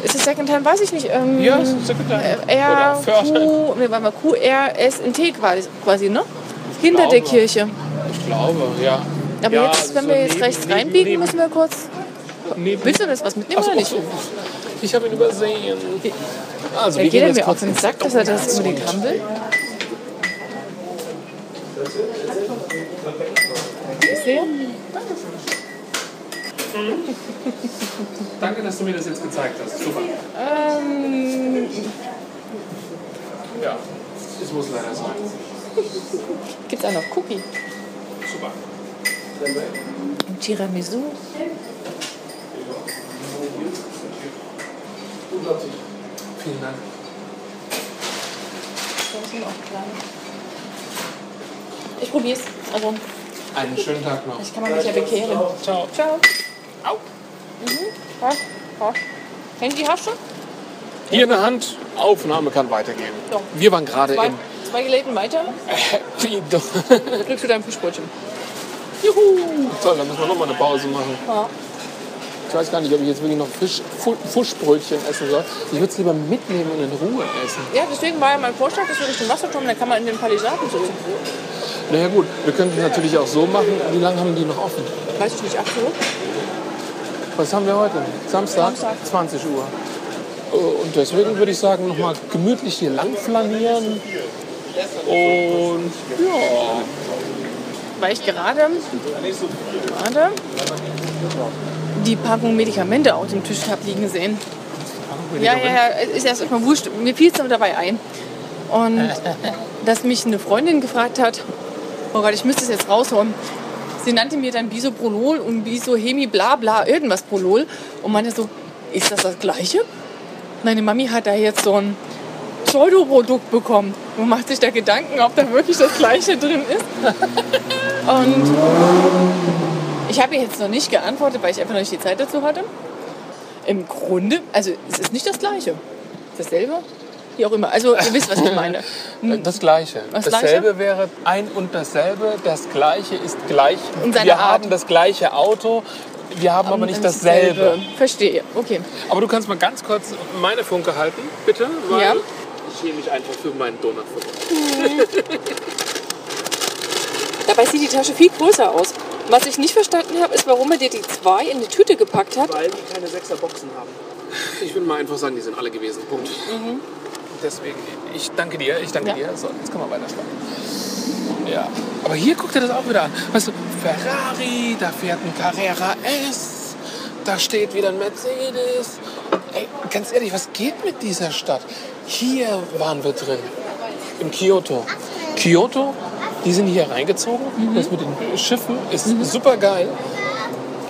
Ist es Secondhand? Weiß ich nicht. Ähm, Äh,
Ja, es ist Secondhand. Oder
R,
Förster.
Q, nee, warte mal, Q, R, S, N, T quasi, quasi ne? Hinter der
glaube.
Kirche.
Ich glaube, ja.
Aber
Genau. ja, also
jetzt, wenn
so
wir jetzt
neben-
rechts
neben-
reinbiegen,
neben-
müssen wir kurz.
neben-
Willst du das was mitnehmen
Ach so,
oder nicht?
ach so. Ich habe ihn übersehen. Also,
Ja,
wir
geht
gehen
er
jetzt
mir auf
kurz
den Sack, dass er das über den Kamm will? Ist der?
Danke, dass du mir das jetzt gezeigt hast. Super.
Ähm,
Ja, es muss leider sein.
gibt's auch noch Cookie?
Super.
Und Tiramisu?
Vielen Dank.
Ich probier's. Also,
Einen schönen Tag noch.
ich kann man nicht ja bekehren.
Ciao.
Ciao.
Au.
Ha, ha. Handy hast du?
Hier eine Hand. Aufnahme kann weitergehen.
So.
Wir waren gerade
Zwei,
im.
zwei Geläten weiter. Drückst du dein Fischbrötchen.
Juhu. Toll, dann müssen wir nochmal eine Pause machen.
Ja.
Ich weiß gar nicht, ob ich jetzt wirklich noch Fisch, Fu- Fuschbrötchen essen soll. Ich würde es lieber mitnehmen und in Ruhe essen.
Ja, deswegen war ja mein Vorschlag, dass wir Richtung Wasserturm, dann kann man in den Palisaden sitzen.
Na ja gut, wir könnten es natürlich auch so machen. Wie lange haben die noch offen?
Weiß ich nicht, ach so.
Was haben wir heute? Samstag,
Samstag.
20 Uhr. Äh, Und deswegen würde ich sagen, nochmal gemütlich hier lang flanieren. Und ja,
Weil ich gerade, gerade die Packung Medikamente auf dem Tisch habe liegen sehen. Ja, ja, ja, ist erst erstmal wurscht. Mir fiel es dann dabei ein. Und dass mich eine Freundin gefragt hat, oh Gott, ich müsste es jetzt raushauen. Sie nannte mir dann Bisoprolol und Bisohemi bla bla irgendwas Prolol und meinte so, ist das das gleiche? Meine Mami hat da jetzt so ein Pseudoprodukt bekommen und macht sich da Gedanken, ob da wirklich das gleiche drin ist. Und ich habe ihr jetzt noch nicht geantwortet, weil ich einfach noch nicht die Zeit dazu hatte. Im Grunde, also es ist nicht das Gleiche. Dasselbe? Wie auch immer. Also ihr wisst, was ich meine. Hm.
das Gleiche.
Was
dasselbe wäre ein und dasselbe. Das Gleiche ist gleich.
In seiner
wir
Art.
haben das gleiche Auto, wir haben aber nicht dasselbe.
Verstehe, okay.
Aber du kannst mal ganz kurz meine Funke halten, bitte. Weil
Ja.
Ich schäme mich einfach für meinen Donut vorbei.
Dabei sieht die Tasche viel größer aus. Was ich nicht verstanden habe, ist, warum er dir die zwei in die Tüte gepackt hat.
Weil die keine Sechserboxen haben.
Ich will mal einfach sagen, die sind alle gewesen. Punkt. Deswegen, ich danke dir, ich danke dir. So, jetzt können wir weiterschlagen. Ja. Aber hier guck dir das auch wieder an. Weißt du, Ferrari, da fährt ein Carrera S, da steht wieder ein Mercedes. Ey, ganz ehrlich, was geht mit dieser Stadt? Hier waren wir drin. In Kyoto. Kyoto, die sind hier reingezogen. Das mit den Schiffen ist super geil.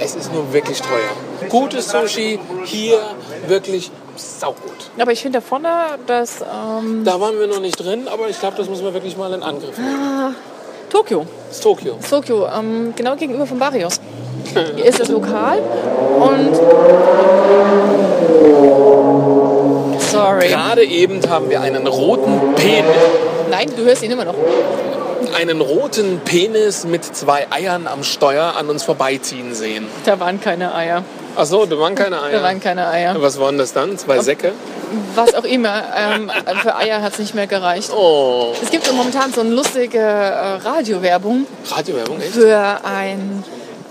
Es ist nur wirklich teuer. Gutes Sushi hier wirklich saugut.
Aber ich finde da vorne das ähm,
Da waren wir noch nicht drin, aber ich glaube, das müssen wir wirklich mal in Angriff nehmen.
Tokio.
Das ist Tokio.
Tokio, ähm, genau gegenüber von Barrios.
Hm.
Hier ist das Lokal und. Sorry.
Gerade eben haben wir einen roten Penis,
Nein, du hörst ihn immer noch.
einen roten Penis mit zwei Eiern am Steuer an uns vorbeiziehen sehen.
Da waren keine Eier.
Ach so, da waren keine
Da
Eier.
waren keine Eier.
Was waren das dann? Zwei Säcke?
Was auch immer, ähm, für Eier hat es nicht mehr gereicht.
Oh,
Es gibt so momentan so eine lustige äh, Radiowerbung
Radiowerbung, echt?
für ein,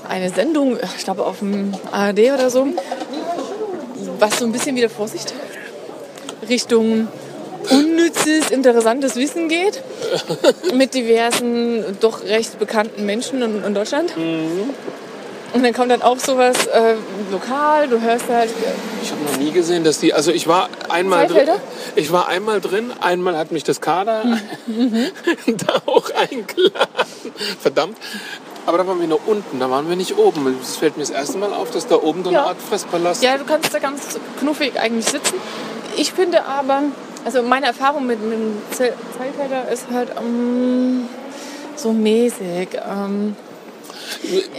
eine Sendung, ich glaube auf dem ARD oder so, was so ein bisschen wieder Vorsicht Richtung unnützes, interessantes Wissen geht mit diversen doch recht bekannten Menschen in, in Deutschland. Und dann kommt dann auch sowas äh, lokal, du hörst halt,
Ich habe noch nie gesehen, dass die. Also ich war einmal drin.
Saalfelder?
Ich war einmal drin. Einmal hat mich das Kader
Hm.
da auch eingeladen. Verdammt. Aber da waren wir nur unten, da waren wir nicht oben. Es fällt mir das erste Mal auf, dass da oben so eine
Ja.
Art Fresspalast
Ja, du kannst da ganz knuffig eigentlich sitzen. Ich finde aber, also meine Erfahrung mit, mit dem Zell- Zellfelder ist halt ähm, so mäßig. Ähm,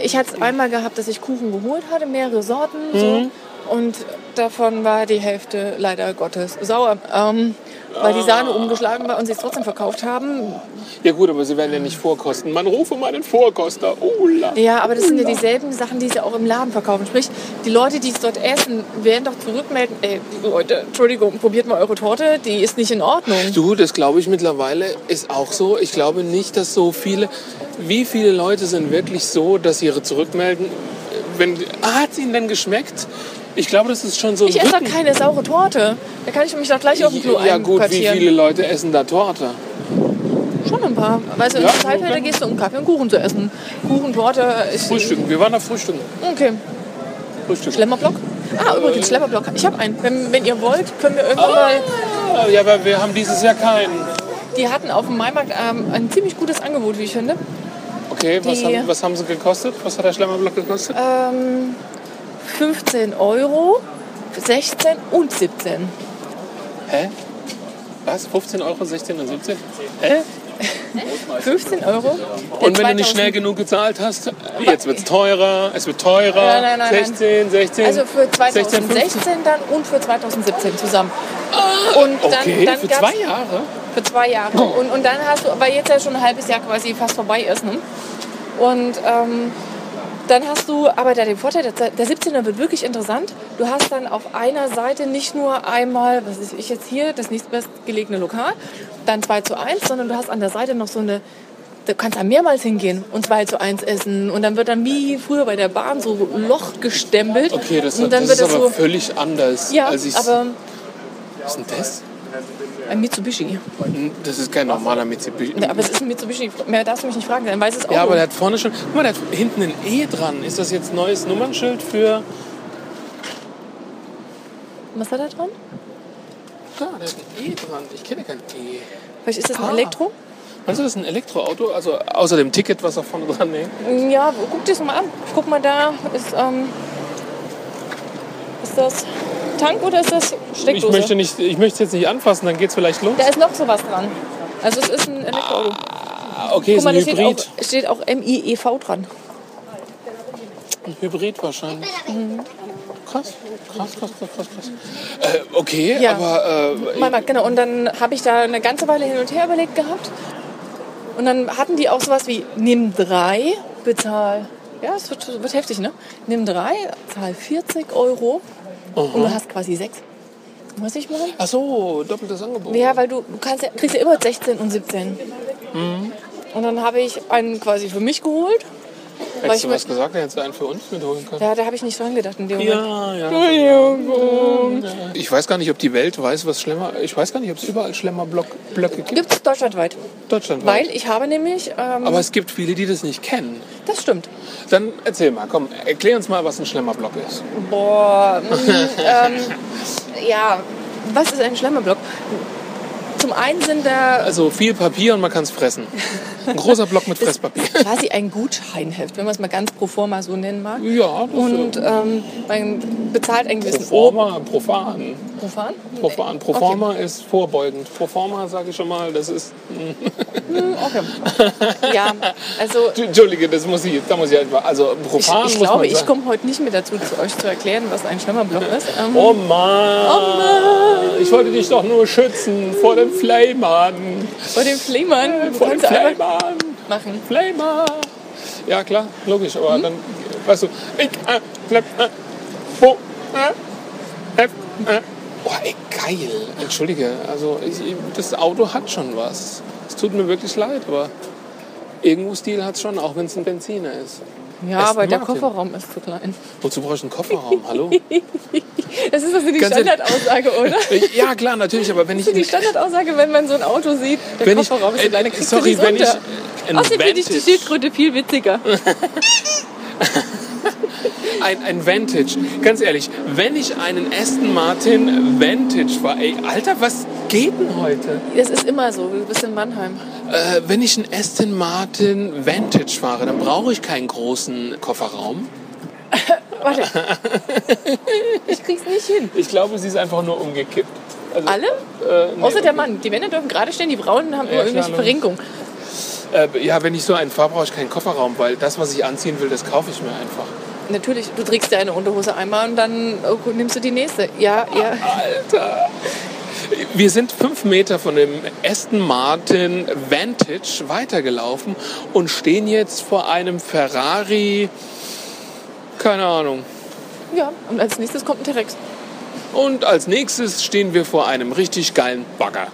ich hatte es einmal gehabt, dass ich Kuchen geholt hatte, mehrere Sorten. So, und davon war die Hälfte leider Gottes sauer, ähm, weil die Sahne umgeschlagen war und sie es trotzdem verkauft haben.
Ja gut, aber sie werden ja nicht vorkosten. Man rufe mal den Vorkoster. Ula.
Ja, aber das sind ja dieselben Sachen, die sie auch im Laden verkaufen. Sprich, die Leute, die es dort essen, werden doch zurückmelden, ey, Leute, Entschuldigung, probiert mal eure Torte, die ist nicht in Ordnung.
Du, das glaube ich mittlerweile ist auch so. Ich glaube nicht, dass so viele. Wie viele Leute sind wirklich so, dass sie ihre zurückmelden? Wenn, ah, hat sie ihnen denn geschmeckt? Ich glaube, das ist schon so ein
Ich esse doch
Rücken-
keine saure Torte. Da kann ich mich doch gleich auf dem Klo
Ja gut, wie
einquartieren.
viele Leute essen da Torte?
Schon ein paar. Weißt du, in
Ja,
der Zeitfeld, da
okay.
gehst du um Kaffee und Kuchen zu essen. Kuchen, Torte ist...
Frühstücken. Wir waren da Frühstücken.
Okay.
Frühstücken.
Schlemmerblock? Ah, übrigens, Schlemmerblock. Ich habe einen. Wenn, wenn ihr wollt, können wir irgendwann mal...
Ah, Ja, aber wir haben dieses Jahr keinen.
Die hatten auf dem Maimarkt ähm, ein ziemlich gutes Angebot, wie ich finde.
Okay, was
Die-
haben, was haben sie gekostet? Was hat der Schlemmerblock gekostet?
Ähm, 15 Euro, 16 und 17.
Hä? Was? 15 Euro, 16 und 17?
Äh,
Hä?
15 Euro.
Und wenn du
2000
nicht schnell genug gezahlt hast, jetzt wird es teurer, es wird teurer.
Nein, nein, nein, nein.
16, 16.
Also für
16,
2016
15.
dann und für 2017 zusammen. Und dann,
Okay,
dann
für
gab's-
zwei Jahre?
Für zwei Jahre.
Oh.
Und, und dann hast du, weil jetzt ja schon ein halbes Jahr quasi fast vorbei ist. Ne? Und ähm, dann hast du aber da den Vorteil, der, der 17er wird wirklich interessant. Du hast dann auf einer Seite nicht nur einmal, was ist ich jetzt hier, das nächstbestgelegene Lokal, dann 2 zu 1, sondern du hast an der Seite noch so eine, du kannst da mehrmals hingehen und 2 zu 1 essen. Und dann wird dann wie früher bei der Bahn so Loch gestempelt.
Okay, das,
und dann
das ist
wird das
aber
so,
völlig anders.
ja,
als ich's-
aber
was ist denn das?
ein Mitsubishi.
Das ist kein normaler Mitsubishi.
Ja, aber es ist ein Mitsubishi, mehr darfst du mich nicht fragen, dann weiß es auch.
Ja, aber
nur.
der hat vorne schon. Guck mal, der hat hinten ein E dran. Ist das jetzt neues Nummernschild für.
Was hat er dran?
Da, Ah, der hat ein E dran. Ich kenne kein E.
Vielleicht ist das ein
Ah.
Elektro?
Meinst du, das ist ein Elektroauto? Also außer dem Ticket, was da vorne dran hängt.
Mm, Ja, guck dir das mal an. Guck mal, da ist, ähm, ist das Tank oder ist das
Ich
Steckdose?
möchte nicht- ich möchte es jetzt nicht anfassen, dann geht es vielleicht los.
da ist noch sowas dran. Also es ist ein Elektroauto.
Ah, okay,
guck
ist
mal,
ein
da steht auch,
Hybrid.
steht auch MIEV dran.
Ein Hybrid wahrscheinlich.
Mhm.
Krass, krass, krass, krass, krass. krass. Äh, okay,
Ja.
aber. Äh,
Mal, mal, genau. Und dann habe ich da eine ganze Weile hin und her überlegt gehabt. Und dann hatten die auch sowas wie, nimm drei, bezahl. Ja, es wird, wird heftig, ne? Nimm drei, zahl 40 Euro und du hast quasi sechs. Muss ich machen?
Ach so, doppeltes Angebot.
Ja, weil du, du kannst, ja- kriegst ja immer 16 und 17.
Mhm.
Und dann habe ich einen quasi für mich geholt. weil
Hättest
ich
du
mir-
was gesagt, dann hättest du einen für uns mitholen können.
Ja, da habe ich nicht dran gedacht in dem Moment.
Ja, ja. Ich weiß gar nicht, ob die Welt weiß, was Schlemmer. Ich weiß gar nicht, ob es überall Schlemmerblöcke gibt.
Gibt es deutschlandweit.
Deutschland.
Weil ich habe nämlich, ähm,
Aber es gibt viele, die das nicht kennen.
das stimmt.
Dann erzähl mal, komm, erklär uns mal, was ein Schlemmerblock ist.
Boah, mh, ähm, ja, was ist ein Schlemmerblock? Zum einen sind da
Also viel Papier und man kann es fressen. Ein großer Block mit Fresspapier.
quasi ein Gutscheinheft, wenn man es mal ganz pro forma so nennen mag.
Ja, das
Und
ist äh,
ähm, man bezahlt einen
pro
gewissen
forma, profan.
Profan? Äh,
Profan. Pro forma ist vorbeugend. Pro forma, sage ich schon mal, das ist. hm.
Okay. Ja, also
Entschuldige, das muss ich, da muss ich halt mal. Also
ich,
profan
ich
muss
glaube,
man
ich
sagen.
komme heute nicht mehr dazu, zu euch zu erklären, was ein Schlemmerblock ist. Ähm,
Oh Mann. Ich wollte dich doch nur schützen vor dem Flaymann.
Bei dem Flimmern
Vor dem
kannst du einfach
Flaymann.
machen.
Flamer. Ja, klar, logisch,
Hm?
aber dann, weißt du, ich, äh, bleib, äh, wo, äh, äh, äh. Oh, ey, geil. Entschuldige, also ich, ich- das Auto hat schon was. Es tut mir wirklich leid, aber irgendwo Stil hat es schon, auch wenn es ein Benziner ist.
Ja,
Aston
aber der
Martin.
Kofferraum ist zu klein.
Wozu brauche ich einen Kofferraum? Hallo?
Das ist also die
Ganz ehrlich.
Standardaussage, oder?
Ich- ja, klar, natürlich, aber wenn ich.
Das ist die
in-
Standardaussage, wenn man so ein Auto sieht, der
Wenn ich,
Kofferraum ist
äh,
so klein, dann kriegst
sorry,
du nicht
wenn ich.
runter.
ein
Außerdem finde ich die
Vantage-
Schildkröte viel witziger.
Ein, ein Vantage. Ganz ehrlich, wenn ich einen Aston Martin Vantage war, ey, Alter, was geht denn heute?
Das ist immer so, du bist in Mannheim.
Äh, wenn ich einen Aston Martin Vantage fahre, dann brauche ich keinen großen Kofferraum.
Ich krieg's nicht hin.
Ich glaube, sie ist einfach nur umgekippt. Also,
Alle?
Äh, nee,
Außer der Mann. Die Männer dürfen gerade stehen, die Frauen haben
Ja,
immer irgendwelche
klar,
Verrenkungen.
Äh, ja, wenn ich so einen fahre, brauche ich keinen Kofferraum, weil das, was ich anziehen will, das kaufe ich mir einfach.
Natürlich, du trägst dir eine Unterhose einmal und dann oh, gut, nimmst du die nächste. Ja, ja.
Alter. Wir sind fünf Meter von dem Aston Martin Vantage weitergelaufen und stehen jetzt vor einem Ferrari. Keine Ahnung.
ja. Und als nächstes kommt ein T-Rex.
Und als nächstes stehen wir vor einem richtig geilen Bagger.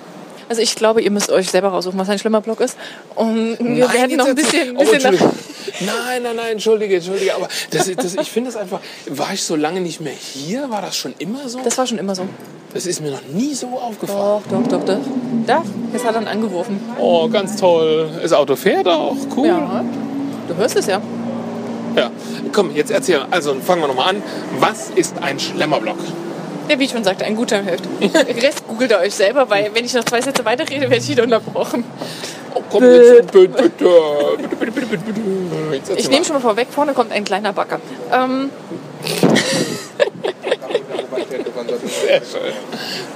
Also ich glaube, ihr müsst euch selber raussuchen, was ein schlimmer Block ist. Und wir
Nein,
werden
jetzt
noch ein
erzähl-
bisschen,
Oh,
bisschen nach,
Entschuldige. Nein, nein, nein, entschuldige, entschuldige. Aber das, ist- das, ich finde das einfach. War ich so lange nicht mehr hier? War das schon immer so?
Das war schon immer so.
Das ist mir noch nie so aufgefallen.
Doch, doch, doch, doch. Da, jetzt hat er ihn angeworfen.
Oh, ganz toll. Das Auto fährt auch. Cool.
Ja. Du hörst es ja.
Ja, komm, jetzt erzähl. Also fangen wir nochmal an. Was ist ein Schlemmerblock?
Ja, wie ich schon sagte, ein guter Heft. Den Rest googelt ihr euch selber, weil wenn ich noch zwei Sätze weiterrede, werde ich wieder unterbrochen.
Oh, komm,
Äh.
jetzt, bitte, bitte, bitte, bitte, bitte, bitte. Jetzt erzähl
Ich nehme
mal.
schon mal vorweg, vorne kommt ein kleiner Bagger. Ähm,
Sehr schön.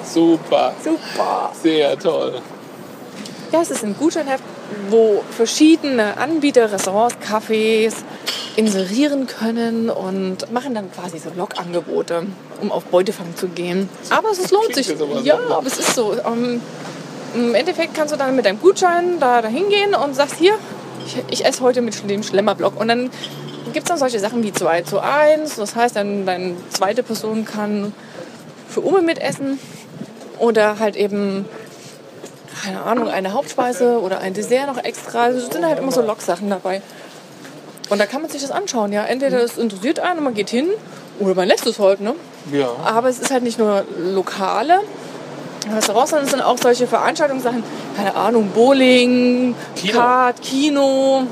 Super. Super. Sehr toll.
ja, es ist ein Gutscheinheft, wo verschiedene Anbieter, Restaurants, Cafés inserieren können und machen dann quasi so Lockangebote, um auf Beutefang zu gehen. Aber es lohnt
Klingt
sich.
jetzt aber so.
Ja, aber es ist so. Ähm, Im Endeffekt kannst du dann mit deinem Gutschein da, da hingehen und sagst, hier, ich, ich esse heute mit dem Schlemmerblock. Und dann gibt es dann solche Sachen wie 2 zu 1. Das heißt, dann deine zweite Person kann für Ume mitessen. Oder halt eben, keine Ahnung, eine Hauptspeise oder ein Dessert noch extra. Es sind halt immer so Locksachen dabei. Und da kann man sich das anschauen, ja. Entweder es interessiert einen und man geht hin oder man lässt es halt, ne?
Ja.
Aber es ist halt nicht nur lokale Restaurants, sondern es sind auch solche Veranstaltungssachen, keine Ahnung, Bowling,
Kino.
Kart, Kino,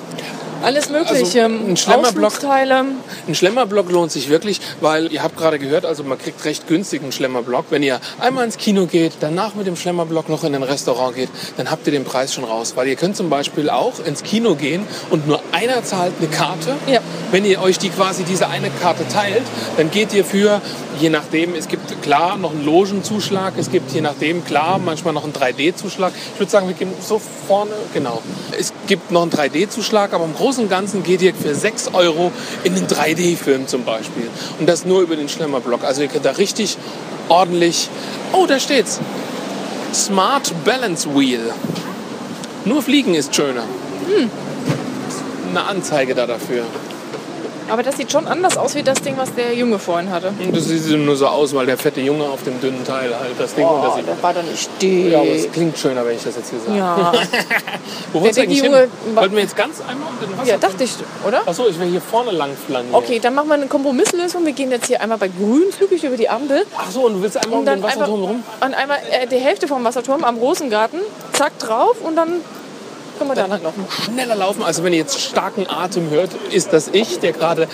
alles mögliche.
Also, ein Schlemmerblock.
Ausflugsteile.
Ein Schlemmerblock lohnt sich wirklich, weil ihr habt gerade gehört, also man kriegt recht günstig einen Schlemmerblock. Wenn ihr einmal ins Kino geht, danach mit dem Schlemmerblock noch in ein Restaurant geht, dann habt ihr den Preis schon raus. Weil ihr könnt zum Beispiel auch ins Kino gehen und nur einer zahlt eine Karte.
Ja.
Wenn ihr euch die quasi diese eine Karte teilt, dann geht ihr für, je nachdem, es gibt klar noch einen Logenzuschlag, es gibt je nachdem klar manchmal noch einen 3D-Zuschlag. Ich würde sagen, wir gehen so vorne, genau. Es gibt noch einen 3D-Zuschlag, aber im Großen und Ganzen geht ihr für 6 Euro in einen 3D-Film zum Beispiel. Und das nur über den Schlemmerblock. Also ihr könnt da richtig ordentlich. Oh, da steht's. Smart Balance Wheel. Hm. Nur fliegen ist schöner. Eine Anzeige da dafür.
Aber das sieht schon anders aus wie das Ding, was der Junge vorhin hatte.
Und das sieht nur so aus, weil der fette Junge auf dem dünnen Teil halt das
Oh,
Ding unter sich.
das war doch nicht die.
Ja, aber es klingt schöner, wenn ich das jetzt hier sage.
ja.
Wo wollt's
Der
eigentlich hin?
dicke Junge-
Wollten wir jetzt ganz einmal um den Wasser?
ja, dachte ich, oder?
Achso, ich will hier vorne lang flanieren.
Okay, dann machen wir eine Kompromisslösung. Wir gehen jetzt hier einmal bei grün flügig über die Ampel
Achso, und du willst einmal um
und dann
den
einfach
Wasserturm rum?
an einmal äh, die Hälfte vom Wasserturm am Rosengarten, zack drauf und dann können wir da
halt
lang laufen.
schneller laufen. Also wenn ihr jetzt starken Atem hört, ist das ich, der gerade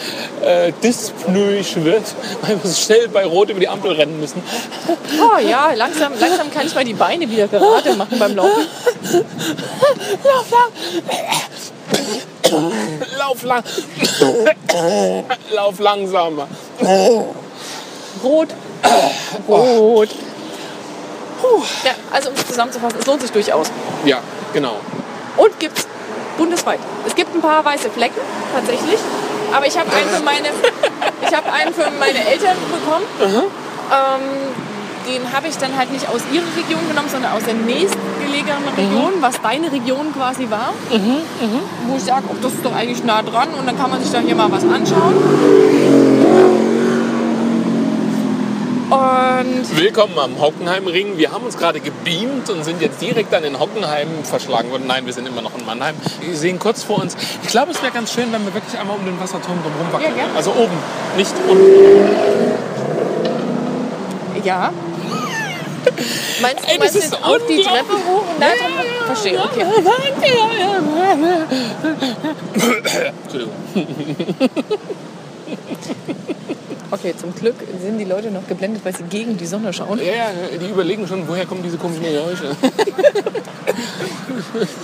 äh, dyspnoisch wird, weil wir so schnell bei Rot über die Ampel rennen müssen.
Oh ja, langsam, langsam kann ich mal die Beine wieder gerade machen beim Laufen.
Lauf lang, lauf langsamer.
Rot, rot.
Oh.
Puh. Ja, also um es zusammenzufassen, es lohnt sich durchaus.
Ja, genau.
Und gibt's bundesweit. Es gibt ein paar weiße Flecken, tatsächlich. Aber ich habe einen, für meine- ich hab einen für meine Eltern bekommen. Ähm, den habe ich dann halt nicht aus ihrer Region genommen, sondern aus der
Mhm.
nächstgelegeneren Region, was deine Region quasi war. Wo ich sage, oh, das ist doch eigentlich nah dran und dann kann man sich dann hier mal was anschauen. Und
Willkommen am Hockenheimring. Wir haben uns gerade gebeamt und sind jetzt direkt an den Hockenheim verschlagen worden. Nein, wir sind immer noch in Mannheim. Wir sehen kurz vor uns. Ich glaube, es wäre ganz schön, wenn wir wirklich einmal um den Wasserturm drumherum wackeln.
Ja, gerne.
also oben, nicht unten.
Ja. Meinst du,
Ey, das
meinst du
ist
jetzt auf die
unglaublich.
Treppe hoch und da drüber? Verstehe, okay.
Entschuldigung.
Okay, zum Glück sind die Leute noch geblendet, weil sie gegen die Sonne schauen.
Ja, ja, die überlegen schon, woher kommen diese komischen Geräusche.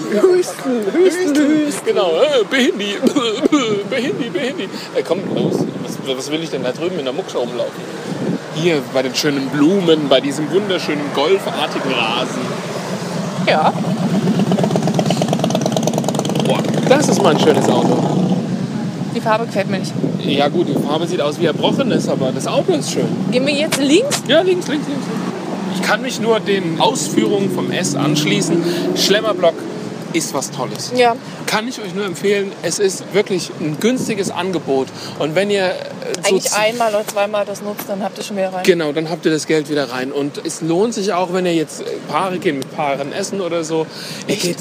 Hüsten, Hüsten, Genau, äh, Behindi, Behindi, Behindi. Äh, komm, los, was, was will ich denn da drüben in der Mucksche rumlaufen? Hier bei den schönen Blumen, bei diesem wunderschönen golfartigen Rasen.
Ja.
Boah, das ist mal ein schönes Auto.
Die Farbe gefällt mir nicht.
Ja gut, die Farbe sieht aus wie erbrochen ist, aber das Auto ist schön.
Gehen wir jetzt links?
Ja, links, links, links. Ich kann mich nur den Ausführungen vom S anschließen. Schlemmerblock ist was Tolles.
Ja.
Kann ich euch nur empfehlen, es ist wirklich ein günstiges Angebot. Und wenn ihr äh, so
Eigentlich einmal oder zweimal das nutzt, dann habt ihr schon wieder rein.
Genau, dann habt ihr das Geld wieder rein. Und es lohnt sich auch, wenn ihr jetzt äh, Paare gehen, mit Paaren essen oder so. Ihr geht,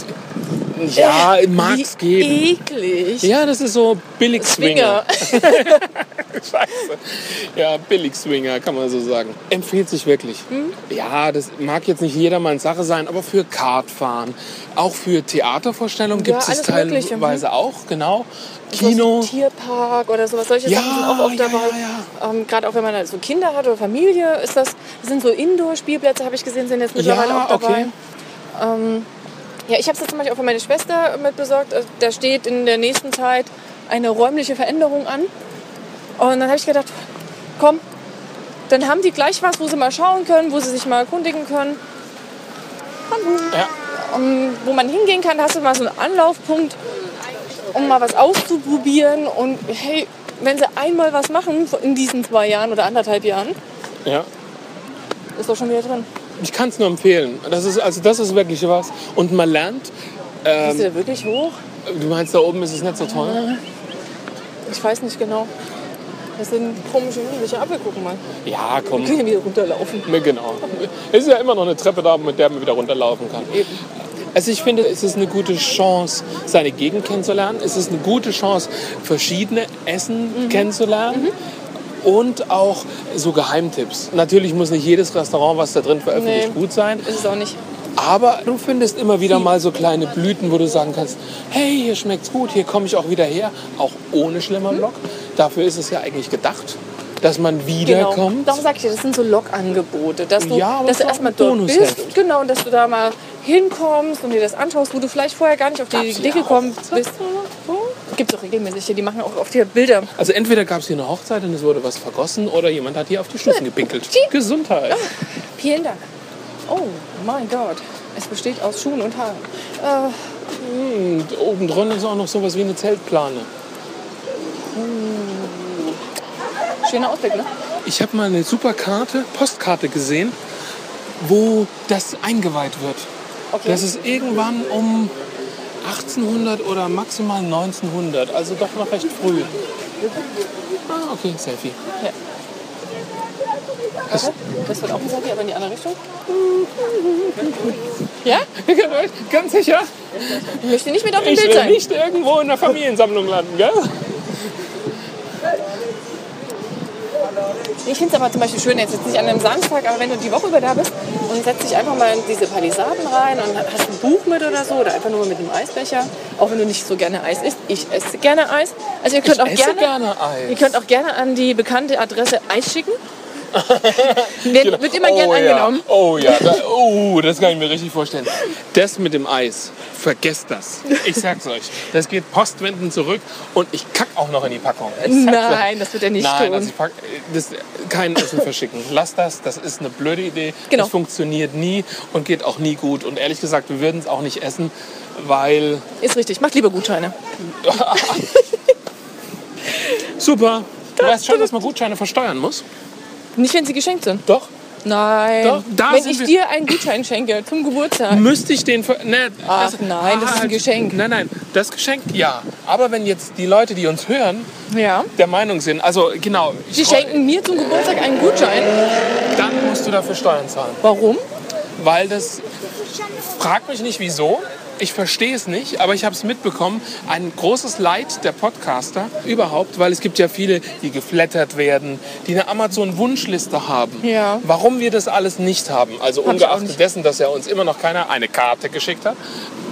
ja,
Äh,
mag es geben.
Eklig.
Ja, das ist so Billig-Swinger.
Finger.
Scheiße. Ja, Billig-Swinger, kann man so sagen. Empfiehlt sich wirklich.
Hm?
Ja, das mag jetzt nicht jedermanns Sache sein, aber für Kartfahren, auch für Theatervorstellungen
Ja,
gibt es
alles
teilweise
Mögliche, mhm.
auch, genau.
Sowas
Kino.
wie Tierpark oder sowas. Solche
Ja,
Sachen sind auch oft
ja,
dabei.
ja,
Ähm, Gerade auch wenn man so Kinder hat oder Familie, ist das, sind so Indoor-Spielplätze, habe ich gesehen, sind jetzt mittlerweile
Ja,
auch dabei.
okay.
Ähm, ja, ich habe es jetzt zum Beispiel auch für meine Schwester mit besorgt. Also, Da steht in der nächsten Zeit eine räumliche Veränderung an. Und dann habe ich gedacht, komm, dann haben die gleich was, wo sie mal schauen können, wo sie sich mal erkundigen können,
Ja.
ähm, wo man hingehen kann. Da hast du mal so einen Anlaufpunkt, um mal was auszuprobieren. Und hey, wenn sie einmal was machen so in diesen zwei Jahren oder anderthalb Jahren,
ja.
ist doch schon wieder drin.
Ich kann es nur empfehlen. Das ist, also das ist wirklich was. Und man lernt,
Ist der wirklich hoch?
du meinst, da oben ist es nicht so toll?
Ich weiß nicht genau. Das sind komische Hügel, welche Apfel gucken mal.
Ja, komm.
Können wieder runterlaufen.
Ne, genau. Es ist ja immer noch eine Treppe da, mit der man wieder runterlaufen kann. Also ich finde, es ist eine gute Chance, seine Gegend kennenzulernen. Es ist eine gute Chance, verschiedene
Mhm.
Essen kennenzulernen. Und auch so Geheimtipps. Natürlich muss nicht jedes Restaurant, was da drin veröffentlicht,
Nee. Hm.
gut sein.
Ist es auch nicht.
Aber du findest immer wieder mal so kleine Blüten, wo du sagen kannst, hey, hier schmeckt's gut, hier komme ich auch wieder her, auch ohne
Hm.
Schlemmerblock. Dafür ist es ja eigentlich gedacht, dass man wiederkommt.
Genau. Darum sag ich dir, das sind so Logangebote, dass du,
Ja, aber es
dass du
ist auch
erstmal
ein
dort
Bonusheft.
bist. Genau, und dass du da mal hinkommst und dir das anschaust, wo du vielleicht vorher gar nicht auf die
Gab's
Idee
hier auch?
gekommen bist. Gibt's auch regelmäßig hier, die machen auch oft hier Bilder.
Also entweder gab es hier eine Hochzeit und es wurde was vergossen oder jemand hat hier auf die Stufen gepinkelt. Gesundheit.
Vielen Dank. Oh mein Gott, es besteht aus Schuhen und Haaren. Äh,
Hm, Und obendran ist auch noch sowas wie eine Zeltplane.
schöner Ausblick, ne?
Ich habe mal eine super Karte, Postkarte gesehen, wo das eingeweiht wird.
Okay.
Dass es irgendwann um 1800 oder maximal 1900, also doch noch recht früh. Ah, okay, Selfie.
Das wird auch ein Selfie, aber in die andere Richtung.
Ja? Ihr könnt euch ganz sicher,
Ich möchte nicht mit auf dem
ich
Bild
will
sein.
nicht irgendwo in der Familiensammlung landen, gell?
Ich finde es aber zum Beispiel schön, jetzt jetzt nicht an einem Samstag, aber wenn du die Woche über da bist und setzt dich einfach mal in diese Palisaden rein und hast ein Buch mit oder so oder einfach nur mit einem Eisbecher. Auch wenn du nicht so gerne Eis isst. Ich esse gerne Eis. Also ihr könnt auch
esse
gerne,
gerne Eis.
Ihr könnt auch gerne an die bekannte Adresse Eis schicken. Wird, wird immer
oh,
gern angenommen.
Ja. Oh ja, da, oh, das kann ich mir richtig vorstellen. Das mit dem Eis, vergesst das. Ich sag's euch. Das geht postwendend zurück und ich kack auch noch in die Packung. Ich sag's euch.
Nein, das wird er nicht
Nein,
tun.
also ich pack, das, kein Essen verschicken. Lass das, das ist eine blöde Idee.
Genau.
Das funktioniert nie und geht auch nie gut. Und ehrlich gesagt, wir würden es auch nicht essen, weil...
Ist richtig. Macht lieber Gutscheine.
Super. Du weißt schon, dass man Gutscheine versteuern muss?
Nicht, wenn sie geschenkt sind.
Doch.
Nein.
Doch, da
wenn
sind
ich
wir-
dir einen Gutschein schenke zum Geburtstag.
Müsste ich den... ver- Ne, also,
Ach nein, das ist ein Geschenk.
Nein, nein, das Geschenk, ja. Aber wenn jetzt die Leute, die uns hören,
Ja.
der Meinung sind, also genau, ich
Sie
freu-
schenken mir zum Geburtstag einen Gutschein.
dann musst du dafür Steuern zahlen.
Warum?
Weil das, frag mich nicht wieso, ich verstehe es nicht, aber ich habe es mitbekommen, ein großes Leid der Podcaster überhaupt, weil es gibt ja viele, die geflattert werden, die eine Amazon-Wunschliste haben.
Ja.
Warum wir das alles nicht haben, also
Hab ich auch
ungeachtet
nicht.
dessen, dass ja uns immer noch keiner eine Karte geschickt hat.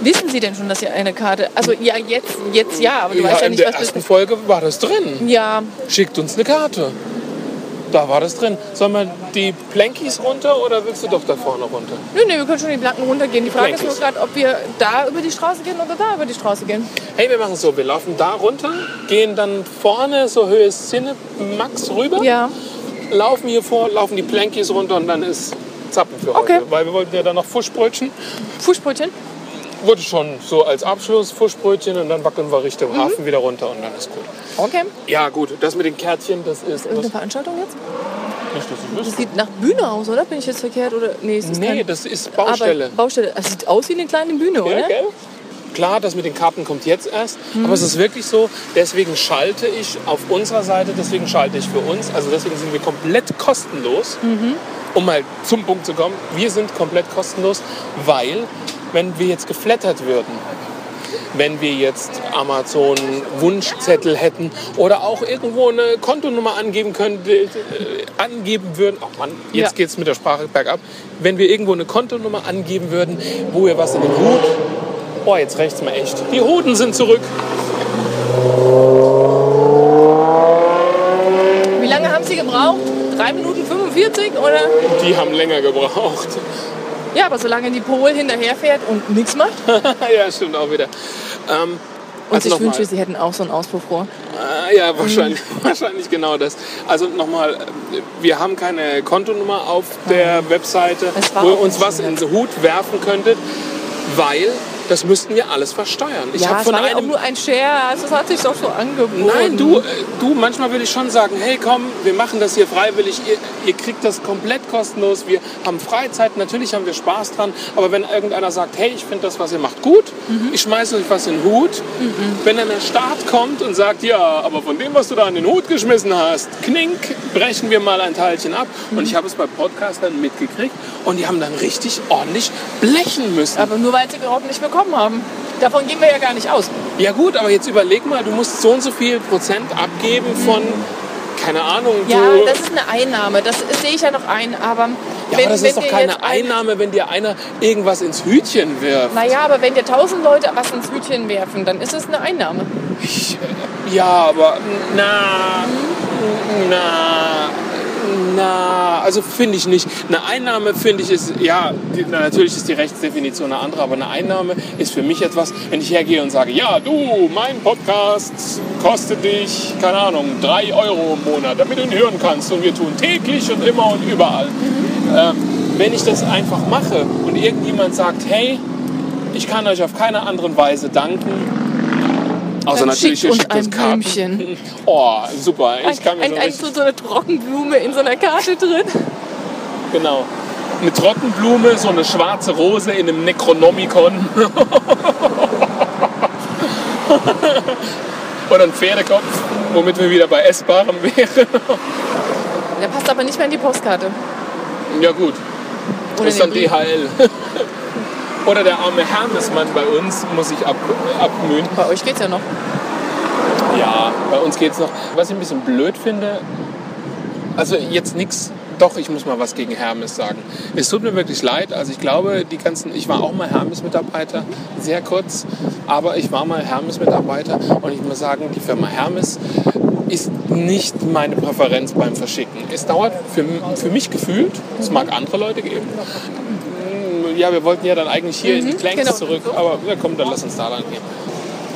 Wissen Sie denn schon, dass ihr eine Karte. Also ja, jetzt, jetzt ja, aber du
ja,
weißt ja
in
nicht,
der
was bis.
ersten Folge war das drin.
Ja,
schickt uns eine Karte. Da war das drin. Sollen wir die Plankies runter oder willst du doch da vorne runter?
nö, nö, wir können schon die Blanken runtergehen. Die Frage ist nur
Eigentlich.
gerade, ob wir da über die Straße gehen oder da über die Straße gehen.
Hey, wir machen es so, wir laufen da runter, gehen dann vorne so Höhe Sinne Max rüber,
Ja.
laufen hier vor, laufen die Plankies runter und dann ist Zappen für
Okay.
heute. Weil wir wollten ja dann noch Fuschbrötchen.
Fußbrötchen?
Wurde schon so als Abschluss Fuschbrötchen und dann wackeln wir
Mhm.
Richtung Hafen wieder runter und dann ist gut.
Okay.
Ja gut, das mit den Kärtchen, das ist... Das,
Irgendeine Veranstaltung jetzt?
nicht, dass ich
Das
wüsste.
sieht nach Bühne aus, oder? Bin ich jetzt verkehrt? Oder? Nee, es ist
Nee,
kein-
das ist
Aber-
Baustelle.
Baustelle. Das sieht aus wie eine kleine Bühne, oder? Hm.
Ja, gell? Klar, das mit den Karten kommt jetzt erst, aber es ist wirklich so, deswegen schalte ich auf unserer Seite, deswegen schalte ich für uns, also deswegen sind wir komplett kostenlos,
Mhm.
um mal zum Punkt zu kommen, wir sind komplett kostenlos, weil wenn wir jetzt geflattert würden, wenn wir jetzt Amazon Wunschzettel hätten oder auch irgendwo eine Kontonummer angeben können, äh, angeben würden. Ach Mann, jetzt
Ja.
geht's mit der Sprache bergab. Wenn wir irgendwo eine Kontonummer angeben würden, wo ihr was in den Hut. Oh, jetzt rechts mal echt. Die Hoden sind zurück.
Wie lange haben Sie gebraucht? 3 Minuten 45 oder?
Die haben länger gebraucht.
Ja, aber solange die Pol hinterherfährt und nichts macht.
ja, stimmt auch wieder. Ähm,
Und
also
ich
nochmal.
wünsche, Sie hätten auch so ein Auspuffrohr.
Äh, ja, wahrscheinlich, wahrscheinlich genau das. Also nochmal, äh, wir haben keine Kontonummer auf der Webseite,
Es war
wo ihr
auch
uns
nicht
was
so
in den Hut werfen könntet, weil das müssten wir alles versteuern. Ich
ja,
habe
es
von
war ja auch
einem.
nur ein Scherz. Das hat sich doch so angeboten.
Nein, du, äh, du, manchmal würde ich schon sagen, hey komm, wir machen das hier freiwillig, ihr, ihr kriegt das komplett kostenlos, wir haben Freizeit, natürlich haben wir Spaß dran, aber wenn irgendeiner sagt, hey, ich finde das, was ihr macht, gut, ich schmeiße euch was in den Hut, wenn dann der Staat kommt und sagt, ja, aber von dem, was du da in den Hut geschmissen hast, knink, brechen wir mal ein Teilchen ab und ich habe es bei Podcastern mitgekriegt und die haben dann richtig ordentlich blechen müssen.
Aber nur weil sie überhaupt nicht bekommen haben. Davon gehen wir ja gar nicht aus.
Ja gut, aber jetzt überleg mal, du musst so und so viel Prozent abgeben von, keine Ahnung,
Ja,
du,
das ist eine Einnahme. Das ist- sehe ich ja noch ein. Aber
ja
wenn,
aber das
wenn
ist doch
dir
keine
jetzt ein-
Einnahme, wenn dir einer irgendwas ins Hütchen wirft.
Naja, aber wenn dir tausend Leute was ins Hütchen werfen, dann ist es eine Einnahme.
Ja, aber na, na, na, also finde ich nicht. Eine Einnahme finde ich ist, ja, die, na, natürlich ist die Rechtsdefinition eine andere, aber eine Einnahme ist für mich etwas, wenn ich hergehe und sage, ja, du, mein Podcast kostet dich, keine Ahnung, drei Euro im Monat, damit du ihn hören kannst und wir tun täglich und immer und überall. Ähm, wenn ich das einfach mache und irgendjemand sagt, hey, ich kann euch auf keine anderen Weise danken, außer
Dann
natürlich,
schickt
ihr
uns
schickt
ein
uns Karten.
Blümchen.
Oh, super. Ich kann mir
ein,
schon
ein,
richtig,
so, so eine Trockenblume in so einer Karte drin.
genau. Eine Trockenblume, so eine schwarze Rose in einem Necronomicon. Oder ein Pferdekopf, womit wir wieder bei Essbarem wären.
Der passt aber nicht mehr in die Postkarte.
Ja gut,
Oder
ist dann
in den Brief.
DHL. Oder der arme Hermesmann bei uns muss sich ab, abmühen.
Bei euch geht's ja noch.
Ja, bei uns geht's noch. Was ich ein bisschen blöd finde, also jetzt nix, doch, ich muss mal was gegen Hermes sagen. Es tut mir wirklich leid, also ich glaube, die ganzen, ich war auch mal Hermes-Mitarbeiter, sehr kurz, aber ich war mal Hermes-Mitarbeiter und ich muss sagen, die Firma Hermes ist nicht meine Präferenz beim Verschicken. Es dauert für, für mich gefühlt, es mag andere Leute geben, ja, wir wollten ja dann eigentlich hier in die Klängs
genau.
zurück, aber ja, komm, dann lass uns da lang gehen.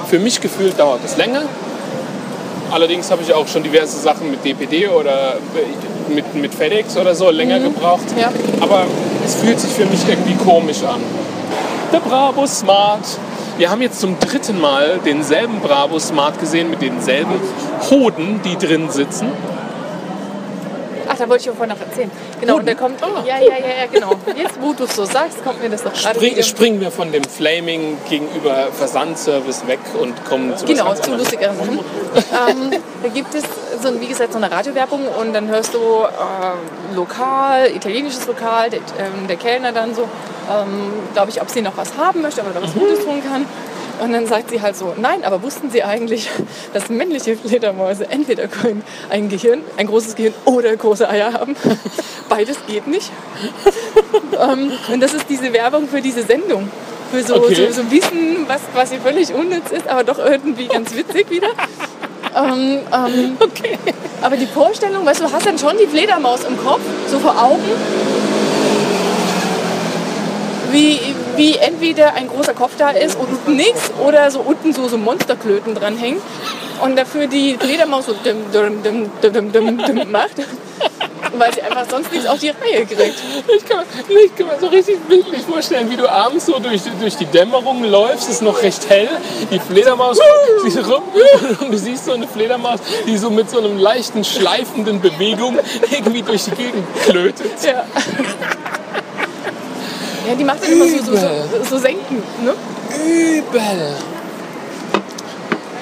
Für mich gefühlt dauert es länger. Allerdings habe ich auch schon diverse Sachen mit DPD oder mit, mit FedEx oder so länger gebraucht.
Mhm. Ja.
Aber es fühlt sich für mich irgendwie komisch an. Der Bravo Smart. Wir haben jetzt zum dritten Mal denselben Bravo Smart gesehen mit denselben Hoden, die drin sitzen.
Ach, da wollte ich ja vorhin noch erzählen. Genau, und der kommt.
Ah.
Ja, ja, ja, ja, genau. Jetzt, wo du es so sagst, kommt mir das doch gerade
Spring,
wieder.
springen wir von dem Flaming gegenüber Versandservice weg und kommen zu was
Genau,
ganz
zu
anderem.
lustigeren
Mhm.
Sachen. ähm, da gibt es, so, ein- wie gesagt, so eine Radiowerbung und dann hörst du ähm, lokal, italienisches Lokal, der, ähm, der Kellner dann so, ähm, glaube ich, ob sie noch was haben möchte, ob er da was
Mhm.
Gutes tun kann. Und dann sagt sie halt so, nein, aber wussten Sie eigentlich, dass männliche Fledermäuse entweder können ein Gehirn, ein großes Gehirn oder große Eier haben? Beides geht nicht. ähm, und das ist diese Werbung für diese Sendung. Für so,
Okay.
so, so Wissen, was quasi völlig unnütz ist, aber doch irgendwie ganz witzig wieder. Ähm, ähm, Aber die Vorstellung, weißt du, du hast dann schon die Fledermaus im Kopf, so vor Augen. Wie, wie entweder ein großer Kopf da ist und unten nichts oder so unten so, so Monsterklöten dranhängen und dafür die Fledermaus so dim, dim, dim, dim, dim, dim, dim macht, weil sie einfach sonst nichts auf die Reihe kriegt.
Ich kann, mir- ich kann mir so richtig bildlich vorstellen, wie du abends so durch, durch die Dämmerung läufst, es ist noch recht hell, die Fledermaus sie rum und du siehst so eine Fledermaus, die so mit so einem leichten schleifenden Bewegung irgendwie durch die Gegend klötet.
Ja. Ja, die macht dann immer so, so, so, so senken, ne?
Übel.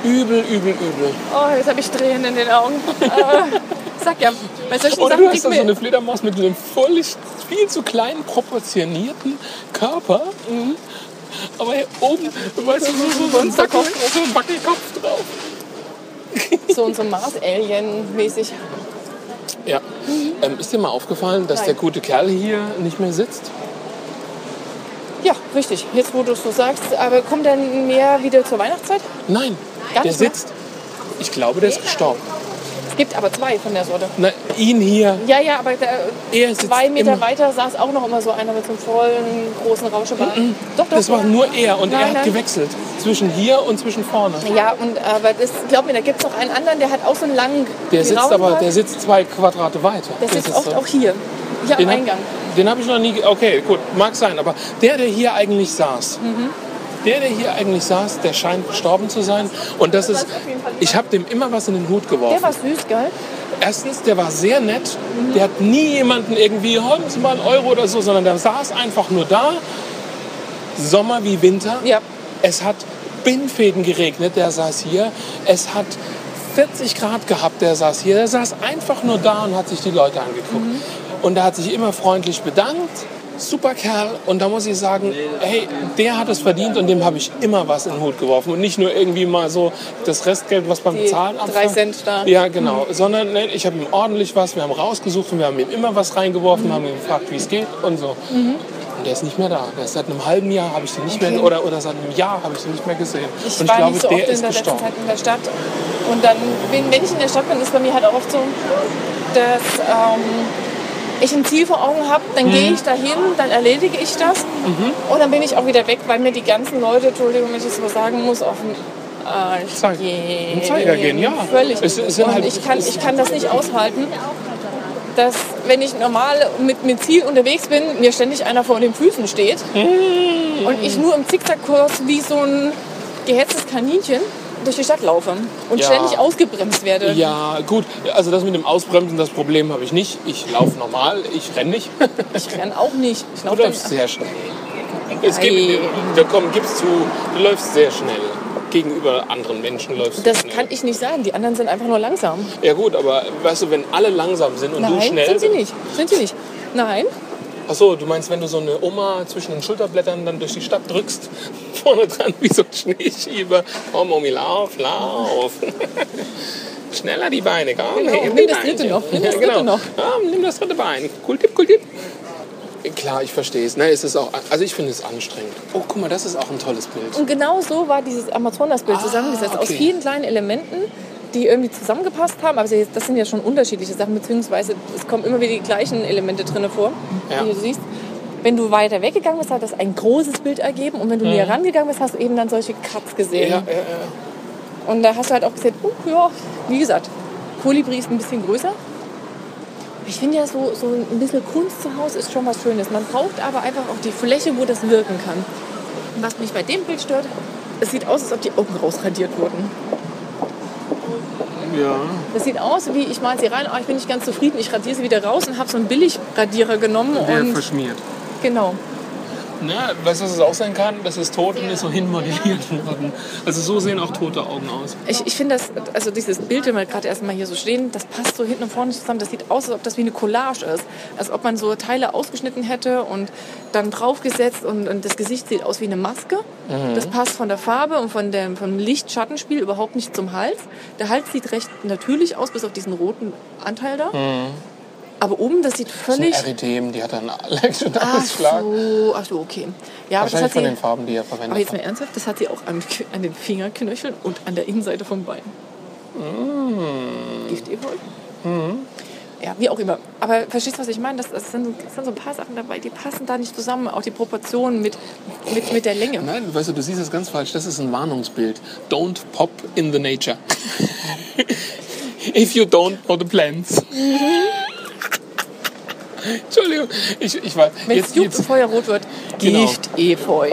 Übel, übel, übel.
Oh, jetzt habe ich Tränen in den Augen. Äh, sag ja, bei solchen
Oder
Sachen
du hast
kriegt
da so
man-
eine Fledermaus mit einem völlig viel zu kleinen, proportionierten Körper. Mhm. Aber hier oben, weißt du, so, so, so, ein
Monsterkopf.
Wackel- so ein Wackelkopf drauf.
so und so Mars-Alien-mäßig.
Ja. Ähm, ist dir mal aufgefallen, dass
Nein.
der gute Kerl hier nicht mehr sitzt?
Ja, richtig. Jetzt, wo du es so sagst. Aber kommt dann mehr wieder zur Weihnachtszeit?
Nein,
Gar
der
nicht mehr?
sitzt. Ich glaube, der ist gestorben.
Es gibt aber zwei von der Sorte.
Na, ihn hier,
Ja, ja, aber da,
er sitzt
zwei Meter
immer.
weiter saß auch noch immer so einer mit so einem vollen, großen Rauschebart. Doch, doch.
Das war
ja.
nur er und er
Nein,
hat
nein.
gewechselt. Zwischen hier und zwischen vorne.
Ja, und, aber das, glaub mir, da gibt es noch einen anderen, der hat auch so einen langen
Der sitzt
grauen
aber,
Bart.
der sitzt zwei Quadrate weiter.
Der sitzt
ist
oft
so. Genau.
auch hier. Hier am
Den hab-
Eingang.
Den habe ich noch nie. ge- Okay, gut, mag sein. Aber der, der hier eigentlich saß,
Mhm.
der, der hier eigentlich saß, der scheint gestorben zu sein. Und das ist. Ich habe dem immer was in den Hut geworfen.
Der war süß, gell?
Erstens, der war sehr nett. Der hat nie jemanden irgendwie, haben Sie mal einen Euro oder so, sondern der saß einfach nur da. Sommer wie Winter.
Ja.
Es hat Bindfäden geregnet, der saß hier. Es hat 40 Grad gehabt, der saß hier. Der saß einfach nur da und hat sich die Leute angeguckt.
Mhm.
Und der hat sich immer freundlich bedankt. Super Kerl. Und da muss ich sagen, hey, der hat es verdient und dem habe ich immer was in den Hut geworfen. Und nicht nur irgendwie mal so das Restgeld, was beim
Die
Bezahlen
drei
abfällt.
Cent da.
Ja, genau. Sondern ne, ich habe ihm ordentlich was, wir haben rausgesucht und wir haben ihm immer was reingeworfen, haben ihn gefragt, wie es geht und so.
Mhm.
Und der ist nicht mehr da. Der ist seit einem halben Jahr habe ich ihn nicht mehr oder, oder seit einem Jahr habe ich ihn nicht mehr gesehen.
Ich
und ich
war
glaube,
nicht so
der
oft in
ist
der letzten
gestorben.
Zeit in der Stadt. Und dann, wenn, wenn ich in der Stadt bin, ist bei mir halt auch oft so, dass ähm, ich ein Ziel vor Augen habe, dann gehe
Mhm.
ich dahin, dann erledige ich das und dann bin ich auch wieder weg, weil mir die ganzen Leute, Entschuldigung, wenn ich das so sagen muss, auf äh, den Arsch
Zeig-
gehen.
den Zeiger gehen, ja.
Völlig.
Es- es sind
und
halt-
ich, kann,
es-
ich kann das nicht aushalten, dass wenn ich normal mit, mit Ziel unterwegs bin, mir ständig einer vor den Füßen steht
Mm.
und ich nur im Zickzackkurs wie so ein gehetztes Kaninchen durch die Stadt laufe und
Ja.
ständig ausgebremst werde.
Ja, gut. Also das mit dem Ausbremsen, das Problem habe ich nicht. Ich laufe normal, ich renne nicht.
Ich renn auch nicht. Ich
Du
laufe
läufst sehr schnell. Es gibt,
Ei.
da komm, gib's zu, du läufst sehr schnell. gegenüber anderen Menschen läufst.
Das
du
kann ich nicht sagen. Die anderen sind einfach nur langsam.
Ja gut, aber weißt du, wenn alle langsam sind und
Nein,
du schnell.
sind sie nicht. Sind sie nicht. Nein,
Ach so, du meinst, wenn du so eine Oma zwischen den Schulterblättern dann durch die Stadt drückst, vorne dran wie so ein Schneeschieber. Komm, Omi, lauf, lauf. Schneller die Beine, komm.
Genau,
heb
nimm
die
das dritte
Beine.
noch, nimm das
Ja,
dritte
genau.
noch.
Ja, nimm das dritte Bein. Cool Tipp, cool Tipp. Klar, ich verstehe es. Ne, es ist auch, also ich finde es anstrengend. Oh, guck mal, das ist auch ein tolles Bild.
Und genau so war dieses Amazonas-Bild zusammengesetzt. Aus
Ah, okay.
vielen kleinen Elementen, die irgendwie zusammengepasst haben. Aber das sind ja schon unterschiedliche Sachen, beziehungsweise es kommen immer wieder die gleichen Elemente drin vor,
Ja.
die du siehst. Wenn du weiter weggegangen bist, hat das ein großes Bild ergeben. Und wenn du näher rangegangen bist, hast du eben dann solche Cuts gesehen.
Mhm. Ja, ja, ja.
Und da hast du halt auch gesehen, oh, ja, wie gesagt, Kolibri ist ein bisschen größer. Ich finde ja, so, so ein bisschen Kunst zu Hause ist schon was Schönes. Man braucht aber einfach auch die Fläche, wo das wirken kann. Was mich bei dem Bild stört, es sieht aus, als ob die Augen rausradiert wurden.
ja.
Das sieht aus, wie ich mal sie rein, aber ich bin nicht ganz zufrieden. Ich radiere sie wieder raus und habe so einen Billigradierer genommen.
Der
Und
verschmiert.
genau.
Ne, weißt du, was es auch sein kann? Dass das Toten ist so hinmodelliert worden. Also so sehen auch tote Augen aus.
Ich, ich finde das, also dieses Bild, den wir gerade erstmal hier so stehen, das passt so hinten und vorne nicht zusammen. Das sieht aus, als ob das wie eine Collage ist. Als ob man so Teile ausgeschnitten hätte und dann draufgesetzt und, und das Gesicht sieht aus wie eine Maske.
Mhm.
Das passt von der Farbe und von dem, vom Licht-Schattenspiel überhaupt nicht zum Hals. Der Hals sieht recht natürlich aus, bis auf diesen roten Anteil da. Aber oben, das sieht
Mhm. Das
völlig...
ist ein Erythem, die hat einen allergischen
Ach
Ausschlag.
so, ach so, okay. Ja, aber das
Wahrscheinlich
hat
von
sie...
den Farben, die er
Aber
verwendet
jetzt
hat.
mal ernsthaft, das hat sie auch an, an den Fingerknöcheln und an der Innenseite vom Bein.
Mm.
Gift ihr wohl? Ja, wie auch immer. Aber verstehst du, was ich meine? Das, das, sind, das sind so ein paar Sachen dabei, die passen da nicht zusammen. Auch die Proportionen mit, mit, mit der Länge. ne?
Nein, weißt du, du siehst es ganz falsch. Das ist ein Warnungsbild. Don't pop in the nature. If you don't know the plants. Entschuldigung, ich, ich war
Wenn es
jetzt,
juckt
jetzt
und Feuer rot wird,
Genau.
Gift-Efeu.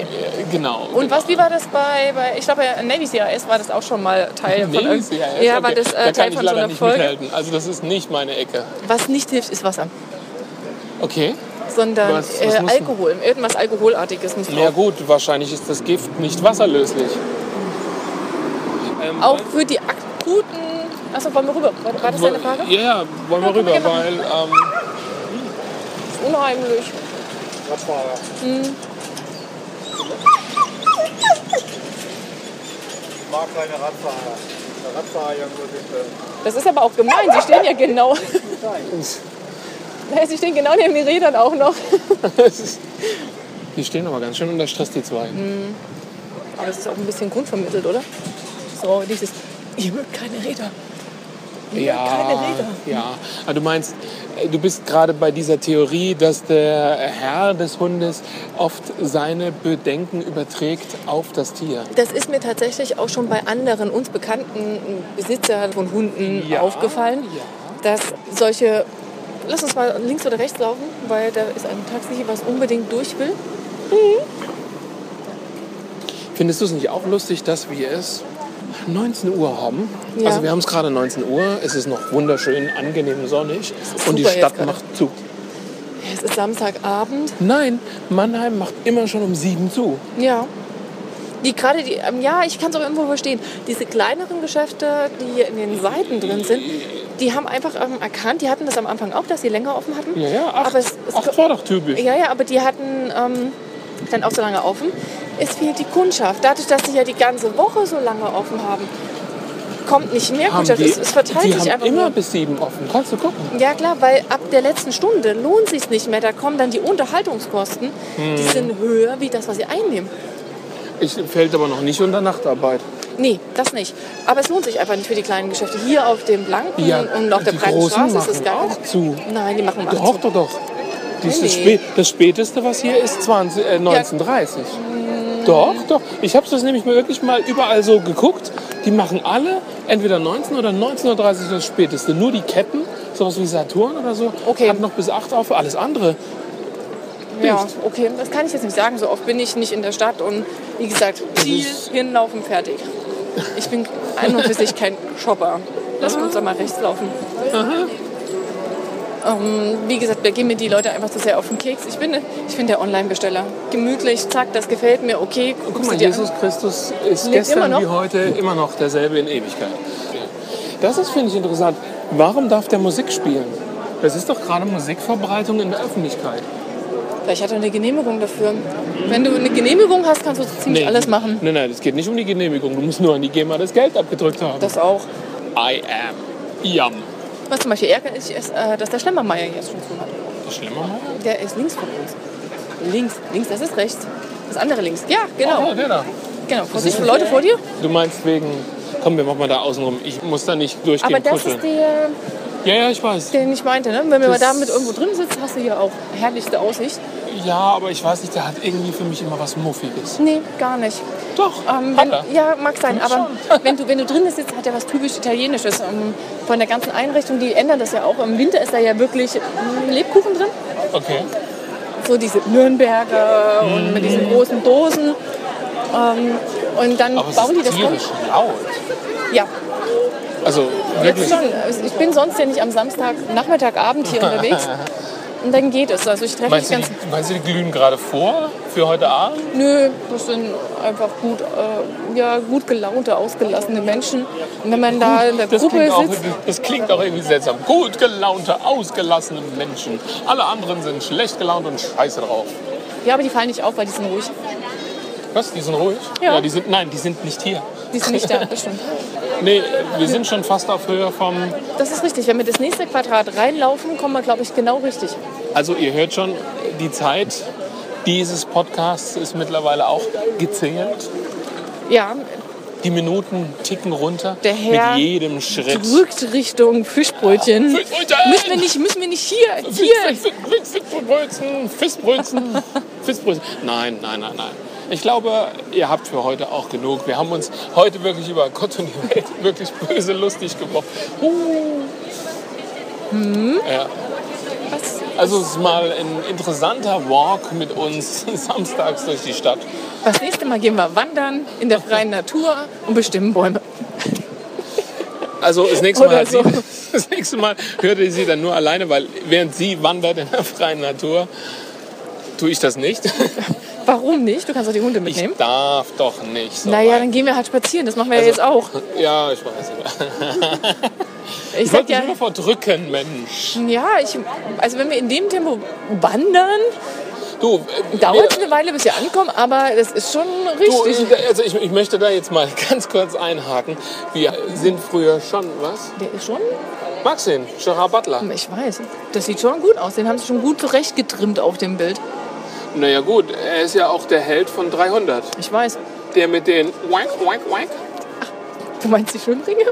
genau.
Und was, wie war das bei, bei ich glaube, bei Navy CRS war das auch schon mal Teil von
Nee,
irgend-
ja, ja,
Ja,
okay.
war
da
das äh,
kann
Teil
ich
von so
leider
einer
nicht
Folge.
mithalten. Also das ist nicht meine Ecke.
Was nicht hilft, ist Wasser,
Okay.
sondern
Was- was
äh,
muss denn-
Alkohol. Irgendwas Alkoholartiges muss
Ja
drauf.
gut, wahrscheinlich ist das Gift nicht wasserlöslich. Ähm,
Auch für die akuten. Achso, wollen wir rüber? War, war das deine Frage?
Ja, ja, wollen wir
Ja, komm,
rüber,
wir gehen mal.
weil ähm,
Unheimlich.
Ich mag keine Radfahrer. Der Radfahrer ja nur den
Das ist aber auch gemein. Sie stehen ja genau. Nein, sie stehen genau neben den Rädern auch noch.
es ist- die stehen aber ganz schön unter Stress, die zwei.
Mhm. Aber es ist auch ein bisschen grundvermittelt, oder? So, dieses. Ihr mögt keine Räder.
Ja,
keine Räder.
ja. Aber du meinst, äh, du bist gerade bei dieser Theorie, dass der Herr des Hundes oft seine Bedenken überträgt auf das Tier.
Das ist mir tatsächlich auch schon bei anderen uns bekannten Besitzern von Hunden
Ja,
aufgefallen,
ja.
dass solche. Lass uns mal links oder rechts laufen, weil da ist ein Taxi, was unbedingt durch will.
Findest du es nicht auch lustig, dass wir es 19 Uhr haben?
Ja.
Also wir haben es gerade 19 Uhr, es ist noch wunderschön, angenehm sonnig
ist
und die
super jetzt
Stadt
gerade.
macht zu.
Es ist Samstagabend.
Nein, Mannheim macht immer schon um 7 zu.
Ja. Die gerade die, ähm, ja, ich kann es auch irgendwo verstehen. Diese kleineren Geschäfte, die hier in den Seiten drin sind, die haben einfach ähm, erkannt, die hatten das am Anfang auch, dass sie länger offen hatten.
Ja, ja, acht,
aber es, es,
acht war doch typisch.
ja, ja, aber die hatten ähm, dann auch so lange offen. Es fehlt die Kundschaft. Dadurch, dass sie ja die ganze Woche so lange offen haben, kommt nicht mehr
Haben
Kundschaft.
die,
Es, es verteilt
die
sich
haben
einfach
immer
nur.
bis 7 offen. Kannst du gucken.
Ja klar, weil ab der letzten Stunde lohnt sich nicht mehr. Da kommen dann die Unterhaltungskosten,
Hm.
die sind höher wie das, was sie einnehmen.
Ich fällt aber noch nicht unter Nachtarbeit.
Nee, das nicht. Aber es lohnt sich einfach nicht für die kleinen Geschäfte. Hier auf dem Blanken
Ja,
und auf der
die
breiten
Großen
Straße
machen
ist es gar
auch zu.
Nein, die machen um 18
Doch, doch, doch. Dies ist
Nee.
spät, das Späteste, was hier ist, 20, äh, 1930. Doch, doch. Ich habe das nämlich mal wirklich mal überall so geguckt. Die machen alle entweder 19 oder 19.30 Uhr das Späteste. Nur die Ketten, sowas wie Saturn oder so,
Okay.
hat noch bis 8 auf. Alles andere.
Ja,
Nicht.
okay, das kann ich jetzt nicht sagen. So oft bin ich nicht in der Stadt und wie gesagt, Ziel,
ist-
hinlaufen, fertig. Ich bin an und für sich kein Shopper. Lass uns doch mal rechts laufen. Ähm, wie gesagt, da gehen mir die Leute einfach zu sehr auf den Keks. Ich bin, ich bin der Online-Besteller. Gemütlich, zack, das gefällt mir, okay.
Oh, Guck
guckst du
mal,
dir an.
Jesus Christus ist
Lebt
gestern
immer noch?
wie heute immer noch derselbe in Ewigkeit. Das ist, finde ich, interessant. Warum darf der Musik spielen? Das ist doch gerade Musikverbreitung in der Öffentlichkeit.
Vielleicht hat er eine Genehmigung dafür. Wenn du eine Genehmigung hast, kannst du so ziemlich alles machen.
Nein, nein, es geht nicht um die Genehmigung. Du musst nur an die GEMA das Geld abgedrückt haben.
Das auch.
I am. Yum.
Was zum Beispiel ärgert ist, ist äh, dass der Schlemmermeier jetzt schon zu hat.
Schlimmer mal?
Der ist links von uns. Links, links, das ist rechts. Das andere links. Ja, genau.
Oh, der da.
genau. Vorsicht, Leute vor dir.
Du meinst wegen. Komm, wir machen mal da außen rum. Ich muss da nicht durchgehen.
Aber das
kuscheln.
ist der,
ja, ja, ich weiß.
den ich meinte. Ne? Wenn wir mal
Das-
da mit irgendwo drin sitzen, hast du hier auch herrlichste Aussicht.
Ja, aber ich weiß nicht, der hat irgendwie für mich immer was Muffiges.
Nee, gar nicht.
Doch,
Ähm,
hat
wenn,
er.
ja, mag sein, aber wenn du, wenn du drin sitzt, hat er was typisch Italienisches. Ähm, von der ganzen Einrichtung, die ändern das ja auch. Im Winter ist da ja wirklich ähm, Lebkuchen drin.
Okay.
So diese Nürnberger und mit diesen großen Dosen. Ähm, und dann
Mhm. Aber es
bauen die
ist
das
tierisch
um.
laut.
Ja,
Also
jetzt
wirklich.
schon. Also Ich bin sonst ja nicht am Samstag, Nachmittag, Abend hier unterwegs. Und dann geht es. Also ich treffe mich
Meinst du,
ganz.
die, meinst du, die glühen gerade vor für heute Abend?
Nö, das sind einfach gut, äh, ja, gut gelaunte, ausgelassene Menschen. Und wenn man da in der
Das
Gruppe
klingt, auch,
sitzt.
das klingt auch irgendwie seltsam. Gut gelaunte, ausgelassene Menschen. Alle anderen sind schlecht gelaunt und scheiße drauf.
Ja, aber die fallen nicht auf, weil die sind ruhig.
Was? Die sind ruhig?
Ja.
die sind, nein, die sind nicht hier.
Die sind nicht da, das stimmt.
Nee, wir sind schon fast auf Höhe vom.
Das ist richtig. Wenn wir das nächste Quadrat reinlaufen, kommen wir, glaube ich, genau richtig.
Also ihr hört schon, die Zeit dieses Podcasts ist mittlerweile auch gezählt.
Ja,
Die Minuten ticken runter
Der Herr
mit jedem Schritt.
drückt Richtung Fischbrötchen.
Fischbrötchen!
Müssen wir nicht, müssen wir nicht hier, hier.
Fischbrötchen, Fischbrötchen, Fischbrötchen. Nein, nein, nein, nein. Ich glaube, ihr habt für heute auch genug. Wir haben uns heute wirklich über Gott und die Welt wirklich böse lustig gemacht. Uh.
Hm?
Ja. Also es ist mal ein interessanter Walk mit uns samstags durch die Stadt.
Das nächste Mal gehen wir wandern in der freien Natur und bestimmen Bäume.
Also das nächste Mal,
Oder
hat
so.
sie, das nächste Mal hörte sie dann nur alleine, weil während sie wandert in der freien Natur, tue ich das nicht.
Warum nicht? Du kannst auch die Hunde
Ich
mitnehmen.
darf doch nicht. So
naja,
weit.
dann gehen wir halt spazieren. Das machen wir ja
Also-
jetzt auch.
Ja, ich weiß. Ich,
Ich sag
wollte
ja,
dich nur verdrücken, Mensch.
ja, ich, also wenn wir in dem Tempo wandern,
Du, äh,
dauert es
wir-
eine Weile, bis wir ankommen, aber das ist schon
du,
richtig.
äh, also ich, ich möchte da jetzt mal ganz kurz einhaken. Wir sind früher schon, was?
Der ist schon
Maxim, Gerard Butler.
Ich weiß. Das sieht schon gut aus. Den haben sie schon gut zurechtgetrimmt auf dem Bild.
Naja gut, er ist ja auch der Held von 300.
Ich weiß.
Der mit den Wank, Wank, Wank.
Du meinst die Schwimmringe?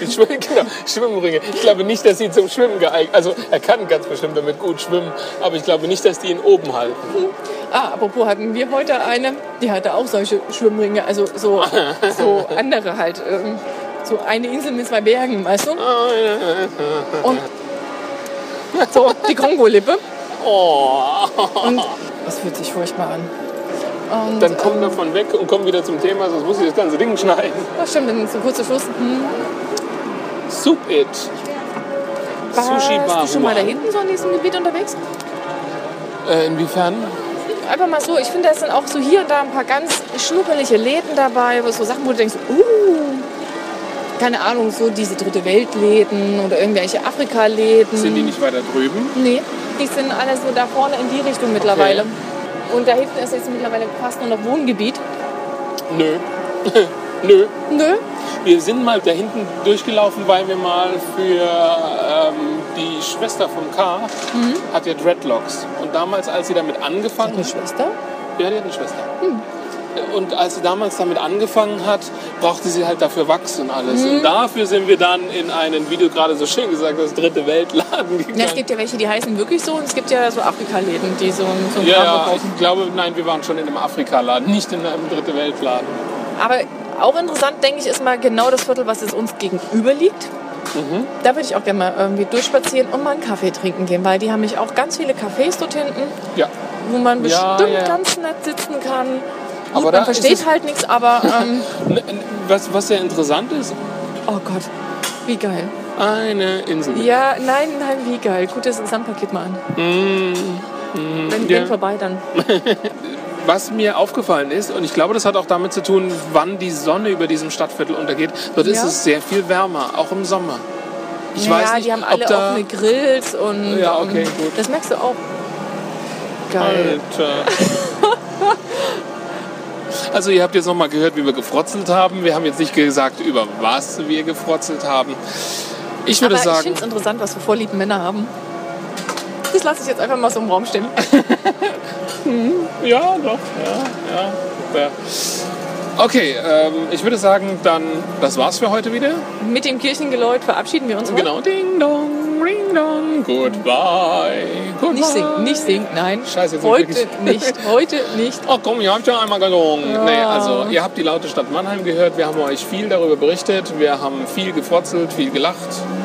Die Schwim genau, Schwimmringe. Ich glaube nicht, dass sie zum Schwimmen geeignet Also er kann ganz bestimmt damit gut schwimmen, aber ich glaube nicht, dass die ihn oben halten.
Ah, apropos hatten wir heute eine, die hatte auch solche Schwimmringe. Also so, so andere halt. ähm, So eine Insel mit zwei Bergen, weißt du? Und so die Kongo-Lippe.
Oh.
Das fühlt sich furchtbar an. Und
Dann kommen wir davon weg und kommen wieder zum Thema, sonst muss ich das ganze Ding schneiden.
das stimmt, dann so kurzer Schluss. Hm,
Soup It. Sushi Bar.
warst du schon mal da hinten so in diesem Gebiet unterwegs?
Äh, inwiefern?
Einfach mal so, ich finde, da sind auch so hier und da ein paar ganz schnupperliche Läden dabei, wo so Sachen, wo du denkst, uh, keine Ahnung, so diese dritte Welt-Läden oder irgendwelche Afrika-Läden.
Sind die nicht weiter drüben?
Nee, die sind alle so da vorne in die Richtung mittlerweile. Und da hinten ist jetzt mittlerweile fast nur noch Wohngebiet.
Nö. Nö.
Nö,
Wir sind mal da hinten durchgelaufen, weil wir mal für ähm, die Schwester von K.
Mhm.
hat ja Dreadlocks. Und damals, als sie damit angefangen
eine Schwester.
Ja, die hat eine Schwester. Und als sie damals damit angefangen hat, brauchte sie halt dafür Wachs und alles.
Mhm.
Und dafür sind wir dann in einen, wie du gerade so schön gesagt hast, dritte Weltladen gegangen.
Ja, es gibt ja welche, die heißen wirklich so und es gibt ja so Afrika-Läden, die so, so ein
ja,
Kram
ja,
verkaufen.
ich glaube, nein, wir waren schon in einem Afrika-Laden, nicht in einem dritte Weltladen.
Aber auch interessant, denke ich, ist mal genau das Viertel, was es uns gegenüber liegt.
Mhm.
Da würde ich auch gerne mal irgendwie durchspazieren und mal einen Kaffee trinken gehen, weil die haben nämlich auch ganz viele Cafés dort hinten,
Ja.
wo man
Ja,
bestimmt
ja, ja.
ganz nett sitzen kann. Gut,
Aber da
man
ist es-
versteht halt nichts, aber ähm,
N- n- Was, was sehr interessant ist,
oh Gott, wie geil.
Eine Insel.
Ja, nein, nein, wie geil. Gut, das Gesamtpaket mal an. Wenn wir
Mm, ja.
gehen vorbei, dann.
Was mir aufgefallen ist, und ich glaube, das hat auch damit zu tun, wann die Sonne über diesem Stadtviertel untergeht, dort ist
Ja.
es sehr viel wärmer, auch im Sommer. Ich
ja,
weiß nicht,
die haben
ob
alle
da...
offene Grills und.
Ja, okay,
und-
gut.
Das merkst du auch. Geil.
Alter. Also ihr habt jetzt nochmal gehört, wie wir gefrotzelt haben. Wir haben jetzt nicht gesagt, über was wir gefrotzelt haben. Ich würde
Aber ich
sagen,
finde es interessant, was für Vorlieben Männer haben. Das lasse ich jetzt einfach mal so im Raum stehen.
ja, doch, ja, ja. ja. Okay, ähm, ich würde sagen, dann, das war's für heute wieder.
Mit dem Kirchengeläut verabschieden wir uns. heute.
Genau, ding dong, ring dong, goodbye. goodbye.
Nicht singen, nicht singen, nein.
Scheiße, jetzt hab
heute
ich
nicht, heute nicht.
Oh komm, ihr habt ja einmal gesungen.
Ja.
Nee, also ihr habt die laute Stadt Mannheim gehört. Wir haben euch viel darüber berichtet. Wir haben viel gefrotzelt, viel gelacht.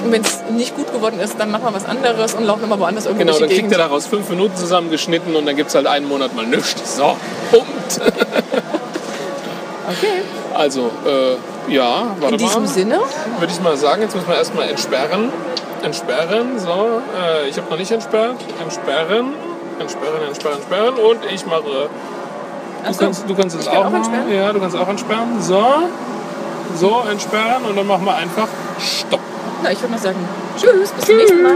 Und wenn es nicht gut geworden ist, dann machen wir was anderes und laufen immer woanders irgendwo
Genau,
durch
dann
die
kriegt
Gegend.
ihr daraus fünf Minuten zusammengeschnitten und dann gibt es halt einen Monat mal nichts. So, Punkt.
Okay.
Also, äh, ja, warte
In diesem
mal.
Sinne,
Würde ich mal sagen, jetzt müssen wir erstmal entsperren. Entsperren, so. Äh, ich habe noch nicht entsperrt. Entsperren. Entsperren, entsperren, entsperren. Und ich mache. Du kannst, du kannst es
Ich kann
auch,
auch
machen.
entsperren?
Ja, du kannst auch entsperren. So. So, entsperren. Und dann machen wir einfach Stopp.
na, ich würde mal sagen, tschüss, bis zum nächsten Mal.